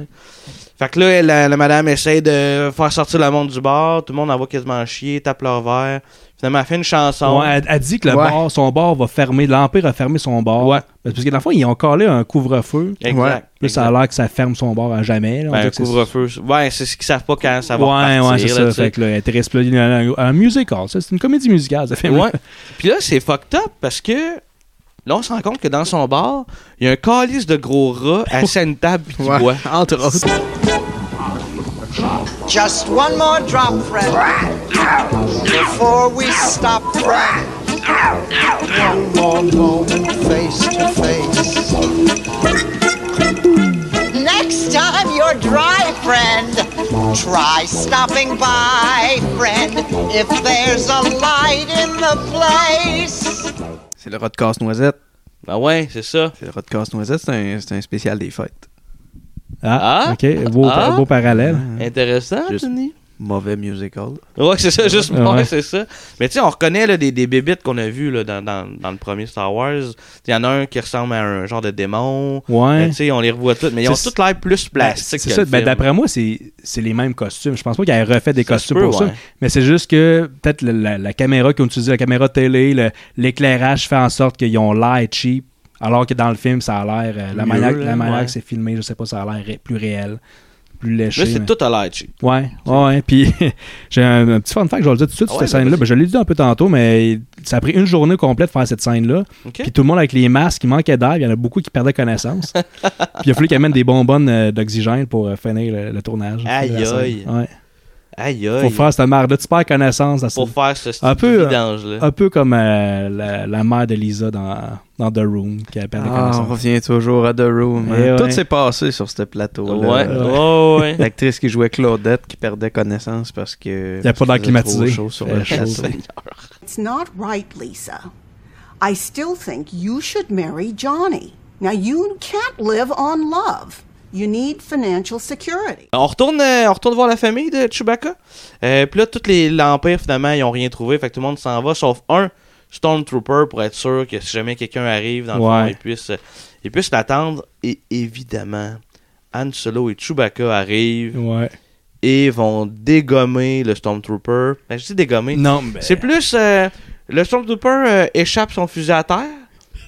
Speaker 1: Fait que là, la, la madame essaie de faire sortir le monde du bar, tout le monde en va quasiment chier, tape leur verre. Finalement, elle fait une chanson.
Speaker 3: Ouais, elle, elle dit que le
Speaker 1: Ouais.
Speaker 3: bar, son bar va fermer, l'Empire a fermé son bar. Ouais. Parce que dans le fond, ils ont collé un couvre-feu.
Speaker 1: Exact,
Speaker 3: Là, ça a l'air que ça ferme son bar à jamais. là. On
Speaker 1: Ben,
Speaker 3: dirait
Speaker 1: un
Speaker 3: que c'est-
Speaker 1: couvre-feu. Ouais, c'est ce qu'ils savent pas quand ça va
Speaker 3: Ouais,
Speaker 1: repartir,
Speaker 3: ouais, c'est
Speaker 1: là,
Speaker 3: ça.
Speaker 1: tu sais.
Speaker 3: Fait que là, elle était resplendie dans un, un musical. ça. C'est une comédie musicale, ça fait
Speaker 1: Ouais. Puis là, c'est fucked up parce que là, on se rend compte que dans son bar, il y a un calice de gros rats assis à une table pis qui boit. Entre autres.
Speaker 6: Just one more drop, friend. Before we stop, friend. One more moment face to face.
Speaker 10: Next time you're dry, friend, try stopping by, friend, if there's a light in the place.
Speaker 2: C'est le rat de casse-noisette.
Speaker 1: Ah ouais, c'est ça.
Speaker 2: C'est le rat de casse-noisette, c'est un, c'est un spécial des fêtes.
Speaker 3: Ah, ok. Beau,
Speaker 1: Ah.
Speaker 3: beau parallèle.
Speaker 1: Intéressant,
Speaker 2: Juste
Speaker 1: Anthony.
Speaker 2: Mauvais musical.
Speaker 1: Ouais, c'est ça, juste
Speaker 3: Ouais.
Speaker 1: ouais, c'est ça. Mais tu sais, on reconnaît là, des, des bébites qu'on a vues là, dans, dans, dans le premier Star Wars. Il y en a un qui ressemble à un genre de démon.
Speaker 3: Ouais.
Speaker 1: Euh, tu sais, on les revoit toutes, mais ils ont
Speaker 3: C'est-
Speaker 1: toutes l'air plus plastique.
Speaker 3: C'est
Speaker 1: que
Speaker 3: ça.
Speaker 1: le
Speaker 3: Ben,
Speaker 1: film.
Speaker 3: d'après moi, c'est c'est les mêmes costumes. Je pense pas qu'il ait refait des
Speaker 1: Ça se
Speaker 3: costumes
Speaker 1: peut,
Speaker 3: pour
Speaker 1: ouais.
Speaker 3: ça. Mais c'est juste que peut-être la, la- la caméra qu'ils ont utilisée, la caméra télé, le- l'éclairage fait en sorte qu'ils ont l'air cheap. Alors que dans le film, ça a l'air. euh, la
Speaker 1: Mieux,
Speaker 3: manière,
Speaker 1: là,
Speaker 3: la manière
Speaker 1: ouais.
Speaker 3: que c'est filmé, je sais pas, ça a l'air ré- plus réel, plus léché.
Speaker 1: Là, c'est
Speaker 3: mais-
Speaker 1: tout à l'air cheap.
Speaker 3: Ouais, ouais, ouais. Puis j'ai un, un petit fun fact, je vais le dire tout de suite,
Speaker 1: Ah
Speaker 3: cette
Speaker 1: ouais, ben,
Speaker 3: scène-là. Ben, je l'ai dit un peu tantôt, mais ça a pris une journée complète de faire cette scène-là.
Speaker 1: Ok.
Speaker 3: Puis tout le monde avec les masques, il manquait d'air, il y en a beaucoup qui perdaient connaissance. Puis il a fallu qu'ils amènent des bonbonnes euh, d'oxygène pour euh, finir le, le tournage.
Speaker 1: Aïe,
Speaker 3: La scène.
Speaker 1: aïe.
Speaker 3: Ouais.
Speaker 1: Aïe, aïe.
Speaker 3: Pour faire cette merde-là, tu perds connaissance. dans
Speaker 1: Pour
Speaker 3: cette-
Speaker 1: faire ce
Speaker 3: un peu, euh,
Speaker 1: vidange-là.
Speaker 3: un peu comme euh, la, la mère de Lisa dans, dans The Room qui a perdu
Speaker 2: Ah, on
Speaker 3: connaissance.
Speaker 2: revient toujours à The Room. hein.
Speaker 3: Eh ouais.
Speaker 2: Tout s'est passé sur ce plateau-là.
Speaker 1: Ouais.
Speaker 3: euh,
Speaker 1: Ouais, ouais.
Speaker 2: L'actrice qui jouait Claudette qui perdait connaissance parce que.
Speaker 3: Il y a pas d'air
Speaker 2: il faisait trop
Speaker 3: climatisé.
Speaker 2: chaud sur le
Speaker 3: Euh, chaud.
Speaker 2: plateau.
Speaker 21: It's not right, Lisa. I still think you should marry Johnny. Now, you can't live on love. You need financial security.
Speaker 1: On retourne, euh, on retourne voir la famille de Chewbacca. Euh, Puis là, toutes les l'Empire, finalement, ils ont rien trouvé. Fait que tout le monde s'en va, sauf un Stormtrooper pour être sûr que si jamais quelqu'un arrive, dans le fond,
Speaker 3: Ouais.
Speaker 1: ils puissent, euh, ils puissent l'attendre. Et évidemment, Han Solo et Chewbacca arrivent
Speaker 3: Ouais.
Speaker 1: et vont dégommer le Stormtrooper. Ben, je dis dégommer.
Speaker 3: Non, mais-
Speaker 1: C'est plus. euh, le Stormtrooper euh, échappe son fusil à terre,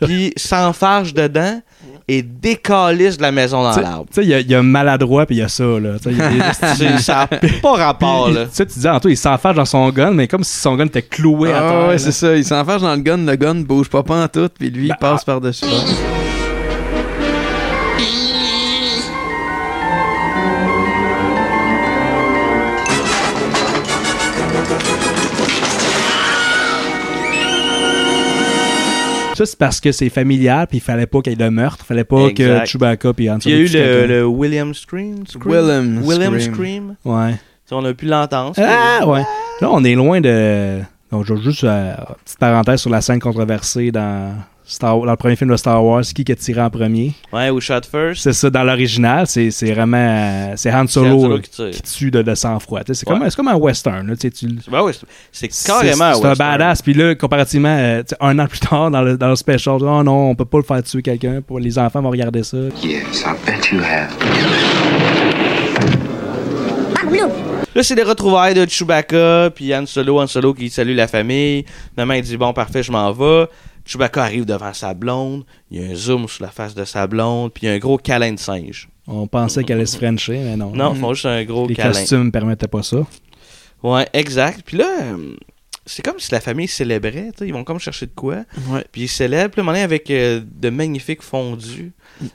Speaker 1: puis s'enfarge dedans. et décalisse de la maison dans
Speaker 3: Tu sais-
Speaker 1: l'arbre.
Speaker 3: Tu sais, il y a- il y, a maladroit, puis il y a ça, là. Tu sais, il y a
Speaker 1: C'est-
Speaker 3: des-
Speaker 1: ça n'a pas rapport,
Speaker 3: Puis,
Speaker 1: là.
Speaker 3: Tu sais, tu disais, Antoine, il s'enferme dans son gun, mais comme si son gun était cloué à terre.
Speaker 2: Ah ouais,
Speaker 3: là.
Speaker 2: c'est ça. Il s'enferme dans le gun, le gun bouge pas en tout, puis lui, il passe par-dessus.
Speaker 3: Ça, c'est parce que c'est familial, puis il fallait pas qu'il y ait de meurtre, fallait pas
Speaker 1: Exact.
Speaker 3: que Chewbacca puis Han
Speaker 1: Puis il y a
Speaker 3: Solo
Speaker 1: eu
Speaker 3: touchent quelqu'un.
Speaker 1: le, le William Scream. Scream?
Speaker 2: Willem
Speaker 1: Willem
Speaker 2: Scream.
Speaker 1: Scream.
Speaker 3: Ouais.
Speaker 1: Ça, On a pu l'entendre.
Speaker 3: Ah ouais. Là, on est loin de. Donc, je- juste euh, petite parenthèse sur la scène controversée dans, Star... dans le premier film de Star Wars, qui qui a tiré en premier.
Speaker 1: Ouais, ou Shot First.
Speaker 3: C'est ça, dans l'original, c'est c'est vraiment. euh, C'est Han Solo,
Speaker 1: Han Solo
Speaker 3: là,
Speaker 1: qui tire.
Speaker 3: qui, tue de, de sang-froid. Tu sais, C'est
Speaker 1: Ouais.
Speaker 3: comme, c'est comme un western. là, tu sais, tu-
Speaker 1: Ben oui, c'est- c'est
Speaker 3: c'est-
Speaker 1: carrément
Speaker 3: C'est un
Speaker 1: western.
Speaker 3: badass. Puis là, comparativement, euh, tu sais, un an plus tard, dans le, dans le special, oh non, on peut pas le faire tuer quelqu'un. pour- Les enfants vont regarder ça.
Speaker 11: Yes, I bet you have.
Speaker 1: Là, c'est les retrouvailles de Chewbacca, puis Han Solo, Han Solo qui salue la famille. Finalement, il dit Bon, parfait, je m'en vais. Chewbacca arrive devant sa blonde. Il y a un zoom sur la face de sa blonde, puis il y a un gros câlin de singe.
Speaker 3: On pensait qu'elle allait se frencher, mais non.
Speaker 2: Mm.
Speaker 1: Non, ils font juste un gros
Speaker 3: Les
Speaker 1: câlin.
Speaker 3: costumes permettaient pas ça.
Speaker 1: Ouais, exact. Puis là, euh, c'est comme si la famille célébrait. tu sais, Ils vont comme chercher de quoi. Puis ils célèbrent. Puis là, à un moment donné, avec euh, de magnifiques fondus,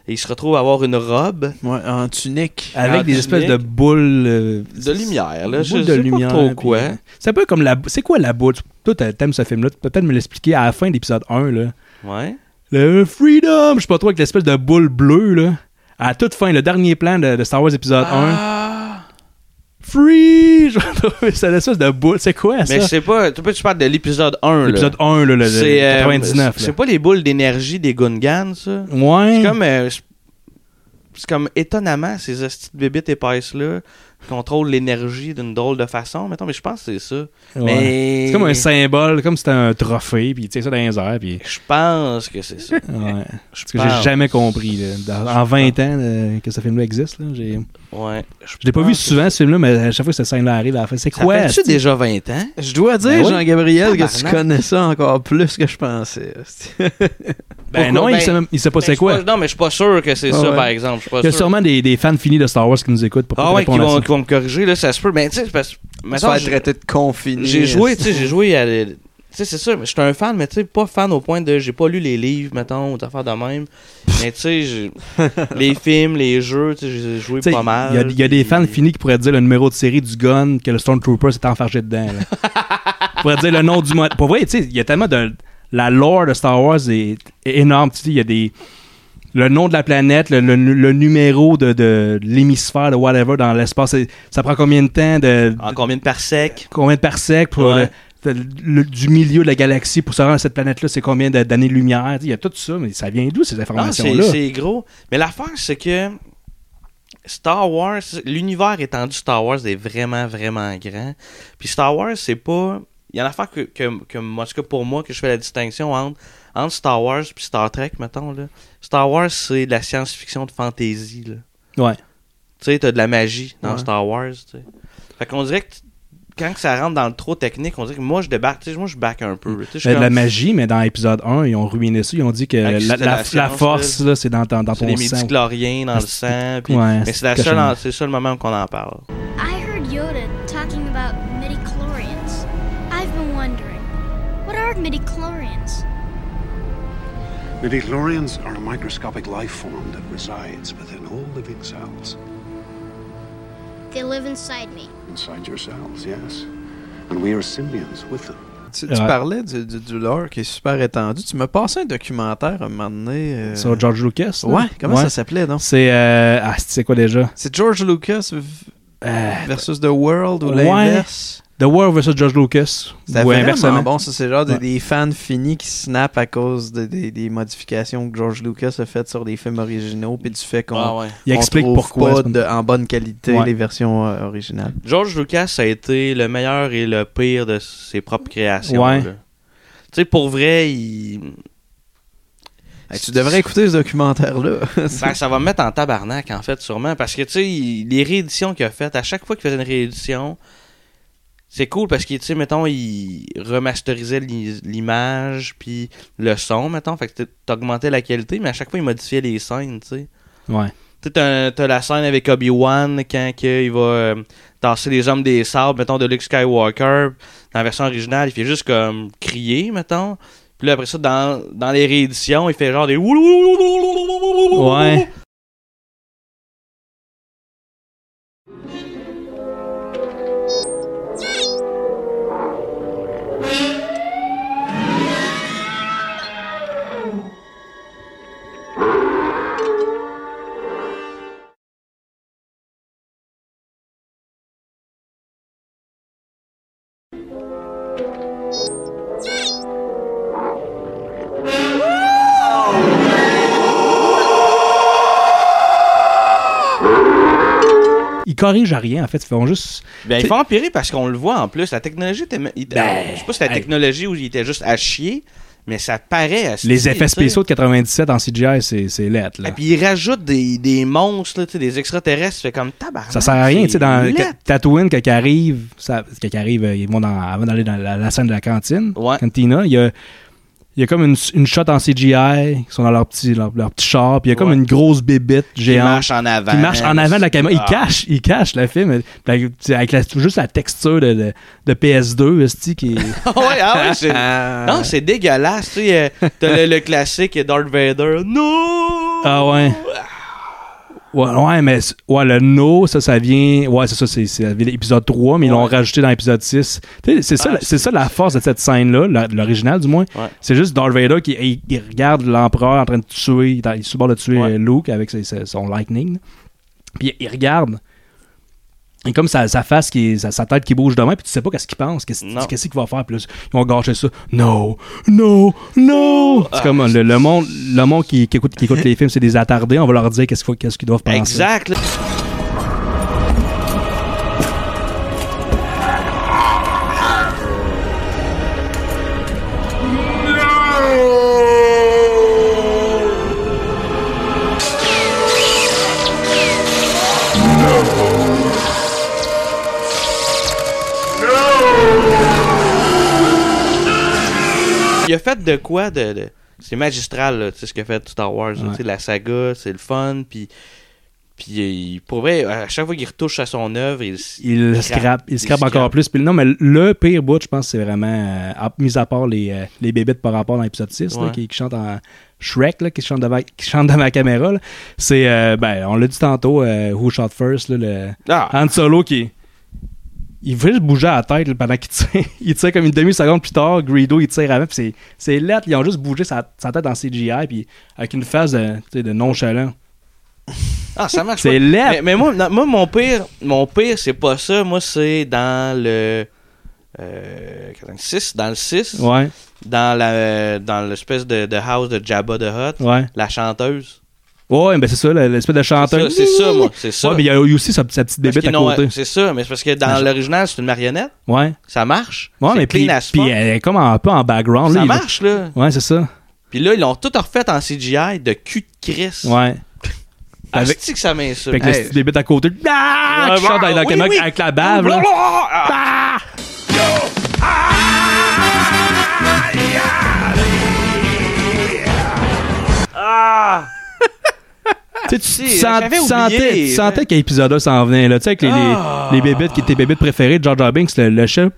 Speaker 1: et ils se retrouvent à avoir une robe.
Speaker 2: Ouais, en tunique.
Speaker 3: Avec
Speaker 1: En
Speaker 3: des espèces de
Speaker 1: tunique.
Speaker 3: boules. euh,
Speaker 1: De lumière, là.
Speaker 3: boules
Speaker 1: Je sais pas trop quoi.
Speaker 3: puis- euh, C'est un peu comme la. bou- C'est quoi la boule Toi, t'a- t'aimes ce film-là. Tu peux peut-être me l'expliquer à la fin de l'épisode 1, là.
Speaker 1: Ouais.
Speaker 3: Le Freedom Je sais pas trop, avec l'espèce de boule bleue, là. À la toute fin, le dernier plan de, de Star Wars épisode 1. Free Je trouve C'est l'espèce de boule. C'est quoi, ça
Speaker 1: Mais c'est pas. Tu peux tu parles de l'épisode 1. là.
Speaker 3: L'épisode 1, là, le- le
Speaker 1: C'est, euh,
Speaker 3: 99,
Speaker 1: C'est
Speaker 3: là. Mmh.
Speaker 1: c'est pas les boules d'énergie des Gungans, ça.
Speaker 3: Ouais.
Speaker 1: C'est comme. euh, c'est- c'est comme étonnamment, ces petites bébites épaisses-là contrôlent l'énergie d'une drôle de façon. Mettons, mais je pense que c'est ça.
Speaker 3: Ouais.
Speaker 1: Mais.
Speaker 3: C'est comme un symbole, comme si c'était un trophée, puis tu sais ça dans les airs, puis.
Speaker 1: Je pense que c'est ça.
Speaker 3: Ouais. Parce que
Speaker 1: pense.
Speaker 3: j'ai jamais compris. là. Dans- en 20 ans euh, que ce film-là existe, là, j'ai.
Speaker 1: Ouais.
Speaker 3: Je l'ai pas vu souvent ce film-là, mais à chaque fois que cette scène-là arrive, à la fin, c'est
Speaker 1: Ça
Speaker 3: quoi
Speaker 1: fait-tu
Speaker 3: c'est-
Speaker 1: déjà 20 ans?
Speaker 2: Je dois dire,
Speaker 3: Ben oui.
Speaker 2: Jean-Gabriel, que tu
Speaker 1: Tabarnak.
Speaker 2: connais ça encore plus que je pensais. hostie.
Speaker 3: Ben non, il sait même- il sait pas
Speaker 1: ben,
Speaker 3: c'est
Speaker 1: je suis
Speaker 3: quoi.
Speaker 1: non, mais je suis pas sûr que c'est
Speaker 3: Ah
Speaker 1: ça,
Speaker 3: ouais.
Speaker 1: par exemple. Je suis pas
Speaker 3: Il y a
Speaker 1: sûr.
Speaker 3: sûrement des, des fans finis de Star Wars qui nous écoutent pour
Speaker 1: Ah
Speaker 3: pas
Speaker 1: ouais, qui
Speaker 3: répondre à
Speaker 1: vont,
Speaker 3: ça.
Speaker 1: qui vont me corriger, là, ça se peut. Mais tu sais, c'est parce que.
Speaker 2: Se
Speaker 1: mettons,
Speaker 2: faire
Speaker 1: je-
Speaker 2: traiter de confiné.
Speaker 1: J'ai joué, tu sais,
Speaker 2: hostie.
Speaker 1: j'ai joué à. Tu sais, c'est sûr, mais je suis un fan, mais tu sais, pas fan au point de. J'ai pas lu les livres, mettons, ou des affaires de même. mais tu sais, j'ai- les films, les jeux, tu sais, j'ai joué
Speaker 3: Tu sais,
Speaker 1: pas mal.
Speaker 3: Il y a, il y a des fans finis qui pourraient dire le numéro de série du gun que le Stormtrooper s'est enfargé dedans. Là. Ils pourraient dire le nom du mode. Pour vrai, tu sais, il y a tellement de. La lore de Star Wars est, est énorme. Tu sais, il y a des. Le nom de la planète, le, le- le numéro de, de l'hémisphère, de whatever, dans l'espace. C'est- Ça prend combien de temps de,
Speaker 1: En combien de parsecs
Speaker 3: combien de parsecs pour
Speaker 1: Ah. Ouais.
Speaker 3: le- le- le- du milieu de la galaxie pour se rendre à cette planète-là, c'est combien d'a- d'années-lumière? Il y a tout ça, mais ça vient d'où ces
Speaker 1: Non, c'est
Speaker 3: informations-là?
Speaker 1: c'est gros. Mais l'affaire, c'est que Star Wars, l'univers étendu Star Wars est vraiment, vraiment grand. Puis Star Wars, c'est pas. Il y a l'affaire que, que, que, en tout cas pour moi, que je fais la distinction entre, entre Star Wars puis Star Trek, mettons. Là. Star Wars, c'est de la science-fiction de fantasy. Là.
Speaker 3: Ouais.
Speaker 1: Tu sais, t'as de la magie dans
Speaker 3: Ouais.
Speaker 1: Star Wars. tu sais. Fait qu'on dirait que t- quand que ça rentre dans le trop technique, on dirait que moi je débarque, tu sais, moi je back un peu. là. Tu sais, je suis
Speaker 3: Ben, de la
Speaker 1: comme-
Speaker 3: magie, mais dans l'épisode 1, ils ont ruiné ça. Ils ont dit que la,
Speaker 1: Avec
Speaker 3: la-
Speaker 1: la
Speaker 3: la
Speaker 1: science,
Speaker 3: force, là, c'est dans, dans- dans
Speaker 1: C'est
Speaker 3: ton
Speaker 1: les
Speaker 3: sang.
Speaker 1: midi-chloriens dans le sang. puis-
Speaker 3: Ouais,
Speaker 1: mais c'est la
Speaker 3: c'est
Speaker 1: seule en-
Speaker 3: cochonnerie.
Speaker 1: c'est le seul moment qu'on en parle.
Speaker 7: I heard Yoda talking about midichlorians. I've been wondering, what are midichlorians?
Speaker 22: Midichlorians are a microscopic life form that resides within all living cells.
Speaker 7: They live inside me.
Speaker 22: Inside your cells, yes. And we are symbionts with them.
Speaker 2: Tu, tu parlais du, du, du lore qui est super étendu. Tu m'as passé un documentaire à un moment donné. euh,
Speaker 3: Sur George Lucas. là?
Speaker 2: Ouais, comment ça s'appelait, non?
Speaker 3: C'est. euh, ah, c'est quoi déjà?
Speaker 2: C'est George Lucas v- versus The World ou
Speaker 3: Euh, Ouais.
Speaker 2: l'inverse.
Speaker 3: The War versus George Lucas.
Speaker 2: C'était
Speaker 3: Ou
Speaker 2: vraiment
Speaker 3: inversement.
Speaker 2: bon, ça. C'est genre des,
Speaker 3: Ouais.
Speaker 2: des fans finis qui snap à cause de- des, des modifications que George Lucas a faites sur des films originaux, puis du fait qu'on
Speaker 1: Ah ouais.
Speaker 2: on
Speaker 1: Il explique
Speaker 2: trouve
Speaker 1: pourquoi,
Speaker 2: pas
Speaker 1: c'est pas-
Speaker 2: de- en bonne qualité
Speaker 1: Ouais.
Speaker 2: les versions euh, originales.
Speaker 1: George Lucas a été le meilleur et le pire de ses propres créations.
Speaker 2: Ouais.
Speaker 1: là. Tu sais, pour vrai, il.
Speaker 2: Hey, tu devrais écouter ce documentaire-là.
Speaker 1: Ben, ça va me mettre en tabarnak, en fait, sûrement. Parce que, tu sais, il- les rééditions qu'il a faites, à chaque fois qu'il faisait une réédition, C'est cool parce que, tu sais, mettons, ils remasterisaient l'im- l'image puis le son, mettons. Fait que t- t'augmentais la qualité, mais à chaque fois, ils modifiaient les scènes, tu sais.
Speaker 3: Ouais.
Speaker 1: Tu sais, t'as- t'as la scène avec Obi-Wan quand que il va euh, tasser les hommes des sables, mettons, de Luke Skywalker. Dans la version originale, il fait juste comme crier, mettons. Puis là, après ça, dans, dans les rééditions, il fait genre des...
Speaker 3: Ouais. Ils corrigent à rien, en fait. Ils font juste.
Speaker 1: Ben, il faut empirer parce qu'on le voit en plus. La technologie était. il était-
Speaker 3: Ben,
Speaker 1: je sais pas si la technologie où il était juste à chier, mais ça paraît à ce
Speaker 3: Les
Speaker 1: style,
Speaker 3: effets
Speaker 1: tu sais.
Speaker 3: spéciaux de 97 en CGI, c'est c'est laid, là.
Speaker 1: Et puis il rajoute des, des monstres, là, tu sais, des extraterrestres, fait comme tabarnak.
Speaker 3: Ça sert à rien, tu sais, dans
Speaker 1: c'est
Speaker 3: que-
Speaker 1: laid.
Speaker 3: Tatooine, quand ils arrivent, ça, quand ils arrivent, euh, ils vont dans, avant d'aller dans la, la scène de la cantine, cantina, il y a, il y a comme une, une shot en CGI, qui sont dans leur petit, leur, leur petit char, puis il y a comme
Speaker 1: Ouais.
Speaker 3: une grosse bébite géante.
Speaker 1: marche en avant.
Speaker 3: Qui marche en avant de la caméra.
Speaker 1: Ah.
Speaker 3: Il cache, il cache le film. Fait que, tu sais, Avec la- juste la texture de, de, de PS2, esti, qui est-
Speaker 1: Ah ouais, ah ouais, c'est. non, c'est dégueulasse, tu sais. euh, T'as le, le classique Darth Vader. Non!
Speaker 3: Ah ouais. Ouais, ouais, mais c- ouais, le no, ça, ça vient. Ouais, c'est ça, c'est, c'est l'épisode 3, mais ils l'ont rajouté dans l'épisode 6. Tu sais, c'est, ça, la- c'est ça la force de cette scène-là, la- l'original du moins. C'est juste Darth Vader qui il, il regarde l'empereur en train de tuer, il est en- il est sur le bord de tuer euh, Luke avec ses- ses- son lightning. Puis il regarde. Et comme sa, sa face, qui, est- sa, sa tête qui bouge de main, puis tu sais pas qu'est-ce qu'il pense, qu'est-ce, qu'est-ce qu'il va faire. Puis là, ils vont gâcher ça. No, no, no. C'est comme le, le monde, le monde qui, qui écoute, qui écoute les films, c'est des attardés. On va leur dire qu'est-ce, qu'il faut- qu'est-ce qu'ils doivent penser.
Speaker 1: Exact. là. Il a fait de quoi de, de- c'est magistral là, tu sais ce qu'a fait Star Wars, là,
Speaker 3: Ouais.
Speaker 1: tu sais, la saga, c'est le fun puis puis euh, il pourrait à chaque fois qu'il retouche à son œuvre, il s-
Speaker 3: Il le scrape, il scrape encore plus. Puis non, mais le pire bout, je pense, c'est vraiment, euh, à- mis à part les, euh, les bébites par rapport à l'épisode 6, là,
Speaker 1: Ouais.
Speaker 3: qui, qui chante en Shrek, là, qui chante devant, qui chante devant la caméra, là. c'est, euh, ben, on l'a dit tantôt, euh, Who Shot First, là, le
Speaker 1: Ah,
Speaker 3: Han Solo qui il veut juste bouger à la tête là, pendant qu'il tire. Il tire comme une demi-seconde plus tard, Greedo il tire avant, puis c'est, c'est lettre, ils ont juste bougé sa, sa tête en CGI, puis avec une phase de, tu sais, de nonchalant.
Speaker 1: Ah, ça marche.
Speaker 3: C'est
Speaker 1: pas.
Speaker 3: laid.
Speaker 1: Mais, mais moi, non, moi, mon pire, mon pire, c'est pas ça. Moi, c'est dans le euh, 6, dans le 6.
Speaker 3: Ouais.
Speaker 1: Dans la euh, dans l'espèce de, de house de Jabba the Hutt.
Speaker 3: Ouais.
Speaker 1: La chanteuse.
Speaker 3: Ouais, ben c'est ça, le- l'espèce de chanteur.
Speaker 1: C'est ça, c'est ça, moi, c'est ça.
Speaker 3: Ouais, mais il y a eu aussi sa, sa petite
Speaker 1: Parce
Speaker 3: bébête à
Speaker 1: qu'ils n'ont-
Speaker 3: côté.
Speaker 1: C'est ça, mais c'est parce que dans l'original, c'est une marionnette.
Speaker 3: Ouais.
Speaker 1: Ça marche.
Speaker 3: Ouais,
Speaker 1: c'est
Speaker 3: mais
Speaker 1: clean
Speaker 3: puis,
Speaker 1: as
Speaker 3: puis
Speaker 1: fuck.
Speaker 3: elle est comme un peu en background.
Speaker 1: Ça
Speaker 3: là, il-
Speaker 1: marche, là.
Speaker 3: Ouais, c'est ça.
Speaker 1: Puis là, ils l'ont tout refait en CGI de cul de Chris.
Speaker 3: Ouais.
Speaker 1: Avec... que ça m'insulte.
Speaker 3: Fait que le
Speaker 1: Hey.
Speaker 3: petit bébé à côté. Ah! qui chante dans la
Speaker 1: oui,
Speaker 3: caméra
Speaker 1: oui.
Speaker 3: avec la bave. là. Ah!
Speaker 1: Ah! Ah!
Speaker 3: Tu sais, tu-
Speaker 1: Si,
Speaker 3: tu sens-
Speaker 1: j'avais
Speaker 3: tu sentais,
Speaker 1: oublié,
Speaker 3: tu
Speaker 1: hein.
Speaker 3: sentais qu'un épisode là s'en venait. Là. Tu sais, avec les, les-
Speaker 1: Ah.
Speaker 3: les, bébites qui étaient bébites préférées de George Jar Binks, le, le chef.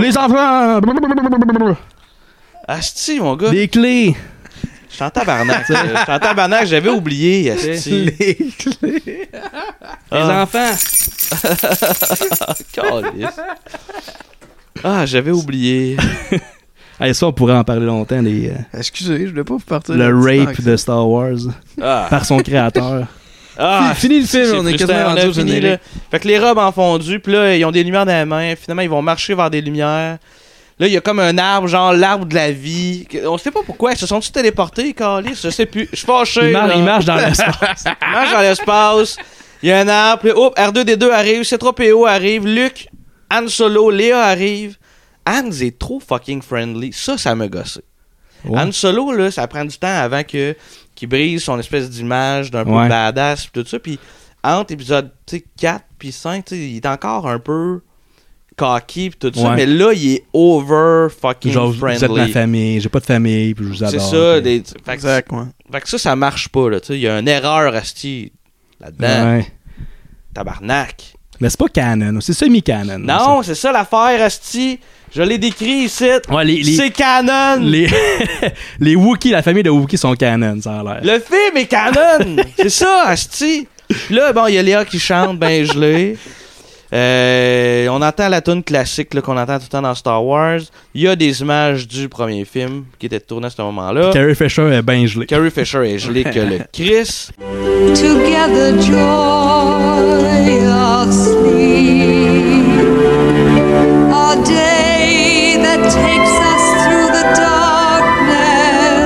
Speaker 3: Les enfants!
Speaker 1: Asti, mon gars.
Speaker 3: Les clés!
Speaker 1: Je suis en tabarnak. ça. Je suis en tabarnak, j'avais oublié, Asti.
Speaker 3: Les clés! Les
Speaker 1: Ah.
Speaker 3: enfants!
Speaker 1: Calisse. Ah, j'avais oublié.
Speaker 3: Hey, ça, on pourrait en parler longtemps. Les, euh,
Speaker 2: Excusez, je voulais pas vous partir.
Speaker 3: le
Speaker 2: là-dessus tant
Speaker 3: rape
Speaker 2: que
Speaker 3: de Star Wars
Speaker 1: Ah.
Speaker 3: par son créateur.
Speaker 1: Ah,
Speaker 2: Fini- fini le film,
Speaker 1: c'est
Speaker 2: on est
Speaker 1: frustrant,
Speaker 2: quasiment
Speaker 1: on a
Speaker 2: rendu au
Speaker 1: fini,
Speaker 2: générique.
Speaker 1: là. Fait que les robes ont fondu, puis là, ils ont des lumières dans la main. Finalement, ils vont marcher vers des lumières. Là, il y a comme un arbre, genre l'arbre de la vie. Que- On sait pas pourquoi. Ils se sont-ils téléportés, Carlis? Je sais plus. Je suis fâché.
Speaker 3: Il marche-
Speaker 1: là.
Speaker 3: il marche dans l'espace.
Speaker 1: il marche dans l'espace. Il y a un arbre. puis hop, R2D2 arrive. C3PO arrive. Luc, Han Solo, Léa arrive. Hans est trop fucking friendly. Ça, ça me gossait.
Speaker 3: Ouais.
Speaker 1: Han Solo, là, ça prend du temps avant que qu'il brise son espèce d'image d'un peu
Speaker 3: Ouais.
Speaker 1: badass pis tout ça. Puis entre épisode tu sais, 4 puis 5, tu sais, il est encore un peu. cocky pis tout ça,
Speaker 3: Ouais.
Speaker 1: mais là, il est over fucking
Speaker 3: Genre, vous
Speaker 1: friendly.
Speaker 3: êtes ma famille, j'ai pas de famille, puis je vous
Speaker 1: C'est
Speaker 3: adore.
Speaker 1: ça.
Speaker 3: puis-
Speaker 1: Des, fait,
Speaker 3: Exact,
Speaker 1: que,
Speaker 3: ouais.
Speaker 1: fait que ça, ça marche pas. Là, tu sais. il y a une erreur asti là-dedans.
Speaker 3: Ouais.
Speaker 1: Tabarnak.
Speaker 3: Mais c'est pas canon, c'est semi-canon.
Speaker 1: Non, c'est ça l'affaire, asti. Je l'ai décrit ici.
Speaker 3: Ouais, les- les-
Speaker 1: C'est canon.
Speaker 3: Les, les Wookiees, la famille de Wookiees sont canon, ça a l'air.
Speaker 1: Le film est canon. c'est ça, asti. Puis Là, bon, il y a Léa qui chante, ben gelé. Euh, on entend la tune classique là, qu'on entend tout le temps dans Star Wars. Il y a des images du premier film qui étaient tournées à ce moment-là.
Speaker 3: Carrie Fisher est bien gelée.
Speaker 1: Carrie Fisher est gelée que le Chris.
Speaker 18: Together joy of sleep. A day that takes us through the darkness.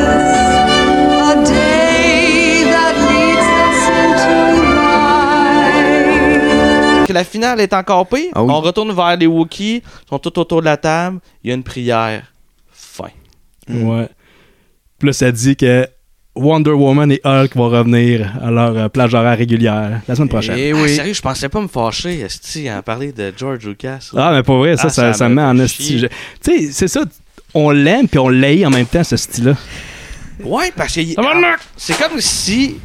Speaker 18: A day that leads us into light.
Speaker 1: que la finale est encore pire.
Speaker 2: Ah oui.
Speaker 1: On retourne vers les Wookiees, ils sont tout autour de la table, il y a une prière. Fin.
Speaker 3: Ouais. Puis là, ça dit que Wonder Woman et Hulk vont revenir à leur euh, plage horaire régulière la semaine prochaine.
Speaker 1: Eh Ah, sérieux, je pensais pas me fâcher, esti, à en parler de George Lucas. là.
Speaker 3: Ah, mais pour vrai, ça,
Speaker 1: Ah,
Speaker 3: ça, ça me met en
Speaker 1: fait
Speaker 3: esti.
Speaker 1: chier.
Speaker 3: Je- Tu sais, c'est ça, on l'aime puis on l'haït en même temps, ce style-là.
Speaker 1: Ouais, parce que il-
Speaker 3: Ah,
Speaker 1: c'est comme si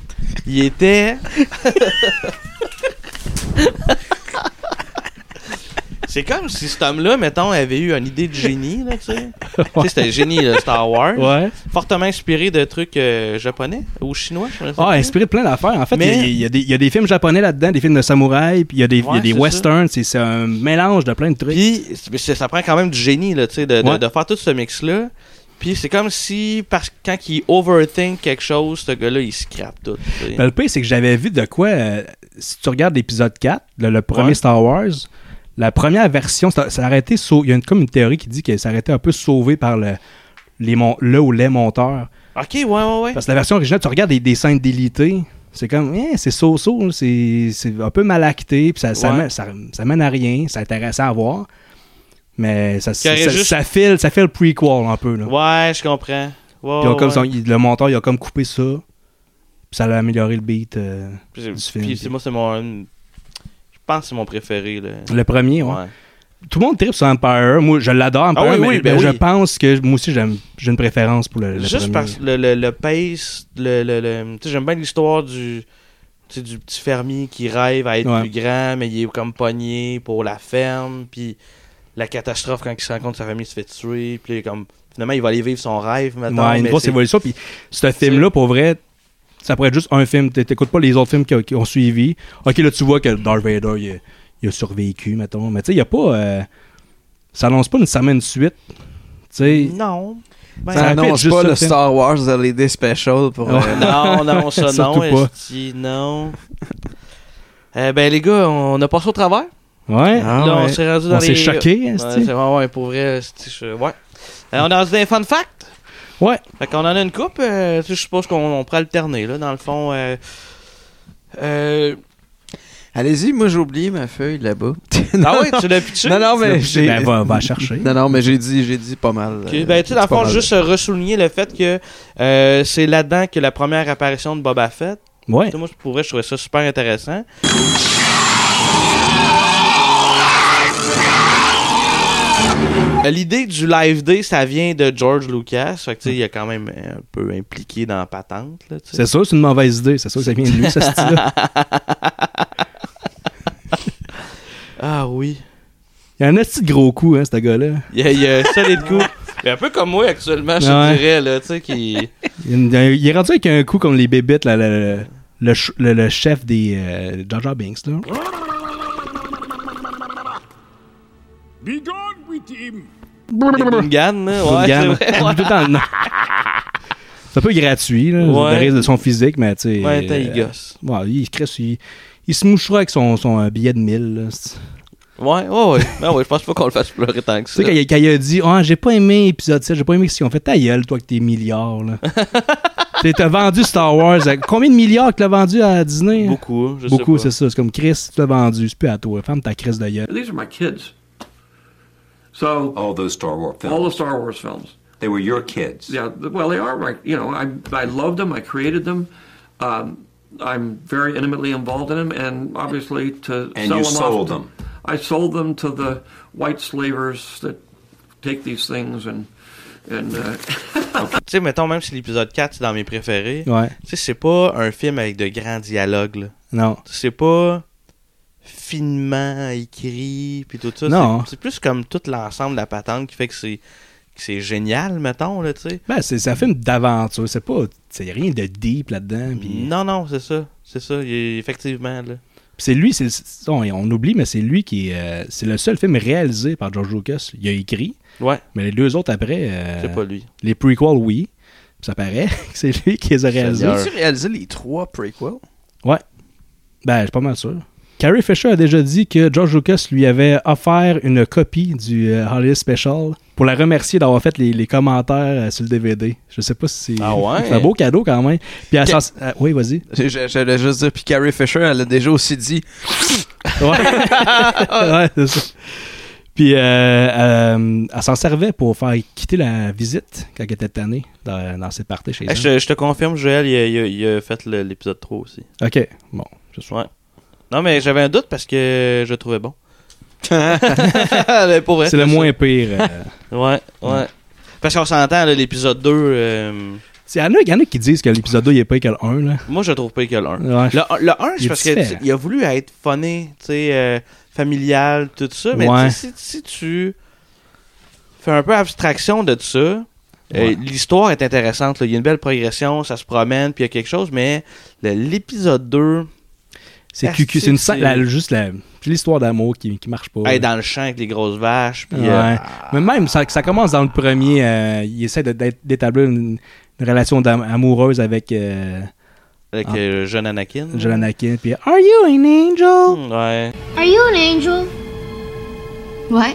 Speaker 1: il était. c'est comme si cet homme-là, mettons, avait eu une idée de génie, là, tu sais. Tu sais, c'était génie de Star Wars.
Speaker 3: Ouais.
Speaker 1: Fortement inspiré de trucs euh, japonais ou chinois. je sais
Speaker 3: Ah,
Speaker 1: pas.
Speaker 3: inspiré de plein d'affaires. En fait, il y a-
Speaker 1: Mais-
Speaker 3: il y, a des- il y a des films japonais là-dedans, des films de samouraï, puis il y a des, il y a
Speaker 1: Ouais,
Speaker 3: des
Speaker 1: c'est
Speaker 3: westerns. C'est c'est un mélange de plein de trucs.
Speaker 1: Puis, c'est- c'est- ça prend quand même du génie là, tu sais, de, de-
Speaker 3: Ouais.
Speaker 1: de faire tout ce mix-là. Puis c'est comme si, parce que quand il overthink quelque chose, ce gars-là, il scrape tout. tu sais.
Speaker 3: Ben, le pire, c'est que j'avais vu de quoi. euh, si tu regardes l'épisode 4, le, le premier
Speaker 1: Ouais.
Speaker 3: Star Wars, la première version, ça ça a arrêté. sau- Il y a une, comme une théorie qui dit que ça a été un peu sauvé par le, les mon- le ou les monteurs.
Speaker 1: Ok, ouais, ouais, ouais.
Speaker 3: Parce que la version originale, tu regardes des, des scènes délitées, c'est comme, eh, c'est so-so, là, c'est c'est un peu mal acté, puis ça, ça,
Speaker 1: Ouais.
Speaker 3: mène, ça, ça mène à rien, c'est intéressant à voir. Mais ça,
Speaker 1: Qui aurait
Speaker 3: ça,
Speaker 1: juste-
Speaker 3: ça file, ça file prequel un peu. Là.
Speaker 1: Ouais, je comprends. Ouais,
Speaker 3: Puis on
Speaker 1: ouais,
Speaker 3: comme
Speaker 1: ouais.
Speaker 3: son- il- le monteur, il a comme coupé ça, puis ça a amélioré le beat euh,
Speaker 1: Puis
Speaker 3: du
Speaker 1: c'est-
Speaker 3: film.
Speaker 1: Puis c'est moi, c'est mon. Je pense que c'est mon préféré. Là.
Speaker 3: Le premier, ouais. Tout le monde tripe sur Empire. Moi, je l'adore, Empire,
Speaker 1: Ah oui,
Speaker 3: mais,
Speaker 1: oui, ben
Speaker 3: mais je
Speaker 1: oui.
Speaker 3: pense que moi aussi, j'aime- j'ai une préférence pour le, le
Speaker 1: Juste
Speaker 3: premier.
Speaker 1: parce que le, le, le pace, le, le, le- tu sais, j'aime bien l'histoire du, tu sais, du petit fermier qui rêve à être
Speaker 3: Ouais.
Speaker 1: plus grand, mais il est comme pogné pour la ferme, puis la catastrophe quand il se rend compte que sa famille se fait tuer, puis là, comme, finalement il va aller vivre son rêve maintenant.
Speaker 3: Ouais, une
Speaker 1: mais
Speaker 3: grosse
Speaker 1: c'est-
Speaker 3: évolution. Puis ce film-là, pour vrai, ça pourrait être juste un film. T'é- T'écoutes pas les autres films qui ont, qui ont suivi. Ok, là, tu vois que Darth Vader, il a, il a survécu, mettons. Mais tu sais, il y a pas. euh, ça annonce pas une semaine de suite. Tu sais.
Speaker 1: Non. Ben,
Speaker 2: Ça
Speaker 3: répète
Speaker 2: annonce
Speaker 3: juste
Speaker 2: pas
Speaker 3: ça,
Speaker 2: le
Speaker 3: film.
Speaker 2: Star Wars Holiday Special pour. euh,
Speaker 1: Non, non, ça non,
Speaker 3: Surtout pas.
Speaker 1: esti, non. Euh, ben les gars, on a passé au travers.
Speaker 3: Ah Ouais.
Speaker 1: là, on s'est rendu dans
Speaker 3: On
Speaker 1: les...
Speaker 3: s'est choqué,
Speaker 1: euh, Ouais,
Speaker 3: esti.
Speaker 1: c'est- ouais, ouais, pour vrai, esti, je- ouais. Euh, on a rendu des fun facts.
Speaker 3: Ouais.
Speaker 1: Fait qu'on en a une coupe. euh, tu sais, je suppose qu'on on pourrait alterner, là, dans le fond. euh, euh,
Speaker 2: Allez-y, moi j'ai oublié ma feuille là-bas.
Speaker 1: Ah ouais, tu l'as pitché?
Speaker 2: Non, non,
Speaker 3: Tu l'as
Speaker 2: mais
Speaker 3: pitché?
Speaker 2: j'ai.
Speaker 3: Ben, va- va chercher.
Speaker 2: Non, non, mais j'ai dit, j'ai dit pas mal.
Speaker 1: ok,
Speaker 2: euh,
Speaker 1: ben, tu sais, dans le
Speaker 2: j'ai dit pas
Speaker 1: fond,
Speaker 2: mal.
Speaker 1: juste euh, ressouligner le fait que euh, c'est là-dedans que la première apparition de Boba Fett.
Speaker 3: Ouais.
Speaker 1: Tu sais, Moi, pour vrai, je trouvais ça super intéressant. Euh, L'idée du live day, ça vient de George Lucas. Fait que, tu sais, il est quand même euh, un peu impliqué dans la patente. Là, tu sais.
Speaker 3: C'est sûr, c'est une mauvaise idée. C'est sûr que ça vient de lui, ce style-là.
Speaker 1: Ah oui.
Speaker 3: Il y en a un petit gros coup, hein, ce gars-là.
Speaker 1: Il y a, il y a un solide coup. Mais un peu comme moi actuellement, je
Speaker 3: Ouais.
Speaker 1: te dirais, là, tu sais, qui.
Speaker 3: Il, y a une- il est rendu avec un coup comme les bébites, là, le, le ch- le- le chef des euh, Jar Jar Binks. Là.
Speaker 4: Be gone with him.
Speaker 1: Gungan, là. Ouais,
Speaker 3: Gungan.
Speaker 1: c'est vrai.
Speaker 3: Tout le temps, non. C'est un peu gratuit, là,
Speaker 1: Ouais.
Speaker 3: le risque de son physique, mais tu sais. euh,
Speaker 1: Ouais, attends, il gosse.
Speaker 3: ouais, il, crisse- il- il se mouchera avec son, son, euh, billet de 1000. là. C'est-
Speaker 1: Ouais, ouais, ouais. Ben ouais, je pense pas qu'on le fasse pleurer tant que
Speaker 3: Tu
Speaker 1: ça.
Speaker 3: sais, quand, il- quand il a dit Ah, j'ai pas aimé épisode 7, j'ai pas aimé ce qu'ils ont fait. Ta gueule, toi, que t'es milliard. là. T'es- T'as vendu Star Wars. à- Combien de milliards que l'as vendu à Disney hein?
Speaker 1: Beaucoup, je sais
Speaker 3: Beaucoup,
Speaker 1: pas.
Speaker 3: c'est ça. C'est comme Chris, tu l'as vendu. C'est plus à toi. Ferme ta crise de gueule.
Speaker 8: These are my kids. So
Speaker 23: All those Star Wars films.
Speaker 8: all the Star Wars films.
Speaker 23: They were your kids.
Speaker 8: Yeah, th- Uh, well, they are my. You know, I I loved them. I created them. Um, I'm very intimately involved in them, and obviously to
Speaker 23: And
Speaker 8: sell
Speaker 23: you
Speaker 8: them
Speaker 23: sold
Speaker 8: off,
Speaker 23: them.
Speaker 8: I sold them to the white slavers that take these things and and uh,
Speaker 1: Tu sais, mettons, même si l'épisode 4, c'est dans mes préférés,
Speaker 3: Ouais.
Speaker 1: tu sais, c'est pas un film avec de grands dialogues, là.
Speaker 3: Non.
Speaker 1: C'est pas finement écrit, puis tout ça.
Speaker 3: Non.
Speaker 1: C'est c'est plus comme tout l'ensemble de la patente qui fait que c'est que c'est génial, mettons, là, tu sais.
Speaker 3: Ben, c'est c'est un film d'aventure. C'est pas. C'est rien de deep là-dedans. puis-
Speaker 1: Non, non, c'est ça. C'est ça, il est- effectivement, là.
Speaker 3: Puis C'est lui, c'est- c'est- on, on oublie, mais c'est lui qui. euh, c'est le seul film réalisé par George Lucas. Il a écrit.
Speaker 1: Ouais.
Speaker 3: Mais les deux autres après. euh,
Speaker 1: C'est pas lui.
Speaker 3: Les prequels, oui. Puis Ça paraît que c'est lui qui les a réalisés.
Speaker 2: tu réalisé les trois prequels?
Speaker 3: Ouais. Ben, je suis pas mal sûr. Carrie Fisher a déjà dit que George Lucas lui avait offert une copie du euh, Holiday Special pour la remercier d'avoir fait les, les commentaires euh, sur le DVD. Je sais pas si.
Speaker 2: Ah ouais?
Speaker 3: C'est un beau cadeau quand même. Puis elle
Speaker 2: Que-
Speaker 3: s'en- euh, Oui, vas-y.
Speaker 2: Je- je- J'allais juste dire, puis Carrie Fisher, elle a déjà aussi dit.
Speaker 3: ouais, c'est ça. Puis euh, euh, elle s'en servait pour faire quitter la visite quand elle était tannée dans, dans ses parties chez
Speaker 1: Hey,
Speaker 3: elle.
Speaker 1: je, je te confirme, Joël, il a, il a- il a fait le- l'épisode 3 aussi.
Speaker 3: Ok, bon. je
Speaker 1: Ouais. Non, mais j'avais un doute parce que je le trouvais bon. Mais pour vrai,
Speaker 3: C'est le
Speaker 1: ça.
Speaker 3: moins pire, euh.
Speaker 1: ouais, ouais. Parce qu'on s'entend, là, l'épisode 2, euh,
Speaker 3: Il y, en a- y en a qui disent que l'épisode 2 il est pas que le 1. Là.
Speaker 1: moi je le trouve pas que le 1.
Speaker 3: Ouais.
Speaker 1: Le, le 1,
Speaker 3: Il
Speaker 1: c'est
Speaker 3: est
Speaker 1: parce que
Speaker 3: différent.
Speaker 1: tu- il a voulu être funny, tu sais, euh, familial, tout ça, mais
Speaker 3: Ouais.
Speaker 1: tu sais, si, si tu fais un peu abstraction de ça, euh,
Speaker 3: Ouais.
Speaker 1: l'histoire est intéressante, là. il y a une belle progression, ça se promène, puis il y a quelque chose, mais le- l'épisode 2...
Speaker 3: C'est
Speaker 1: Ah,
Speaker 3: cucu. C'est une scène-
Speaker 1: c'est-
Speaker 3: la- juste la- c'est l'histoire d'amour qui, qui marche pas.
Speaker 1: Hey,
Speaker 3: là.
Speaker 1: dans le champ avec les grosses vaches. Puis,
Speaker 3: Ouais.
Speaker 1: euh,
Speaker 3: Mais même, ça, ça commence dans le premier. euh, il essaie de- d'être- d'établir une, une relation d'am- amoureuse avec euh,
Speaker 1: avec
Speaker 3: Ah.
Speaker 1: euh, jeune Anakin.
Speaker 3: John Anakin. Puis, Are you an angel?
Speaker 1: Ouais.
Speaker 7: Are you an angel? What?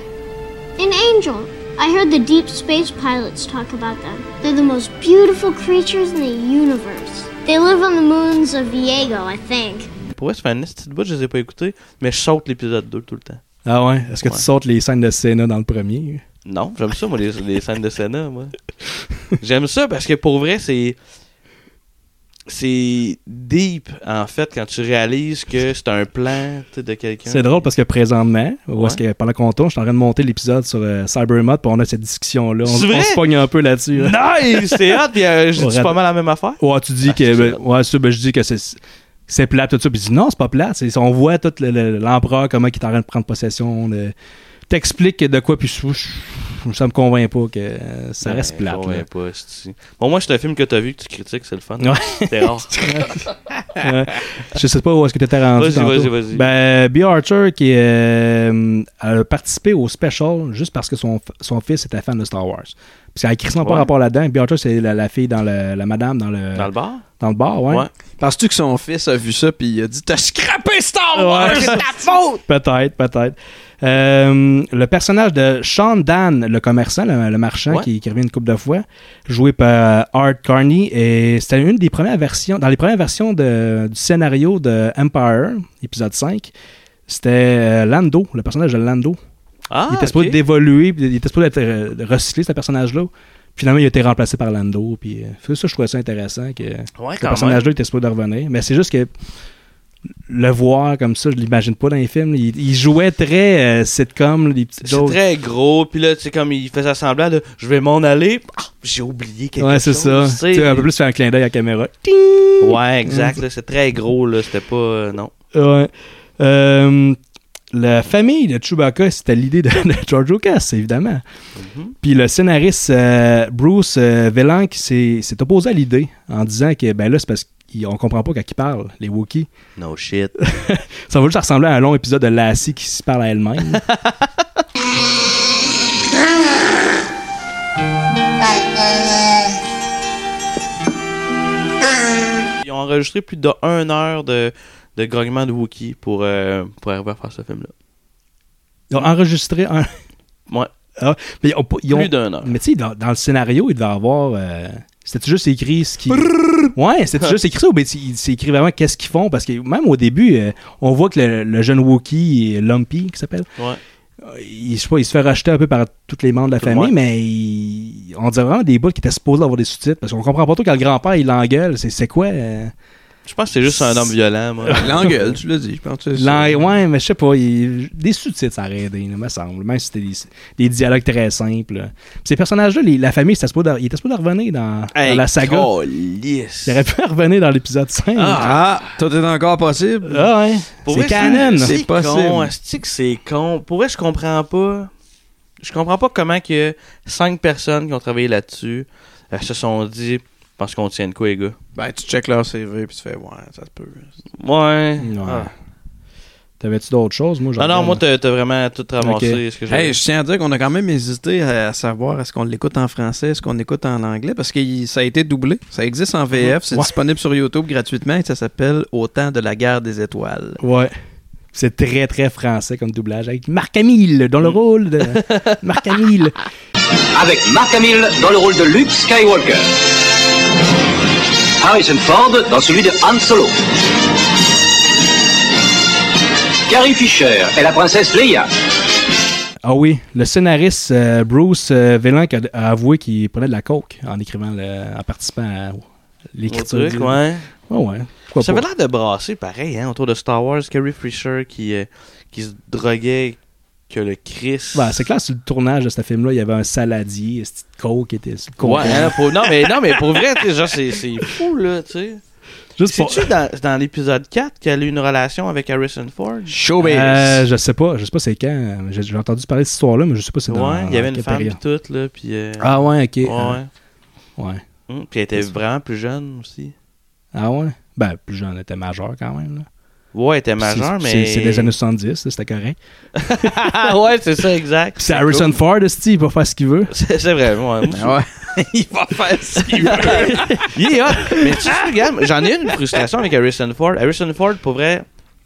Speaker 7: An angel. I heard the deep space pilots talk about them. They're the most beautiful creatures in the universe. They live on the moons of Diego, I think.
Speaker 1: Pour vrai, ça fait un petit bout, je les ai pas écoutés, mais je saute l'épisode 2 tout le temps.
Speaker 3: Ah ouais? Est-ce que
Speaker 1: Ouais.
Speaker 3: tu sortes les scènes de Senna dans le premier?
Speaker 1: Non, j'aime ça, moi, les, les scènes de Senna, moi. J'aime ça parce que pour vrai, c'est. C'est deep, en fait, quand tu réalises que c'est un plan tu sais, de quelqu'un.
Speaker 3: C'est drôle parce que présentement, où
Speaker 1: Ouais.
Speaker 3: est-ce que, pendant qu'on tourne, je suis en train de monter l'épisode sur euh, Cybermod, puis on a cette discussion-là. On,
Speaker 1: C'est vrai?
Speaker 3: on se pogne un peu là-dessus. là.
Speaker 1: Nice! Ah, C'est hot, puis euh, je
Speaker 3: On
Speaker 1: dis pas
Speaker 3: rate-
Speaker 1: mal la même affaire.
Speaker 3: Ouais, tu dis que. ben, ouais, ça, ben, je dis que c'est. C'est plat, tout ça. Puis je dis non, c'est pas plat. C'est, on voit tout le- le- l'empereur, comment il est en train de prendre possession. de- T'expliques de quoi, puis je, je- ça me convainc pas que euh, ça reste
Speaker 1: Ben,
Speaker 3: plate.
Speaker 1: convainc
Speaker 3: là.
Speaker 1: pas, c'est-tu. Bon, moi, c'est un film que t'as vu, que tu critiques, c'est le fun.
Speaker 3: Ouais.
Speaker 1: C'est rare.
Speaker 3: Ouais. je sais pas où est-ce que t'étais rendu.
Speaker 1: Vas-y,
Speaker 3: tantôt.
Speaker 1: vas-y, vas-y.
Speaker 3: Ben, Bill Archer qui euh, a participé au special juste parce que son, son fils était fan de Star Wars. Puis elle a crissement pas
Speaker 2: Ouais.
Speaker 3: rapport là-dedans. Bill Archer, c'est la, la fille dans le, la madame dans le.
Speaker 1: Dans le bar?
Speaker 3: Dans le bar, ouais.
Speaker 2: Ouais. Penses-tu que son fils a vu ça, puis il a dit T'as scrappé Star
Speaker 3: Ouais.
Speaker 2: Wars, Oh, c'est ta faute!
Speaker 3: Peut-être, peut-être. Euh, le personnage de Sean Dan, le commerçant, le, le marchand
Speaker 2: Ouais.
Speaker 3: qui, qui revient une couple de fois, joué par euh, Art Carney, et c'était une des premières versions, dans les premières versions de- du scénario de Empire, épisode 5, c'était euh, Lando, le personnage de Lando.
Speaker 1: Ah,
Speaker 3: il était supposé
Speaker 1: ok.
Speaker 3: d'évoluer, puis il était supposé être euh, recyclé, ce personnage-là. Finalement, il a été remplacé par Lando. Puis, euh, c'est ça, je trouvais ça intéressant que le
Speaker 1: quand
Speaker 3: personnage-là
Speaker 1: même.
Speaker 3: était supposé de revenir. Mais c'est juste que le voir comme ça, je l'imagine pas dans les films. Il, il jouait très euh, sitcom, les petites
Speaker 1: C'est
Speaker 3: jokes.
Speaker 1: très gros, puis là, tu sais, comme il faisait semblant de je vais m'en aller, Ah, j'ai oublié quelque
Speaker 3: Ouais, c'est
Speaker 1: chose.
Speaker 3: ça.
Speaker 1: tu sais.
Speaker 3: Tu sais, un peu plus faire un clin d'œil à la caméra.
Speaker 1: Ouais, exact, là, c'est très gros, là, c'était pas. euh, non.
Speaker 3: Ouais. Euh, la famille de Chewbacca, c'était l'idée de, de George Lucas, évidemment.
Speaker 1: Mm-hmm.
Speaker 3: Puis le scénariste euh, Bruce euh, Velan qui s'est s'est opposé à l'idée en disant que ben là, c'est parce qu'on comprend pas quand ils parlent, les Wookiees.
Speaker 1: No shit.
Speaker 3: ça va juste ressembler à un long épisode de Lassie qui se parle à elle-même.
Speaker 1: Ils ont enregistré plus de 1 heure de, de grognement de Wookiee pour, euh, pour arriver à faire ce film-là.
Speaker 3: Ils ont enregistré un.
Speaker 1: Ouais.
Speaker 3: Ah, mais ils ont, pas- ils ont-
Speaker 1: Plus d'un heure.
Speaker 3: Mais tu sais, dans, dans le scénario, il devait avoir. euh, c'était juste écrit ce qui. Ouais, c'était juste écrit ça ou bien c'est- il- c'est écrit vraiment qu'est-ce qu'ils font parce que même au début, euh, on voit que le, le jeune Wookie, Lumpy, qui s'appelle,
Speaker 1: Ouais.
Speaker 3: euh, il, je sais pas, il se fait racheter un peu par tous les membres de la
Speaker 1: Tout le
Speaker 3: famille,
Speaker 1: monde.
Speaker 3: mais il- on dirait vraiment des bouts qui étaient supposés avoir des sous-titres parce qu'on comprend pas trop quand le grand-père il l'engueule. C'est c'est quoi euh,
Speaker 1: Je pense que c'est juste un homme violent, moi.
Speaker 2: L'engueule, tu l'as dit, je pense. que c'est ça.
Speaker 3: L'en- Ouais, mais je sais pas. il- Des sous-titres, ça aurait aidé, là, me semble. Même si c'était des, des dialogues très simples. là. Puis Ces personnages-là, les- la famille, c'était supposé de- il était supposé de revenir dans, dans
Speaker 1: Hey,
Speaker 3: la saga.
Speaker 2: oh,
Speaker 1: calisse.
Speaker 2: Ben,
Speaker 3: Il aurait pu revenir dans l'épisode 5.
Speaker 1: Ah,
Speaker 2: tout est encore possible.
Speaker 3: Ah ouais.
Speaker 1: Pour
Speaker 3: C'est
Speaker 1: vrai,
Speaker 3: canon.
Speaker 1: C'est con. asti que C'est con. Pour vrai, je comprends pas. Je comprends pas comment que cinq personnes qui ont travaillé là-dessus euh, se sont dit parce qu'on tient de quoi, les gars.
Speaker 2: Ben, tu check leur CV puis tu fais, ouais, ça se peut.
Speaker 1: Ouais.
Speaker 3: Ah. T'avais-tu d'autres choses? Moi, j'en
Speaker 1: Ah Non, non,
Speaker 3: regarde,
Speaker 1: moi, t'as
Speaker 3: là.
Speaker 1: t'as vraiment tout ramassé.
Speaker 2: Ok.
Speaker 1: Ce que j'avais.
Speaker 2: hey, je tiens à dire qu'on a quand même hésité à, à savoir est-ce qu'on l'écoute en français, est-ce qu'on l'écoute en anglais, parce que il- ça a été doublé. Ça existe en VF, c'est
Speaker 3: Ouais.
Speaker 2: disponible sur YouTube gratuitement et ça s'appelle Au temps de la guerre des étoiles.
Speaker 3: Ouais. C'est très, très français comme doublage. Avec Marc Camille dans le
Speaker 1: Mm.
Speaker 3: rôle de Marc Camille.
Speaker 11: Avec Mark Hamill dans le rôle de Luke Skywalker. Harrison Ford dans celui de Han Solo. Carrie Fisher est la princesse Leia.
Speaker 3: Ah oui, le scénariste euh, Bruce euh, Velanc a, a avoué qu'il prenait de la coke en écrivant, le- en participant à l'écriture.
Speaker 1: Au truc,
Speaker 3: du-
Speaker 1: ouais.
Speaker 3: Ouais, ouais. Pourquoi
Speaker 1: ça
Speaker 3: pas?
Speaker 1: avait l'air de brasser pareil, hein, autour de Star Wars. Carrie Fisher qui, euh, qui se droguait que le Christ.
Speaker 3: Ouais, Bah, Ben, c'est clair, sur le tournage de ce film-là, il y avait un saladier, cette petite coke qui était sur le comptoir.
Speaker 1: Ouais, hein, pour- non, mais, non, mais pour vrai, tu sais, genre, c'est c'est fou, là, tu sais.
Speaker 3: Juste
Speaker 1: C'est-tu dans, dans l'épisode 4 qu'elle a eu une relation avec Harrison Ford?
Speaker 2: Showbiz.
Speaker 3: Euh, je sais pas, je sais pas c'est quand. J'ai j'ai entendu parler de cette histoire-là, mais je sais pas c'est dans
Speaker 1: ouais, il y avait une
Speaker 3: dans quelle
Speaker 1: femme
Speaker 3: période.
Speaker 1: pis toute, là, pis... euh,
Speaker 3: Ah ouais, ok.
Speaker 1: Ouais,
Speaker 3: Euh,
Speaker 1: ouais.
Speaker 3: ouais.
Speaker 1: Hum, Pis elle était vraiment plus jeune, aussi.
Speaker 3: Ah ouais? Ben, plus jeune, était majeur quand même. Là.
Speaker 1: Ouais, elle était
Speaker 3: Puis
Speaker 1: majeure,
Speaker 3: c'est-
Speaker 1: mais...
Speaker 3: C'est c'est des années 70, là, c'était correct.
Speaker 1: Ah ouais, c'est ça, exact.
Speaker 3: Puis c'est Harrison
Speaker 1: cool.
Speaker 3: Ford, esti, il va faire ce qu'il veut.
Speaker 1: C'est c'est vrai, ouais.
Speaker 3: Ah
Speaker 2: il va faire ce
Speaker 1: qu'il veut. il est hot. Mais tu sais, regarde, j'en ai une frustration avec Harrison Ford. Harrison Ford, pour vrai,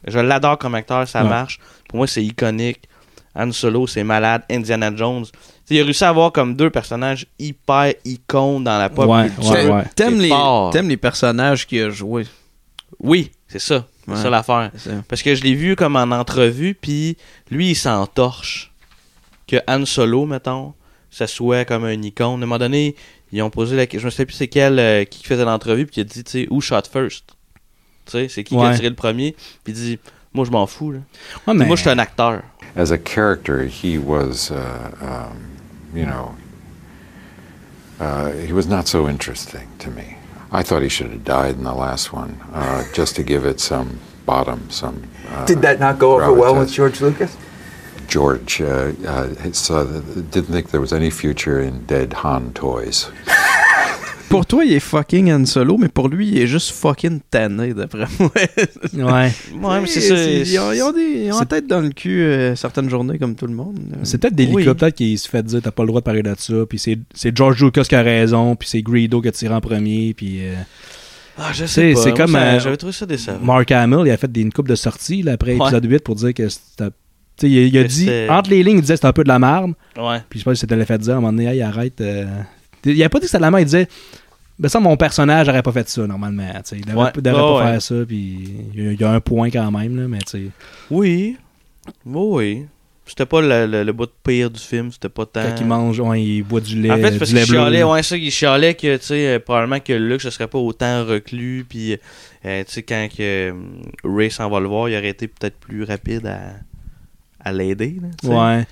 Speaker 1: je l'adore comme acteur, ça
Speaker 3: Ouais.
Speaker 1: marche. Pour moi, c'est iconique. Han Solo, c'est malade. Indiana Jones. Tu sais, il a réussi à avoir comme deux personnages hyper icônes dans la pop
Speaker 3: Ouais,
Speaker 1: culture.
Speaker 3: ouais, ouais.
Speaker 2: T'aimes
Speaker 1: C'est
Speaker 2: les,
Speaker 1: fort.
Speaker 2: t'aimes les personnages qu'il a joués.
Speaker 1: Oui, c'est ça.
Speaker 2: Ouais.
Speaker 1: C'est ça l'affaire.
Speaker 2: C'est ça.
Speaker 1: Parce que je l'ai vu comme en entrevue, puis lui, il s'en torche. Que Han Solo, mettons, ça soit comme un icône. À un moment donné, ils ont posé la question, je me sais plus c'est quel euh, qui faisait l'entrevue, puis il a dit, tu sais, who shot first? Tu sais, c'est qui qui a
Speaker 3: Ouais.
Speaker 1: tiré le premier? Puis il dit, moi, je m'en fous. Là.
Speaker 3: Ouais, Ah, mais-
Speaker 1: Moi, je suis un acteur.
Speaker 9: As a character, he was, uh, um, you know, uh, he was not so interesting to me. I thought he should have died in the last one, uh, just to give it some bottom, some. Uh,
Speaker 23: Did that not go over well with
Speaker 9: gravitas.
Speaker 23: George Lucas?
Speaker 9: George uh, uh, saw that- didn't think there was any future in dead Han toys.
Speaker 2: Pour toi, il est fucking Han Solo, mais pour lui, il est juste fucking tanné, d'après moi.
Speaker 3: Ouais.
Speaker 1: Ouais, mais c'est
Speaker 2: Tu sais,
Speaker 1: ça.
Speaker 2: Ils ont, ils ont des, ils ont la
Speaker 1: c'est-
Speaker 2: tête dans le cul euh, certaines journées, comme tout le monde.
Speaker 3: C'est peut-être délicat, peut-être qu'il se fait dire t'as pas le droit de parler de ça, puis c'est c'est George Lucas qui a raison, puis c'est Greedo qui a tiré en premier, puis... euh,
Speaker 1: Ah, je
Speaker 3: tu
Speaker 1: sais pas.
Speaker 3: C'est
Speaker 1: Moi,
Speaker 3: comme...
Speaker 1: ça-
Speaker 3: euh,
Speaker 1: j'avais trouvé ça décevant.
Speaker 3: Mark Hamill, il a fait des, une coupe de sorties là, après
Speaker 1: Ouais.
Speaker 3: épisode 8 pour dire que c'était... tu sais, il, a- il a
Speaker 1: Que
Speaker 3: dit...
Speaker 1: c'était-
Speaker 3: Entre les lignes, il disait c'était un peu de la marde.
Speaker 1: Ouais.
Speaker 3: Puis je pense que c'était le fait de dire à un moment donné, hey, arrête... euh, Il a pas dit que c'était de la marde, il disait... Ben ça, mon personnage n'aurait pas fait ça, normalement. tu sais. Il devrait
Speaker 1: Ouais.
Speaker 3: il devrait
Speaker 1: Ah,
Speaker 3: pas
Speaker 1: ouais.
Speaker 3: faire ça, puis il y a- il y, a un point quand même, là, mais tu sais...
Speaker 1: Oui. Oui. C'était pas le, le, le bout de pire du film, c'était pas tant.
Speaker 3: Quand il mange, ouais, il boit du lait,
Speaker 1: Ben. En fait, c'est parce
Speaker 3: euh, du lait
Speaker 1: qu'il
Speaker 3: bleu.
Speaker 1: chialait,
Speaker 3: là.
Speaker 1: ouais, ça, il chialait que, tu sais, euh, probablement que Luke, ce serait pas autant reclus, puis, euh, tu sais, quand que, hum, Ray s'en va le voir, il aurait été peut-être plus rapide à, à l'aider, là, tu sais.
Speaker 3: Ouais.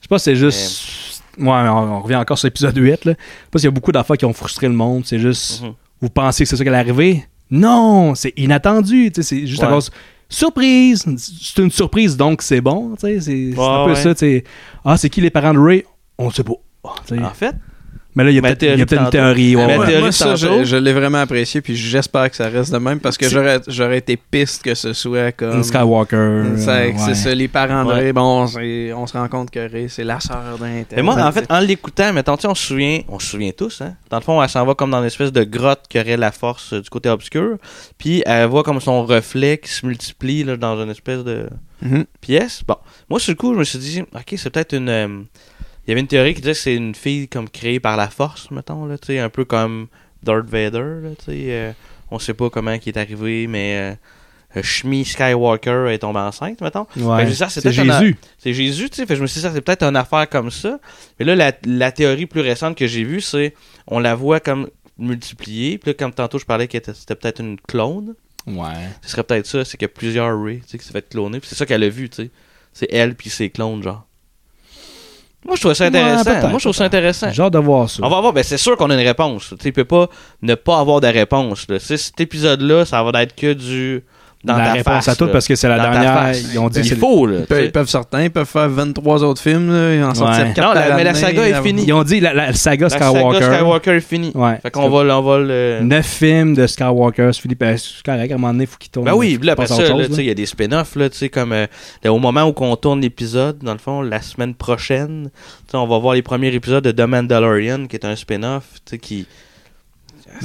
Speaker 3: Je pense que c'est juste. Ouais, on, on revient encore sur l'épisode 8. Là. Je pense qu'il y a beaucoup d'affaires qui ont frustré le monde. C'est juste.
Speaker 1: Mhm.
Speaker 3: Vous pensez que c'est ça qui allait arriver? Non! C'est inattendu. Tu sais, C'est juste
Speaker 1: Ouais.
Speaker 3: à cause. Surprise! C'est une surprise, donc c'est bon. tu sais, C'est c'est un
Speaker 1: Ouais,
Speaker 3: peu
Speaker 1: ouais.
Speaker 3: ça. tu sais. Ah, c'est qui les parents de Ray? On sait pas. Ah, tu sais.
Speaker 1: En fait,
Speaker 3: Mais là, il y a
Speaker 1: ma
Speaker 3: peut-être il y
Speaker 1: théorie
Speaker 3: a peut-être une
Speaker 1: tantôt.
Speaker 3: théorie. ouais,
Speaker 1: Ma
Speaker 3: ouais.
Speaker 1: théorie
Speaker 2: Moi, ça,
Speaker 1: tantôt.
Speaker 2: je, je l'ai vraiment apprécié, puis j'espère que ça reste de même, parce que j'aurais, j'aurais été piste que ce soit comme...
Speaker 3: Un Skywalker.
Speaker 2: C'est,
Speaker 3: euh,
Speaker 2: c'est
Speaker 3: ouais.
Speaker 2: ça, les parents de
Speaker 1: Ouais.
Speaker 2: Ray, bon, c'est- on se rend compte que Ray, c'est la sœur d'un tel. Ben,
Speaker 1: Mais moi, en fait, en l'écoutant, mettons, tu sais, on se souvient, on se souvient tous, hein. Dans le fond, elle s'en va comme dans l'espèce de grotte qu'aurait la force euh, du côté obscur. Puis elle voit comme son reflet qui se multiplie là, dans une espèce de
Speaker 2: Mhm.
Speaker 1: pièce. Bon, moi, sur le coup, je me suis dit, ok, c'est peut-être une. euh, Il y avait une théorie qui disait que c'est une fille comme créée par la force, mettons, là, tu sais, un peu comme Darth Vader, là, tu sais. euh, on sait pas comment qui est arrivé, mais. euh, euh, Shmi Skywalker est tombée enceinte, mettons.
Speaker 3: Ouais.
Speaker 1: Fait que je dis, ah,
Speaker 3: C'est
Speaker 1: peut-être un-
Speaker 3: Jésus.
Speaker 1: c'est Jésus, tu sais. Fait que je me suis dit, ça, c'est peut-être une affaire comme ça. Mais là, la, la théorie plus récente que j'ai vue, c'est on la voit comme multipliée. Puis là, comme tantôt, je parlais que c'était peut-être une clone.
Speaker 3: Ouais.
Speaker 1: Ce serait peut-être ça, c'est qu'il y a plusieurs Ray tu sais, qui se fait cloner. Puis c'est ça qu'elle a vu, tu sais. C'est elle puis ses clones, genre. Moi, je trouve ça intéressant.
Speaker 3: peut-être,
Speaker 1: Moi, je trouve ça
Speaker 3: peut-être.
Speaker 1: intéressant.
Speaker 3: J'ai hâte de voir ça.
Speaker 1: On va voir, ben c'est sûr qu'on a une réponse. Tu sais, il peut pas ne pas avoir de réponse. là. Tu sais, cet épisode-là, ça va être que du. Dans
Speaker 3: La
Speaker 1: ta
Speaker 3: réponse
Speaker 1: face,
Speaker 3: à tout,
Speaker 1: là.
Speaker 3: parce que c'est la
Speaker 1: Dans ta
Speaker 3: dernière,
Speaker 1: face.
Speaker 3: ils ont dit
Speaker 1: Ben,
Speaker 3: que
Speaker 1: Il
Speaker 3: c'est-
Speaker 1: faut, là.
Speaker 2: Ils
Speaker 1: tu
Speaker 2: peuvent,
Speaker 1: sais.
Speaker 2: ils peuvent certains, ils peuvent faire 23 autres films, là, ils en sortir
Speaker 3: Ouais.
Speaker 2: 4
Speaker 1: Non, la- mais la saga est finie.
Speaker 3: Ils ont dit la, la saga
Speaker 1: La
Speaker 3: Skywalker.
Speaker 1: saga Skywalker est finie.
Speaker 3: Ouais.
Speaker 1: Fait qu'on va, on va le.
Speaker 3: Neuf films de Skywalker, c'est fini. Ben, c'est correct, à un moment donné, il faut qu'ils tournent.
Speaker 1: Ben oui, là, après
Speaker 3: passent à
Speaker 1: ça,
Speaker 3: autre
Speaker 1: là,
Speaker 3: chose,
Speaker 1: tu sais, il y a des spin-offs, là, tu sais, comme euh, là, au moment où on tourne l'épisode, dans le fond, la semaine prochaine, tu sais, on va voir les premiers épisodes de The Mandalorian, qui est un spin-off, tu sais, qui...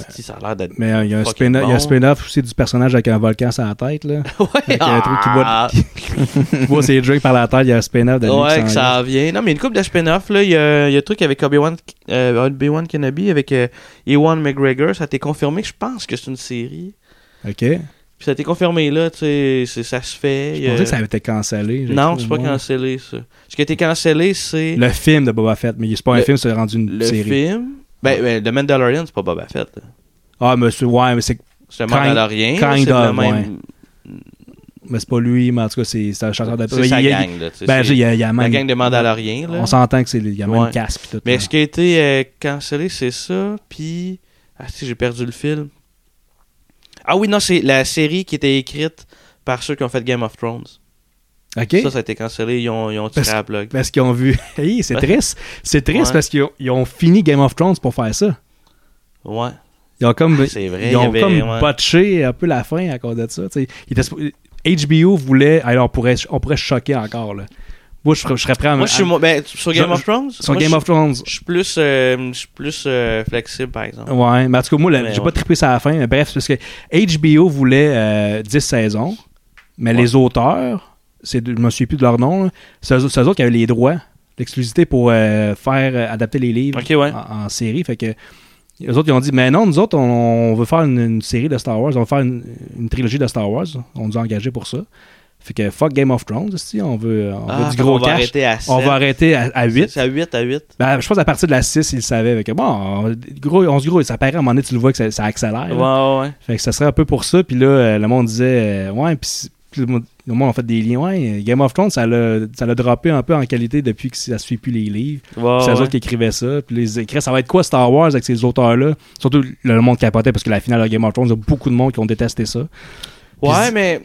Speaker 1: Asti, ça a l'air d'être...
Speaker 3: Ben, Mais euh, il y a un
Speaker 1: fucking
Speaker 3: spin-off il y a un
Speaker 1: bon.
Speaker 3: spin-off aussi du personnage avec un volcan sur la tête. Là. Avec un truc qui
Speaker 1: Ah.
Speaker 3: boit, qui, qui boit ses drinks par la tête. Il y a un spin-off de lui qui
Speaker 1: Ouais, que
Speaker 3: s'en
Speaker 1: ça
Speaker 3: vient.
Speaker 1: revient. Non, mais une coupe de spin-off, là, il y a, il y a un truc avec Obi-Wan euh, Obi-Wan Kenobi, avec euh, Ewan McGregor, ça a été confirmé, que je pense que c'est une série.
Speaker 3: Ok.
Speaker 1: Puis ça a été confirmé, là, tu sais, c'est- ça se fait.
Speaker 3: Je
Speaker 1: il y a-
Speaker 3: pensais que ça avait été cancellé. j'ai
Speaker 1: euh, Non,
Speaker 3: cru,
Speaker 1: c'est pas
Speaker 3: moi.
Speaker 1: cancellé, ça. Ce qui a été cancellé, c'est...
Speaker 3: Le film de Boba Fett, mais c'est pas un
Speaker 1: Le-
Speaker 3: film, c'est rendu une
Speaker 1: Le
Speaker 3: série.
Speaker 1: film. Ben, ben, The Mandalorian, c'est pas Boba Fett. là.
Speaker 3: Ah, mais c'est. Ouais, mais c'est.
Speaker 1: C'est le
Speaker 3: kind-
Speaker 1: Mandalorian, là,
Speaker 3: Kind
Speaker 1: c'est
Speaker 3: of,
Speaker 1: le même-
Speaker 3: ouais. Mais c'est pas lui, mais en tout cas, c'est c'est un chanteur de.
Speaker 1: C'est
Speaker 3: il-
Speaker 1: sa
Speaker 3: il-
Speaker 1: gang, là, tu sais,
Speaker 3: Ben,
Speaker 1: c'est
Speaker 3: il y a, il y a
Speaker 1: la
Speaker 3: même-
Speaker 1: gang des Mandaloriens, là.
Speaker 3: On s'entend que c'est. Il y a même
Speaker 1: Ouais.
Speaker 3: casque. pis tout,
Speaker 1: Mais
Speaker 3: là.
Speaker 1: ce qui a été euh, cancellé, c'est ça. Puis. Ah, si, j'ai perdu le film. Ah oui, non, c'est la série qui était écrite par ceux qui ont fait Game of Thrones.
Speaker 3: Ok.
Speaker 1: Ça, ça a été cancellé. Ils ont, ils ont tiré
Speaker 3: Parce,
Speaker 1: à la plug.
Speaker 3: parce qu'ils ont vu. Hey, c'est
Speaker 1: Parce-
Speaker 3: triste. C'est triste
Speaker 1: Ouais.
Speaker 3: parce qu'ils ont, ils ont fini Game of Thrones pour faire ça.
Speaker 1: Ouais.
Speaker 3: Ah, Ils ont comme,
Speaker 1: Ah, C'est vrai, il
Speaker 3: ils
Speaker 1: y
Speaker 3: ont
Speaker 1: avait-
Speaker 3: comme
Speaker 1: ouais.
Speaker 3: botché un peu la fin à cause de ça. tu sais. Ils étaient suppo- HBO voulait. Alors, on pourrait, on pourrait se choquer encore. Là. Moi, je, serais- je serais prêt à.
Speaker 1: Moi, je suis.
Speaker 3: à-
Speaker 1: mo- Ben, sur Game
Speaker 3: ah, je-
Speaker 1: of Thrones
Speaker 3: Sur
Speaker 1: moi,
Speaker 3: Game
Speaker 1: je-
Speaker 3: of Thrones.
Speaker 1: Je suis plus, euh, je suis plus euh, flexible, par exemple.
Speaker 3: Ouais, mais en tout cas, moi, la-
Speaker 1: Mais
Speaker 3: j'ai
Speaker 1: ouais.
Speaker 3: pas trippé ça à la fin. mais bref, c'est parce que HBO voulait euh, 10 saisons, mais les auteurs, c'est de- je me souviens plus de leur nom, là, c'est eux, c'est eux autres qui avaient les droits, l'exclusivité pour euh, faire euh, adapter les livres
Speaker 1: Ok, ouais.
Speaker 3: en, en série. Fait que les autres, ils ont dit, mais non, nous autres, on, on veut faire une, une série de Star Wars, on veut faire une, une trilogie de Star Wars. On nous a engagés pour ça. Fait que fuck Game of Thrones, si on veut, on
Speaker 1: Ah,
Speaker 3: veut du
Speaker 1: fait
Speaker 3: gros
Speaker 1: qu'on va
Speaker 3: cash.
Speaker 1: arrêter à
Speaker 3: on
Speaker 1: sept.
Speaker 3: va arrêter à, à 8.
Speaker 1: C'est à 8 à 8.
Speaker 3: Ben, je pense à partir de la 6, il le savait. Fait que, bon, on, gros, on se grouille. Ça paraît, à un moment donné, tu le vois que ça, ça accélère.
Speaker 1: Ouais,
Speaker 3: là.
Speaker 1: ouais, ouais.
Speaker 3: Fait que ça serait un peu pour ça. Puis là, euh, le monde disait, euh, ouais, puis c'est- puis le monde le monde a fait des liens. Ouais, Game of Thrones, ça l'a ça l'a droppé un peu en qualité depuis que ça suit plus les livres.
Speaker 1: Ouais,
Speaker 3: Puis c'est
Speaker 1: Ah,
Speaker 3: eux
Speaker 1: ouais.
Speaker 3: autres qui écrivaient ça. Puis les écrits, ça va être quoi Star Wars avec ces auteurs-là Surtout le, le monde capotait parce que la finale de Game of Thrones, il y a beaucoup de monde qui ont détesté ça. Puis
Speaker 1: Ouais, mais.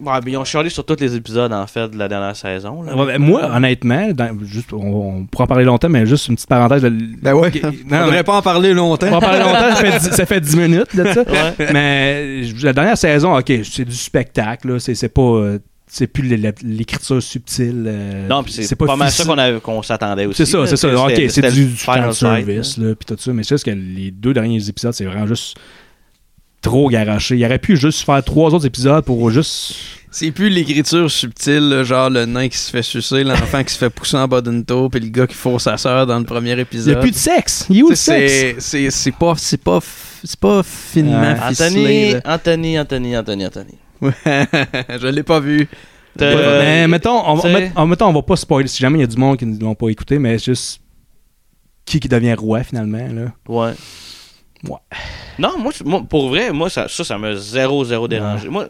Speaker 1: Ouais, mais ils ont chialé sur tous les épisodes, en fait, de la dernière saison. là.
Speaker 3: Ouais, ben, moi, honnêtement, dans- juste, on, on pourra en parler longtemps, mais juste une petite parenthèse. Ben
Speaker 2: ouais. Faudrait pas en parler longtemps.
Speaker 3: On va en parler longtemps, ça fait, dix- ça fait 10 minutes de ça.
Speaker 2: Ouais.
Speaker 3: Mais je- la dernière saison, ok, c'est du spectacle, là, c'est c'est pas. euh, c'est plus l'é- l'é- l'écriture subtile. euh,
Speaker 1: Non, puis c'est pas, mal ça
Speaker 3: ficelé.
Speaker 1: qu'on avait- qu'on s'attendait aussi.
Speaker 3: C'est ça,
Speaker 1: là,
Speaker 3: c'est ça.
Speaker 1: tu sais,
Speaker 3: Ok,
Speaker 1: c'était-
Speaker 3: c'est
Speaker 1: c'était
Speaker 3: du,
Speaker 1: le
Speaker 3: du
Speaker 1: final
Speaker 3: fan
Speaker 1: fight,
Speaker 3: service, là, puis tout ça. Mais c'est juste que les deux derniers épisodes, c'est vraiment juste trop garoché. Il aurait pu juste faire trois autres épisodes pour juste.
Speaker 2: C'est plus l'écriture subtile, là, genre le nain qui se fait sucer, l'enfant qui se fait pousser en bas d'une tour, puis le gars qui fourre sa sœur dans le premier
Speaker 3: Il n'y
Speaker 2: épisode.
Speaker 3: a plus de sexe. Il est où le
Speaker 2: Tu sais,
Speaker 3: sexe?
Speaker 2: c'est- C'est c'est pas, c'est pas, f- c'est pas finement
Speaker 1: là.
Speaker 2: ficelé.
Speaker 1: Anthony, Anthony,
Speaker 2: là.
Speaker 1: Anthony, Anthony, Anthony.
Speaker 2: je l'ai pas vu.
Speaker 1: Euh,
Speaker 3: mais mettons, on,
Speaker 1: t'sais-
Speaker 3: va- met- en mettons, on va pas spoiler. Si jamais il y a du monde qui ne l'ont pas écouté, mais c'est juste qui qui devient roi finalement. Là.
Speaker 1: Ouais.
Speaker 3: Ouais.
Speaker 1: Non, moi, c'est- moi, pour vrai, moi, ça, ça, ça me zéro, zéro dérangé. Moi,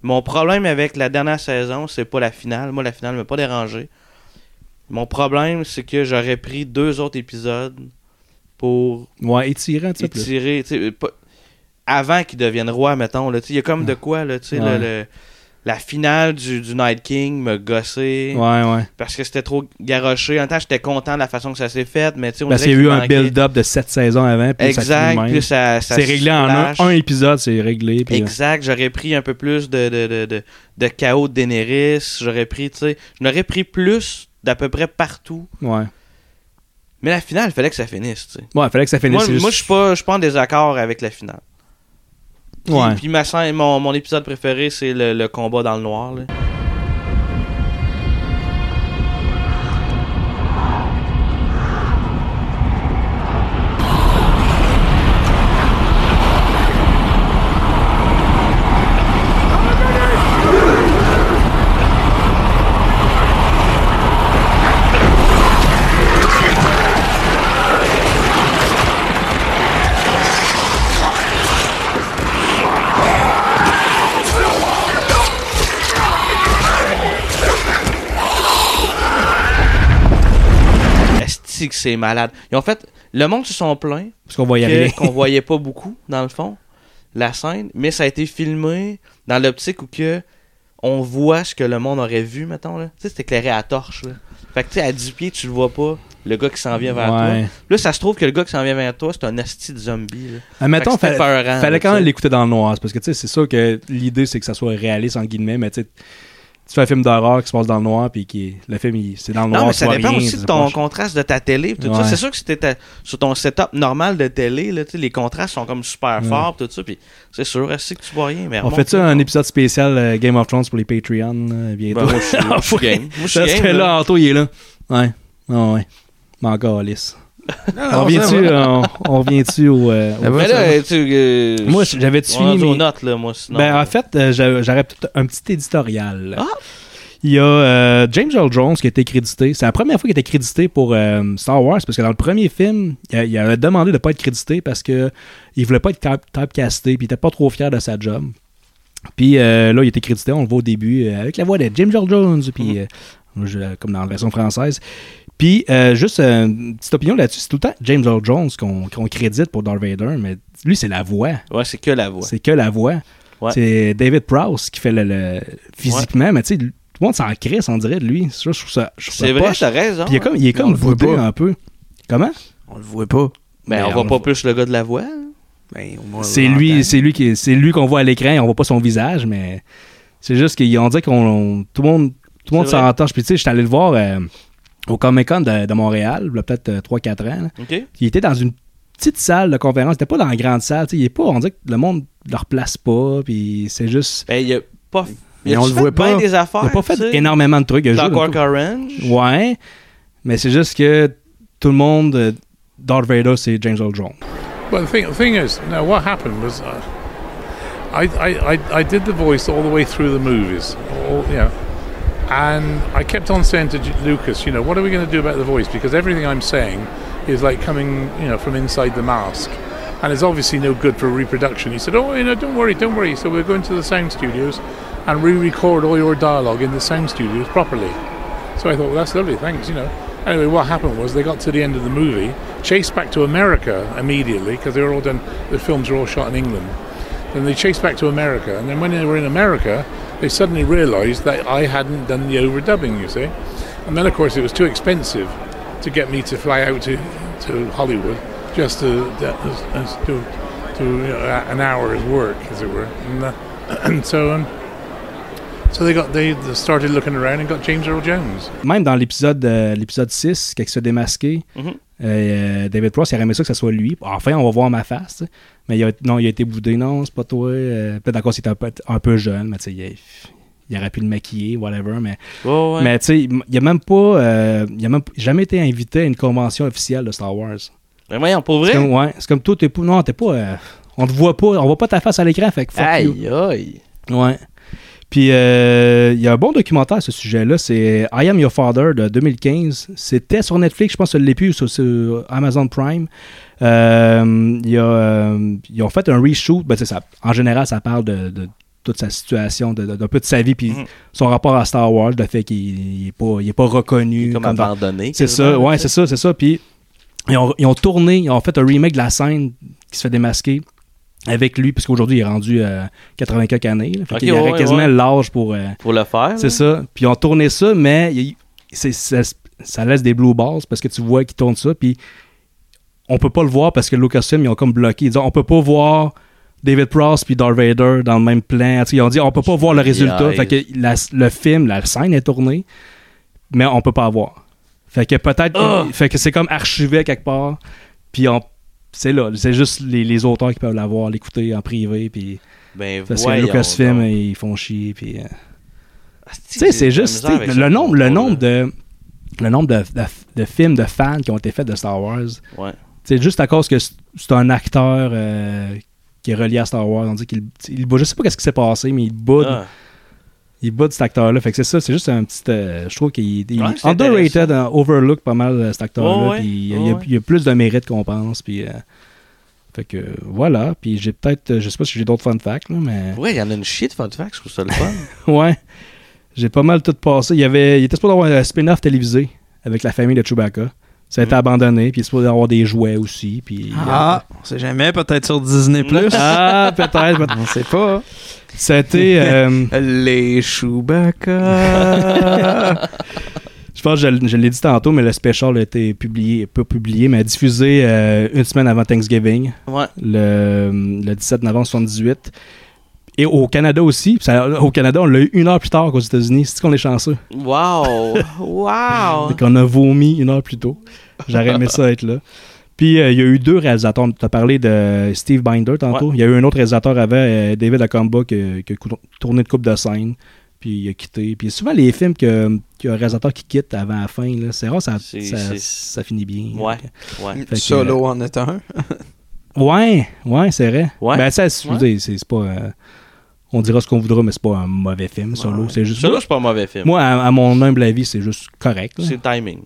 Speaker 1: mon problème avec la dernière saison, c'est pas la finale. Moi, la finale m'a pas dérangé. Mon problème, c'est que j'aurais pris deux autres épisodes pour
Speaker 3: Ouais, étirant, tu sais. plus.
Speaker 1: étiré, tu sais, euh, pas- avant qu'il devienne roi, mettons. là, tu sais, Il y a comme de quoi, là, tu sais, le-
Speaker 3: Ouais.
Speaker 1: le- la finale du, du Night King me gossait.
Speaker 3: Ouais, ouais.
Speaker 1: Parce que c'était trop garoché. En même temps, j'étais content de la façon que ça s'est fait, mais tu sais, on
Speaker 3: Parce
Speaker 1: dirait
Speaker 3: qu'il y a eu
Speaker 1: qu'il
Speaker 3: un
Speaker 1: manquait-
Speaker 3: build-up de sept saisons avant. Puis
Speaker 1: Exact,
Speaker 3: Ça finit de même.
Speaker 1: puis ça- ça se
Speaker 3: c'est réglé en un,
Speaker 1: lâche.
Speaker 3: un épisode, c'est réglé. Puis,
Speaker 1: Exact, j'aurais pris un peu plus de, de, de, de, de chaos de Daenerys, j'aurais pris, tu sais, je n'aurais pris plus d'à peu près partout.
Speaker 3: euh, Ouais.
Speaker 1: Mais la finale, il fallait que ça finisse, tu sais.
Speaker 3: Ouais, il fallait que ça finisse.
Speaker 1: Moi,
Speaker 3: c'est
Speaker 1: moi, je
Speaker 3: juste-
Speaker 1: suis pas, je suis pas en désaccord avec la finale. Puis,
Speaker 3: Ouais.
Speaker 1: puis ma scène- mon, mon épisode préféré, c'est le, le combat dans le noir. là.
Speaker 17: Thank
Speaker 1: que c'est malade. Ils ont fait. Le monde se sont plaints.
Speaker 3: Parce qu'on voyait
Speaker 1: que-
Speaker 3: rien.
Speaker 1: Qu'on voyait pas beaucoup, dans le fond, la scène. Mais ça a été filmé dans l'optique où que on voit ce que le monde aurait vu, mettons. Là. Tu sais, c'est éclairé à torche. Là. Fait que tu sais, à 10 pieds, tu le vois pas. Le gars qui s'en vient vers
Speaker 3: Ouais.
Speaker 1: toi. Là, ça se trouve que le gars qui s'en vient vers toi, c'est un asti de zombie. Là.
Speaker 3: Admettons,
Speaker 1: Fait que
Speaker 3: fallait,
Speaker 1: c'était peurant,
Speaker 3: Ah, fallait
Speaker 1: là,
Speaker 3: quand
Speaker 1: tu
Speaker 3: même
Speaker 1: sais.
Speaker 3: l'écouter dans le noir. c'est Parce que, tu sais, c'est sûr que l'idée, c'est que ça soit réaliste, en guillemets, mais tu sais, tu fais un film d'horreur qui se passe dans le noir, puis qui, est- le film, il- c'est dans le
Speaker 1: Non,
Speaker 3: noir.
Speaker 1: mais
Speaker 3: tu
Speaker 1: ça
Speaker 3: vois
Speaker 1: dépend
Speaker 3: rien,
Speaker 1: aussi
Speaker 3: c'est
Speaker 1: de ton
Speaker 3: proche.
Speaker 1: contraste de ta télé. pis Tout ça.
Speaker 3: Ouais.
Speaker 1: C'est sûr que si t'étais sur ton setup normal de télé, là, tu sais, les contrastes sont comme super
Speaker 3: Ouais.
Speaker 1: forts. pis Tout ça, puis c'est sûr, c'est que tu vois rien. Mais
Speaker 3: On fait ça un épisode spécial euh, Game of Thrones pour les Patreons euh, bientôt.
Speaker 1: Ben, moi, je suis- moi, je suis game. Moi, je suis
Speaker 3: Parce
Speaker 1: game,
Speaker 3: que
Speaker 1: là.
Speaker 3: là, Anto, il est là. Ouais. Ah ouais. Mais encore, Alice.
Speaker 1: non,
Speaker 3: on revient-tu euh,
Speaker 1: ça va.
Speaker 3: on, on revient-tu au. euh, au-
Speaker 1: Mais là, euh, tu, euh,
Speaker 3: moi, j'avais
Speaker 1: on est
Speaker 3: suivi.
Speaker 1: rendu
Speaker 3: mes-
Speaker 1: aux notes, là, moi, sinon.
Speaker 3: Ben, en fait, euh, j'a- j'aurais peut-être un petit éditorial. Il y a euh, James Earl Jones qui a été crédité. C'est la première fois qu'il était crédité pour euh, Star Wars parce que dans le premier film, il a, il a demandé de ne pas être crédité parce que il voulait pas être type- typecasté puis il était pas trop fier de sa job. Puis euh, là, il était crédité, on le voit au début, euh, avec la voix de James Earl Jones, puis euh, je- comme dans la version française. Puis euh, juste euh, une petite opinion là-dessus, c'est tout le temps James Earl Jones qu'on qu'on crédite pour Darth Vader, mais lui, c'est la voix.
Speaker 1: Ouais, c'est que la voix.
Speaker 3: C'est que la voix.
Speaker 1: Ouais.
Speaker 3: C'est David Prowse qui fait le, le- physiquement, mais tu sais, tout le monde s'en crisse, on dirait, de lui. Ça, je trouve ça. je trouve ça
Speaker 1: C'est vrai,
Speaker 3: poche.
Speaker 1: t'as raison. hein.
Speaker 3: Puis il est comme, il est
Speaker 1: Mais on
Speaker 3: comme
Speaker 1: le voit
Speaker 3: voûté
Speaker 1: pas.
Speaker 3: un peu. Comment
Speaker 2: On le voit pas.
Speaker 1: Ben, on voit pas plus le gars de la voix. hein.
Speaker 3: C'est lui, c'est lui qui, c'est lui qu'on voit à l'écran. et On voit pas son visage, mais c'est juste qu'on dirait qu'on, on- tout le monde, tout le monde
Speaker 1: C'est vrai.
Speaker 3: s'entend. Puis tu sais, j'étais allé le voir euh, au Comic Con de, de Montréal, il y a peut-être 3-4 ans. là.
Speaker 1: OK.
Speaker 3: Il était dans une petite salle de conférence. C'était pas dans la grande salle. tu sais, Il est pas. On dirait que le monde ne le replace pas. Puis c'est juste.
Speaker 1: Ben, il a pas.
Speaker 3: Mais
Speaker 1: a-tu fait bien des affaires,
Speaker 3: il a pas fait
Speaker 1: tu sais?
Speaker 3: énormément de trucs. Il a joué dans
Speaker 1: Clockwork
Speaker 3: le-
Speaker 1: Orange.
Speaker 3: Ouais. Mais c'est juste que tout le monde. euh, Darth Vader, c'est James Earl Jones.
Speaker 12: Well, the thing, the thing is, no, what happened was uh, I, I, I, I did the voice all the way through the movies, all, you know, and I kept on saying to J- Lucas, you know, what are we going to do about the voice? Because everything I'm saying is like coming, you know, from inside the mask. And it's obviously no good for reproduction. He said, "Oh, you know, don't worry, don't worry." So we're going to the sound studios and re-record all your dialogue in the sound studios properly. So I thought, well, that's lovely, thanks, you know. Anyway, what happened was they got to the end of the movie, chased back to America immediately because they were all done, the films were all shot in England. Then they chased back to America, and then when they were in America, they suddenly realised that I hadn't done the overdubbing, you see. And then, of course, it was too expensive to get me to fly out to, to Hollywood just to, that- as- as- to, to you know, a- uh, an hour's work, as it were. And, uh, and so, um, so they got they started looking around and got James Earl Jones.
Speaker 3: Même dans l'épisode euh, l'épisode 6, quand il se démasqué,
Speaker 12: Mhm.
Speaker 3: euh, David Prowse, il aurait aimé ça que ça soit lui. Enfin, on va voir ma face. tu sais. Mais il a, non, il a été boudé. Non, c'est pas toi. Euh, Peut-être encore c'était un peu, un peu jeune, mais tu sais, il, a- il aurait pu le maquiller, whatever. Mais,
Speaker 1: Ouais, ouais.
Speaker 3: mais tu sais, il a même pas. euh, il a même jamais été invité à une convention officielle de Star Wars.
Speaker 1: Mais Ben, voyons, pour vrai.
Speaker 3: C'est comme, ouais, c'est comme toi, t'es pas. Non, t'es pas. euh, on te voit pas, on voit pas ta face à l'écran, fait que fuck
Speaker 1: Aïe,
Speaker 3: you.
Speaker 1: aïe.
Speaker 3: Ouais. Puis euh, il y a un bon documentaire à ce sujet-là, c'est I Am Your Father de 2015. C'était sur Netflix, je pense que ça l'est plus, sur, sur Amazon Prime. Euh, il y a, euh, ils ont fait un reshoot. Ben, tu sais, ça, en général, ça parle de, de toute sa situation, de- de- d'un peu de sa vie, puis
Speaker 1: Mhm.
Speaker 3: son rapport à Star Wars, le fait qu'il n'est pas, il est pas reconnu.
Speaker 1: comme
Speaker 3: dans-
Speaker 1: abandonné,
Speaker 3: C'est
Speaker 1: quasiment,
Speaker 3: ça,
Speaker 1: là,
Speaker 3: ouais,
Speaker 1: tu sais.
Speaker 3: c'est ça, c'est ça. Puis ils ont, ils ont tourné, ils ont fait un remake de la scène qui se fait démasquer avec lui, puisqu'aujourd'hui il est rendu à 84 années. là. Fait
Speaker 1: Ok,
Speaker 3: qu'il
Speaker 1: ouais,
Speaker 3: aurait
Speaker 1: ouais,
Speaker 3: quasiment
Speaker 1: ouais.
Speaker 3: l'âge pour. euh,
Speaker 1: Pour le faire.
Speaker 3: c'est
Speaker 1: là.
Speaker 3: ça. Puis ils ont tourné ça, mais il- c'est- ça, ça laisse des blue bars parce que tu vois qu'ils tournent ça. Puis on peut pas le voir parce que Lucasfilm, ils ont comme bloqué. Ils disent on peut pas voir David Prowse puis Darth Vader dans le même plan. Tu sais, ils ont dit on peut pas voir le résultat.
Speaker 1: Niaise.
Speaker 3: Fait que la- le film, la scène est tournée, mais on peut pas voir. Fait que peut-être.
Speaker 1: Ah!
Speaker 3: Fait que c'est comme archivé quelque part. Puis on. C'est là, c'est juste les, les auteurs qui peuvent l'avoir, l'écouter en privé, puis
Speaker 1: Ben,
Speaker 3: parce que
Speaker 1: voyons Ah,
Speaker 3: Lucasfilm, ils font chier, puis. euh, tu sais,
Speaker 1: j'ai
Speaker 3: c'est
Speaker 1: de la
Speaker 3: juste
Speaker 1: misère
Speaker 3: tu
Speaker 1: avec
Speaker 3: sais,
Speaker 1: ça,
Speaker 3: le
Speaker 1: par
Speaker 3: nombre, le nombre de le nombre de, de- de films de fans qui ont été faits de Star Wars.
Speaker 1: Ouais.
Speaker 3: C'est juste à cause que c'est- c'est un acteur euh, qui est relié à Star Wars. On dit qu'il il boude. Je sais pas qu'est-ce qui s'est passé, mais il boude.
Speaker 1: Ah.
Speaker 3: Il boude cet acteur-là. Fait que c'est ça, c'est juste un petit. euh, je trouve qu'il il
Speaker 1: Ouais,
Speaker 3: est
Speaker 1: c'est
Speaker 3: underrated, euh, overlook pas mal euh, cet acteur-là.
Speaker 1: Ouais, ouais.
Speaker 3: puis il y a-
Speaker 1: Ouais,
Speaker 3: il y a,
Speaker 1: ouais.
Speaker 3: il y a plus de mérite qu'on pense. Puis, euh, fait que euh, voilà. Puis j'ai peut-être. euh, Je sais pas si j'ai d'autres fun facts, là, mais.
Speaker 1: Ouais, il y en a une chier de fun fact, je trouve ça le fun.
Speaker 3: Ouais. J'ai pas mal tout passé. Il y avait. Il était supposé avoir un spin-off télévisé avec la famille de Chewbacca. Ça a été abandonné, puis il est supposé avoir des jouets aussi. Puis,
Speaker 2: Ah, on sait jamais, peut-être sur Disney Plus.
Speaker 3: Ah, peut-être. On sait pas. C'était.
Speaker 2: Les Chewbacca.
Speaker 3: Je pense que je, je l'ai dit tantôt, mais le special a été publié, pas publié, mais diffusé euh, une semaine avant Thanksgiving,
Speaker 1: Ouais.
Speaker 3: le, le 17 novembre 78. Et au Canada aussi. Puis ça- au Canada, on l'a eu une heure plus tard qu'aux États-Unis. C'est qu'on est chanceux.
Speaker 1: Wow! Wow!
Speaker 3: Et qu'on a vomi une heure plus tôt. J'aurais aimé ça être là. Puis euh, il y a eu deux réalisateurs. Tu as parlé de Steve Binder tantôt.
Speaker 1: Ouais.
Speaker 3: Il y a eu un autre réalisateur avant, euh, David Acomba, qui, a- qui a cou- tourné de coupe de scène. Puis il a quitté. Puis souvent, les films que- qu'il y a un réalisateur qui quitte avant la fin, là, c'est rare, ça,
Speaker 1: C'est-
Speaker 3: ça-
Speaker 1: c'est-
Speaker 3: ça finit bien.
Speaker 1: Ouais,
Speaker 3: Donc,
Speaker 1: ouais.
Speaker 3: fait que,
Speaker 2: Solo en est un.
Speaker 3: euh, ouais, ouais, c'est vrai.
Speaker 1: Ouais.
Speaker 3: Ben, ça, c'est- je veux
Speaker 1: Ouais.
Speaker 3: dire, c'est c'est pas. euh, on dira ce qu'on voudra, mais c'est pas un mauvais film, Solo. C'est juste.
Speaker 1: Solo, c'est pas un mauvais film.
Speaker 3: Moi, à, à mon humble avis, c'est juste correct. là.
Speaker 1: C'est le timing.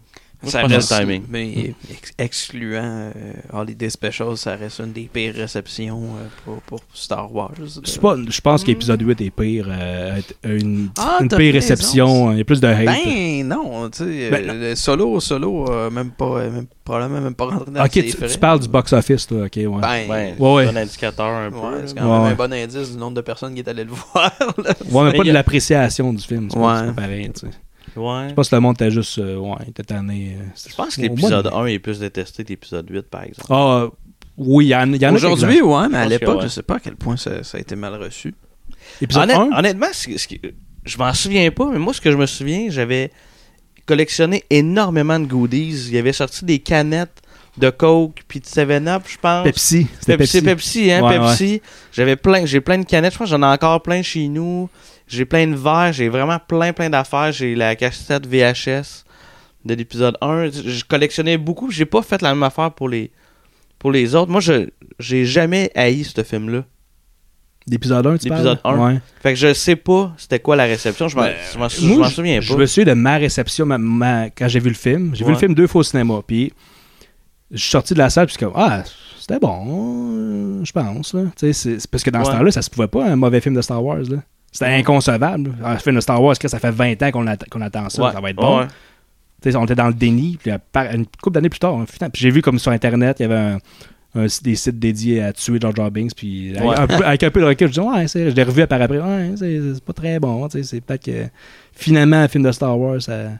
Speaker 1: Moi,
Speaker 2: Ça
Speaker 1: je pense que
Speaker 2: reste,
Speaker 1: c'est le timing.
Speaker 2: Mais ex- excluant euh, Holiday Special, ça reste une des pires réceptions euh, pour, pour Star Wars.
Speaker 3: C'est pas- je pense qu'épisode 8 est pire. euh, a une
Speaker 2: Ah,
Speaker 3: une
Speaker 2: t'as
Speaker 3: pire
Speaker 2: raison.
Speaker 3: réception. hein. Il y a plus de hate.
Speaker 2: Ben non, tu sais,
Speaker 3: Ben
Speaker 2: euh, le solo, solo, euh, même pas, euh, même, probablement même pas rentré dans
Speaker 3: ok,
Speaker 2: ses
Speaker 3: tu,
Speaker 2: frais.
Speaker 3: tu parles du box-office, toi. Ok, ouais.
Speaker 2: Ben,
Speaker 1: Ouais,
Speaker 3: ouais, ouais.
Speaker 1: c'est un indicateur un peu.
Speaker 2: Ouais, c'est
Speaker 1: là.
Speaker 2: quand
Speaker 3: Ouais,
Speaker 2: même
Speaker 3: ouais.
Speaker 2: un bon indice du nombre de personnes qui est allé le voir. là.
Speaker 3: Ouais, mais
Speaker 1: Mais
Speaker 3: pas
Speaker 1: il y
Speaker 3: de
Speaker 1: a-
Speaker 3: l'appréciation du film. C'est pas-
Speaker 2: Ouais.
Speaker 3: c'est pas pareil, tu sais.
Speaker 1: Ouais.
Speaker 3: Je pense que le monde était juste. euh, ouais, il était tanné. euh,
Speaker 1: Je pense que
Speaker 3: au mois de
Speaker 1: l'épisode
Speaker 3: mai.
Speaker 1: 1 est plus détesté que l'épisode 8, par exemple.
Speaker 3: Ah, euh, oui, il y en, il y en a
Speaker 2: Aujourd'hui,
Speaker 3: quelques-uns.
Speaker 2: ouais,
Speaker 1: Je
Speaker 2: mais à
Speaker 1: pense
Speaker 2: l'époque,
Speaker 1: que ouais.
Speaker 2: je sais pas à quel point ça, ça a été mal reçu.
Speaker 3: Épisode
Speaker 1: Honnête-
Speaker 3: 1?
Speaker 1: Honnêtement, c'est- ce qui- je m'en souviens pas, mais moi, ce que je me souviens, j'avais collectionné énormément de goodies. Il y avait sorti des canettes de Coke puis de 7-Up, je pense.
Speaker 3: Pepsi. C'était
Speaker 1: Pepsi, Pepsi, hein,
Speaker 3: Ouais,
Speaker 1: Pepsi. J'avais plein, j'ai plein de canettes. Je pense que j'en ai encore plein chez nous. J'ai plein de verres. J'ai vraiment plein, plein d'affaires. J'ai la cassette VHS de l'épisode 1. Je collectionnais beaucoup. J'ai pas fait la même affaire pour les, pour les autres. Moi, je, j'ai jamais haï ce film-là.
Speaker 3: L'épisode 1, tu parles?
Speaker 1: L'épisode 1.
Speaker 3: Ouais.
Speaker 1: Fait que je sais pas c'était quoi la réception. Je m'en, je m'en sou- je
Speaker 3: Moi,
Speaker 1: m'en
Speaker 3: je-
Speaker 1: souviens
Speaker 3: Je
Speaker 1: pas.
Speaker 3: me souviens de ma réception ma- ma- quand j'ai vu le film. J'ai vu
Speaker 1: Ouais.
Speaker 3: le film deux fois au cinéma. Puis je suis sorti de la salle, puis c'est comme Ah, c'était bon, euh, je pense. là. Tu sais, C'est c'est parce que dans ce
Speaker 1: Ouais.
Speaker 3: temps-là, ça se pouvait pas un mauvais film de Star Wars. là. C'était inconcevable. Un film de Star Wars, que ça fait 20 ans qu'on atta- qu'on attend ça,
Speaker 1: Ouais.
Speaker 3: ça va être bon.
Speaker 1: Ouais.
Speaker 3: Tu sais, on était dans le déni, puis à par- une couple d'années plus tard, hein, putain, puis j'ai vu comme sur Internet, il y avait un- un site- des sites dédiés à tuer George Binks, puis avec,
Speaker 1: Ouais.
Speaker 3: un peu, avec un peu de recul, je dis, ouais, c'est- je l'ai revu à part après, ouais, c'est c'est pas très bon, tu sais, c'est peut-être que finalement, un film de Star Wars, ça,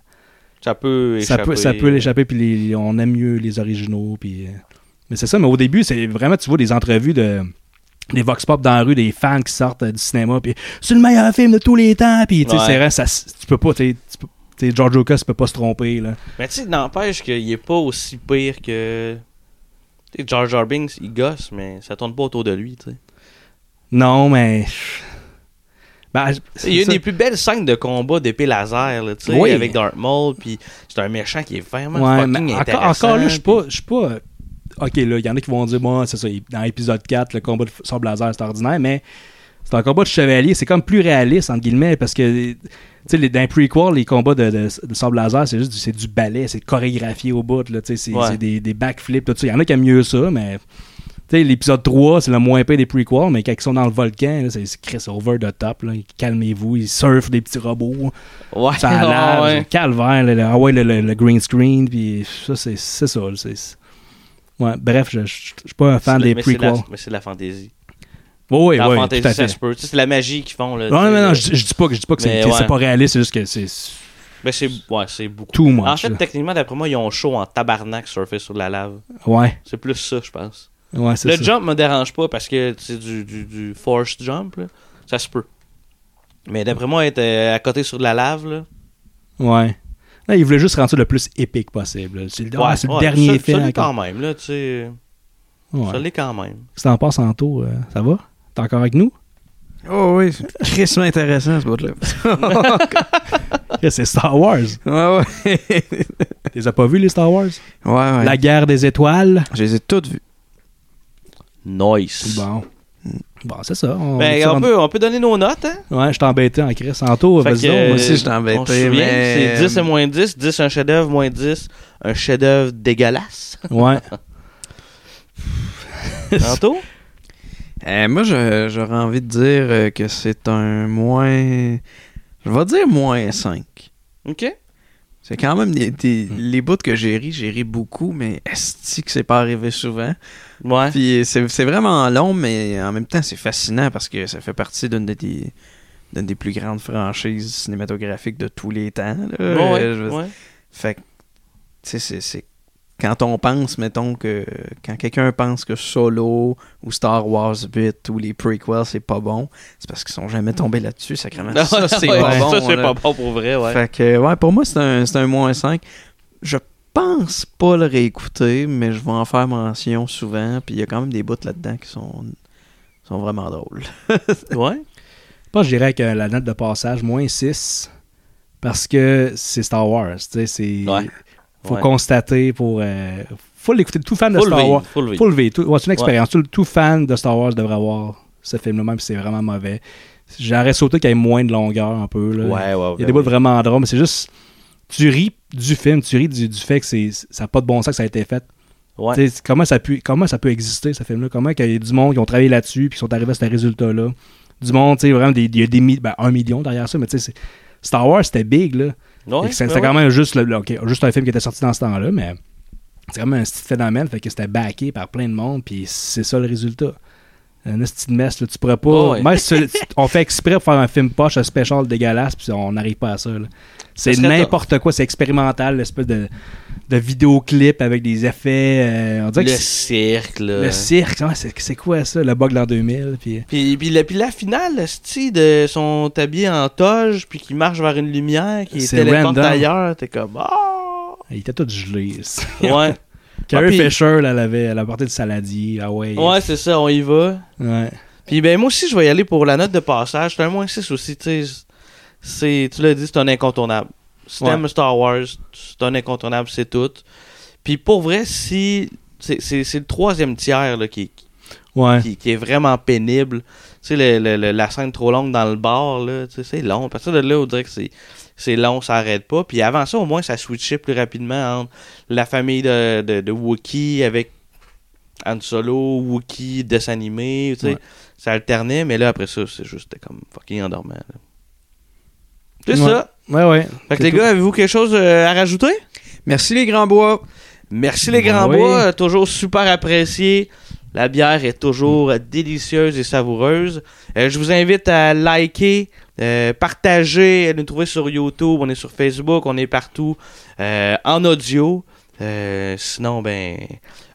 Speaker 1: Ça peut
Speaker 3: ça peut,
Speaker 1: échapper. euh.
Speaker 3: ça peut l'échapper, puis les- les- on aime mieux les originaux, puis... euh, mais c'est ça, mais au début, c'est vraiment, tu vois, des entrevues de des vox pop dans la rue, des fans qui sortent euh, du cinéma, puis c'est le meilleur film de tous les temps, puis tu sais,
Speaker 1: Ouais.
Speaker 3: c'est vrai, ça, tu peux pas, tu sais, tu peux- tu sais, George Lucas peut pas se tromper, là.
Speaker 1: Mais tu sais, n'empêche qu'il est pas aussi pire que. Tu sais, Jar Jar Binks, il gosse, mais ça tourne pas autour de lui, tu sais.
Speaker 3: Non, mais. Ben, c'est
Speaker 1: Il y a une
Speaker 3: ça.
Speaker 1: des plus belles scènes de combat d'épée laser, là, tu sais,
Speaker 3: Oui.
Speaker 1: avec Darth Maul, puis c'est un méchant qui est vraiment
Speaker 3: Ouais, mais
Speaker 1: fucking
Speaker 3: encore,
Speaker 1: intéressant.
Speaker 3: encore là, je suis pas. je suis pas, euh, Ok, là, il y en a qui vont dire, bon, c'est ça, il- dans l'épisode 4, le combat de f- sable laser, c'est ordinaire, mais c'est un combat de chevalier, c'est comme plus réaliste, entre guillemets, parce que, tu sais, les- dans les prequels, les combats de, de- de sable laser, c'est juste du, c'est du ballet, c'est chorégraphié au bout, là, tu sais, c'est
Speaker 1: Ouais.
Speaker 3: c'est des, des backflips, tout ça. Il y en a qui aiment mieux ça, mais. Tu sais, l'épisode 3, c'est le moins pire des prequels, mais quand ils sont dans le volcan, là, c'est c'est Chris over the top. là. Calmez-vous, ils surfent des petits robots.
Speaker 1: Ouais,
Speaker 3: Ça a l'air,
Speaker 1: Ah ouais.
Speaker 3: calvaire, le, le- ah ouais, le, le- le green screen, puis ça, c'est c'est ça. là, c'est- c'est- Ouais, bref, je je- je suis pas un
Speaker 1: C'est
Speaker 3: fan
Speaker 1: la-
Speaker 3: des
Speaker 1: mais c'est
Speaker 3: prequels.
Speaker 1: la- Mais c'est de la fantaisie.
Speaker 3: Oui, oui,
Speaker 1: Dans la
Speaker 3: oui, tout à
Speaker 1: fantaisie, ça
Speaker 3: fait.
Speaker 1: se peut. Tu sais, C'est la magie qu'ils font, là.
Speaker 3: Non,
Speaker 1: tu sais,
Speaker 3: non, non,
Speaker 1: là.
Speaker 3: je, je dis pas que, je dis pas que c'est
Speaker 1: Mais
Speaker 3: que c'est
Speaker 1: ouais.
Speaker 3: pas réaliste, c'est juste que c'est...
Speaker 1: Mais Ben, c'est ouais, c'est beaucoup.
Speaker 3: Too much,
Speaker 1: en fait,
Speaker 3: là.
Speaker 1: techniquement, d'après moi, ils ont chaud en tabarnak surfer sur de la lave.
Speaker 3: Ouais,
Speaker 1: C'est plus ça, je pense.
Speaker 3: ouais, c'est
Speaker 1: Le
Speaker 3: ça.
Speaker 1: jump me dérange pas parce que c'est du, du, du forced jump, là. ça se peut. Mais d'après moi, être euh, à côté sur de la lave, là.
Speaker 3: Ouais. Là, ils voulaient juste rendre ça le plus épique possible. là. C'est le, ah,
Speaker 1: ouais,
Speaker 3: c'est le
Speaker 1: ouais,
Speaker 3: dernier
Speaker 1: ça-
Speaker 3: film.
Speaker 1: Ça l'est
Speaker 3: encore.
Speaker 1: quand même, là, tu sais.
Speaker 3: Ouais.
Speaker 1: Ça l'est quand même.
Speaker 3: Si t'en passes en taux, euh, ça va? T'es encore avec nous?
Speaker 2: Oh oui, c'est crissement intéressant ce bout-là.
Speaker 3: Yeah, c'est Star Wars.
Speaker 2: ouais, ouais.
Speaker 3: T'es as pas vu les Star Wars?
Speaker 2: ouais, ouais.
Speaker 3: La guerre des étoiles.
Speaker 2: Je les ai toutes vues.
Speaker 1: Nice.
Speaker 3: Bon. Bon, c'est ça. On,
Speaker 1: Ben,
Speaker 3: ça,
Speaker 1: on
Speaker 3: on-
Speaker 1: peut, on peut donner nos notes, hein?
Speaker 3: Ouais, je t'embêtais en Chris. Santo,
Speaker 1: Fait
Speaker 3: vas-y
Speaker 1: que,
Speaker 3: donc.
Speaker 1: euh,
Speaker 3: Moi aussi,
Speaker 2: je t'embêtais,
Speaker 1: on se souvient,
Speaker 2: mais-
Speaker 1: C'est 10 et moins 10. 10, un chef-d'œuvre, moins 10, un chef-d'œuvre dégueulasse.
Speaker 3: Ouais.
Speaker 1: Tantôt?
Speaker 2: Euh, moi, je- j'aurais envie de dire euh, que c'est un moins. Je vais dire moins 5.
Speaker 1: OK.
Speaker 2: C'est quand même des, des-
Speaker 1: Hmm.
Speaker 2: les bouts que j'ai ri, j'ai ri beaucoup, mais est-ce que c'est pas arrivé souvent?
Speaker 1: Ouais.
Speaker 2: Puis euh, c'est c'est vraiment long, mais en même temps, c'est fascinant parce que ça fait partie d'une des, des- d'une des plus grandes franchises cinématographiques de tous les temps. là.
Speaker 1: Ouais,
Speaker 2: Euh, je veux-
Speaker 1: ouais.
Speaker 2: Fait que, tu sais, c'est- c'est. Quand on pense, mettons que. Quand quelqu'un pense que Solo ou Star Wars 8 ou les prequels, c'est pas bon, c'est parce qu'ils sont jamais tombés là-dessus, sacrément.
Speaker 1: Non,
Speaker 2: Ça, c'est
Speaker 1: ouais,
Speaker 2: pas
Speaker 1: ça,
Speaker 2: bon.
Speaker 1: c'est
Speaker 2: là.
Speaker 1: pas bon pour vrai, ouais.
Speaker 2: Fait que, ouais, pour moi, c'est un, c'est un moins 5. Je pense pas le réécouter, mais je vais en faire mention souvent. Puis il y a quand même des bouts là-dedans qui sont, sont vraiment drôles.
Speaker 1: ouais.
Speaker 3: Je pense que je dirais que la note de passage, moins 6, parce que c'est Star Wars. Tu sais, c'est. Faut
Speaker 1: Ouais.
Speaker 3: constater pour. euh, faut l'écouter. Tout fan de
Speaker 1: Faut le
Speaker 3: Star
Speaker 1: vivre,
Speaker 3: Wars.
Speaker 1: faut le vivre.
Speaker 3: tout- ouais, c'est une
Speaker 1: Ouais.
Speaker 3: expérience. Tout, tout fan de Star Wars devrait avoir ce film-là, même si c'est vraiment mauvais. J'aurais sauté qu'il y ait moins de longueur un peu. Là.
Speaker 1: Ouais, ouais,
Speaker 3: Il y
Speaker 1: ben
Speaker 3: a des bouts
Speaker 1: oui.
Speaker 3: vraiment drôles, mais c'est juste. Tu ris du film, tu ris du, du fait que c'est, ça n'a pas de bon sens que ça a été fait.
Speaker 1: Ouais.
Speaker 3: Tu sais, Comment, ça pu- comment ça peut exister, ce film-là? Comment qu'il y a du monde qui ont travaillé là-dessus puis qui sont arrivés à ce résultat-là? Du monde, tu sais, vraiment, des- il y a des mi- ben, un million derrière ça, mais tu sais, c'est- Star Wars, c'était big, là.
Speaker 1: Ouais,
Speaker 3: Fait que c'est-
Speaker 1: ouais,
Speaker 3: c'était quand
Speaker 1: ouais.
Speaker 3: même juste, le, le- ok, juste un film qui était sorti dans ce temps-là, mais c'est quand même un petit phénomène, fait que c'était backé par plein de monde, puis c'est ça le résultat. Un petit de mess, là, tu pourrais pas.
Speaker 1: Oh, ouais.
Speaker 3: même si tu- tu- on fait exprès pour faire un film poche, un special dégueulasse, puis on n'arrive pas à ça. là. C'est
Speaker 1: serait
Speaker 3: n'importe quoi, c'est expérimental, l'espèce de, de vidéoclip avec des effets. euh, on dirait
Speaker 1: Le
Speaker 3: que c'est-
Speaker 1: cirque, là.
Speaker 3: Le cirque, ouais, c'est c'est quoi ça, le bug de l'an 2000? Puis... euh,
Speaker 1: Puis, puis, la, puis la finale, style de son habillé en toge, puis qui marche vers une lumière, qui
Speaker 3: C'est
Speaker 1: téléporte
Speaker 3: random.
Speaker 1: ailleurs, t'es comme ah!
Speaker 3: Il était tout gelé. ça.
Speaker 1: Ouais.
Speaker 3: Carrie
Speaker 1: Ah, puis-
Speaker 3: Fisher, là, elle avait, elle a porté du saladier. Ah ouais.
Speaker 1: Ouais, c'est ça, on y va.
Speaker 3: Ouais.
Speaker 1: Puis ben moi aussi, je vais y aller pour la note de passage. C'est un moins 6 aussi, tu sais. C'est- Tu l'as dit, c'est un incontournable. Si
Speaker 3: Ouais.
Speaker 1: t'aimes Star Wars, c'est un incontournable, c'est tout. Puis pour vrai, si... C'est c'est- c'est le troisième tiers là, qui,
Speaker 3: Ouais.
Speaker 1: qui, qui est vraiment pénible. Tu sais, le- le- le- la scène trop longue dans le bar, là, tu sais, c'est long. À partir de là, on dirait que c'est, c'est long, ça arrête pas. Puis avant ça, au moins, ça switchait plus rapidement entre la famille de, de, de Wookiee avec Han Solo, Wookiee, dessin animé, tu sais.
Speaker 3: Ouais.
Speaker 1: Ça alternait, mais là, après ça, c'est juste c'était comme fucking endormant. là. C'est
Speaker 3: Ouais.
Speaker 1: ça.
Speaker 3: Ouais, ouais.
Speaker 1: Fait que
Speaker 3: C'est
Speaker 1: les
Speaker 3: tout.
Speaker 1: gars, avez-vous quelque chose euh, à rajouter?
Speaker 2: Merci les Grands Bois.
Speaker 1: Merci les
Speaker 2: Ben
Speaker 1: Grands
Speaker 2: oui.
Speaker 1: Bois, euh, toujours super apprécié. La bière est toujours euh, délicieuse et savoureuse. Euh, je vous invite à liker, euh, partager, à nous trouver sur YouTube, on est sur Facebook, on est partout euh, en audio. Euh, sinon, ben,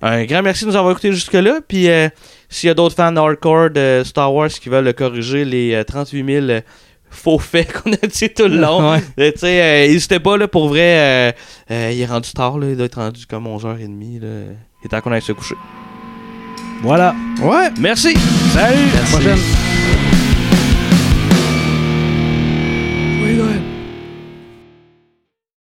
Speaker 1: un grand merci de nous avoir écoutés jusque-là. Puis, euh, s'il y a d'autres fans hardcore de Star Wars qui veulent corriger les euh, 38 000 euh, faux faits qu'on a dit tout le long,
Speaker 3: Ouais.
Speaker 1: euh, tu sais, euh, n'hésitez pas, là, pour vrai, euh, euh, il est rendu tard, là, il doit être rendu comme 11h30, là. Il est temps qu'on aille se coucher.
Speaker 3: Voilà.
Speaker 2: Ouais.
Speaker 1: Merci.
Speaker 3: Salut. À la prochaine.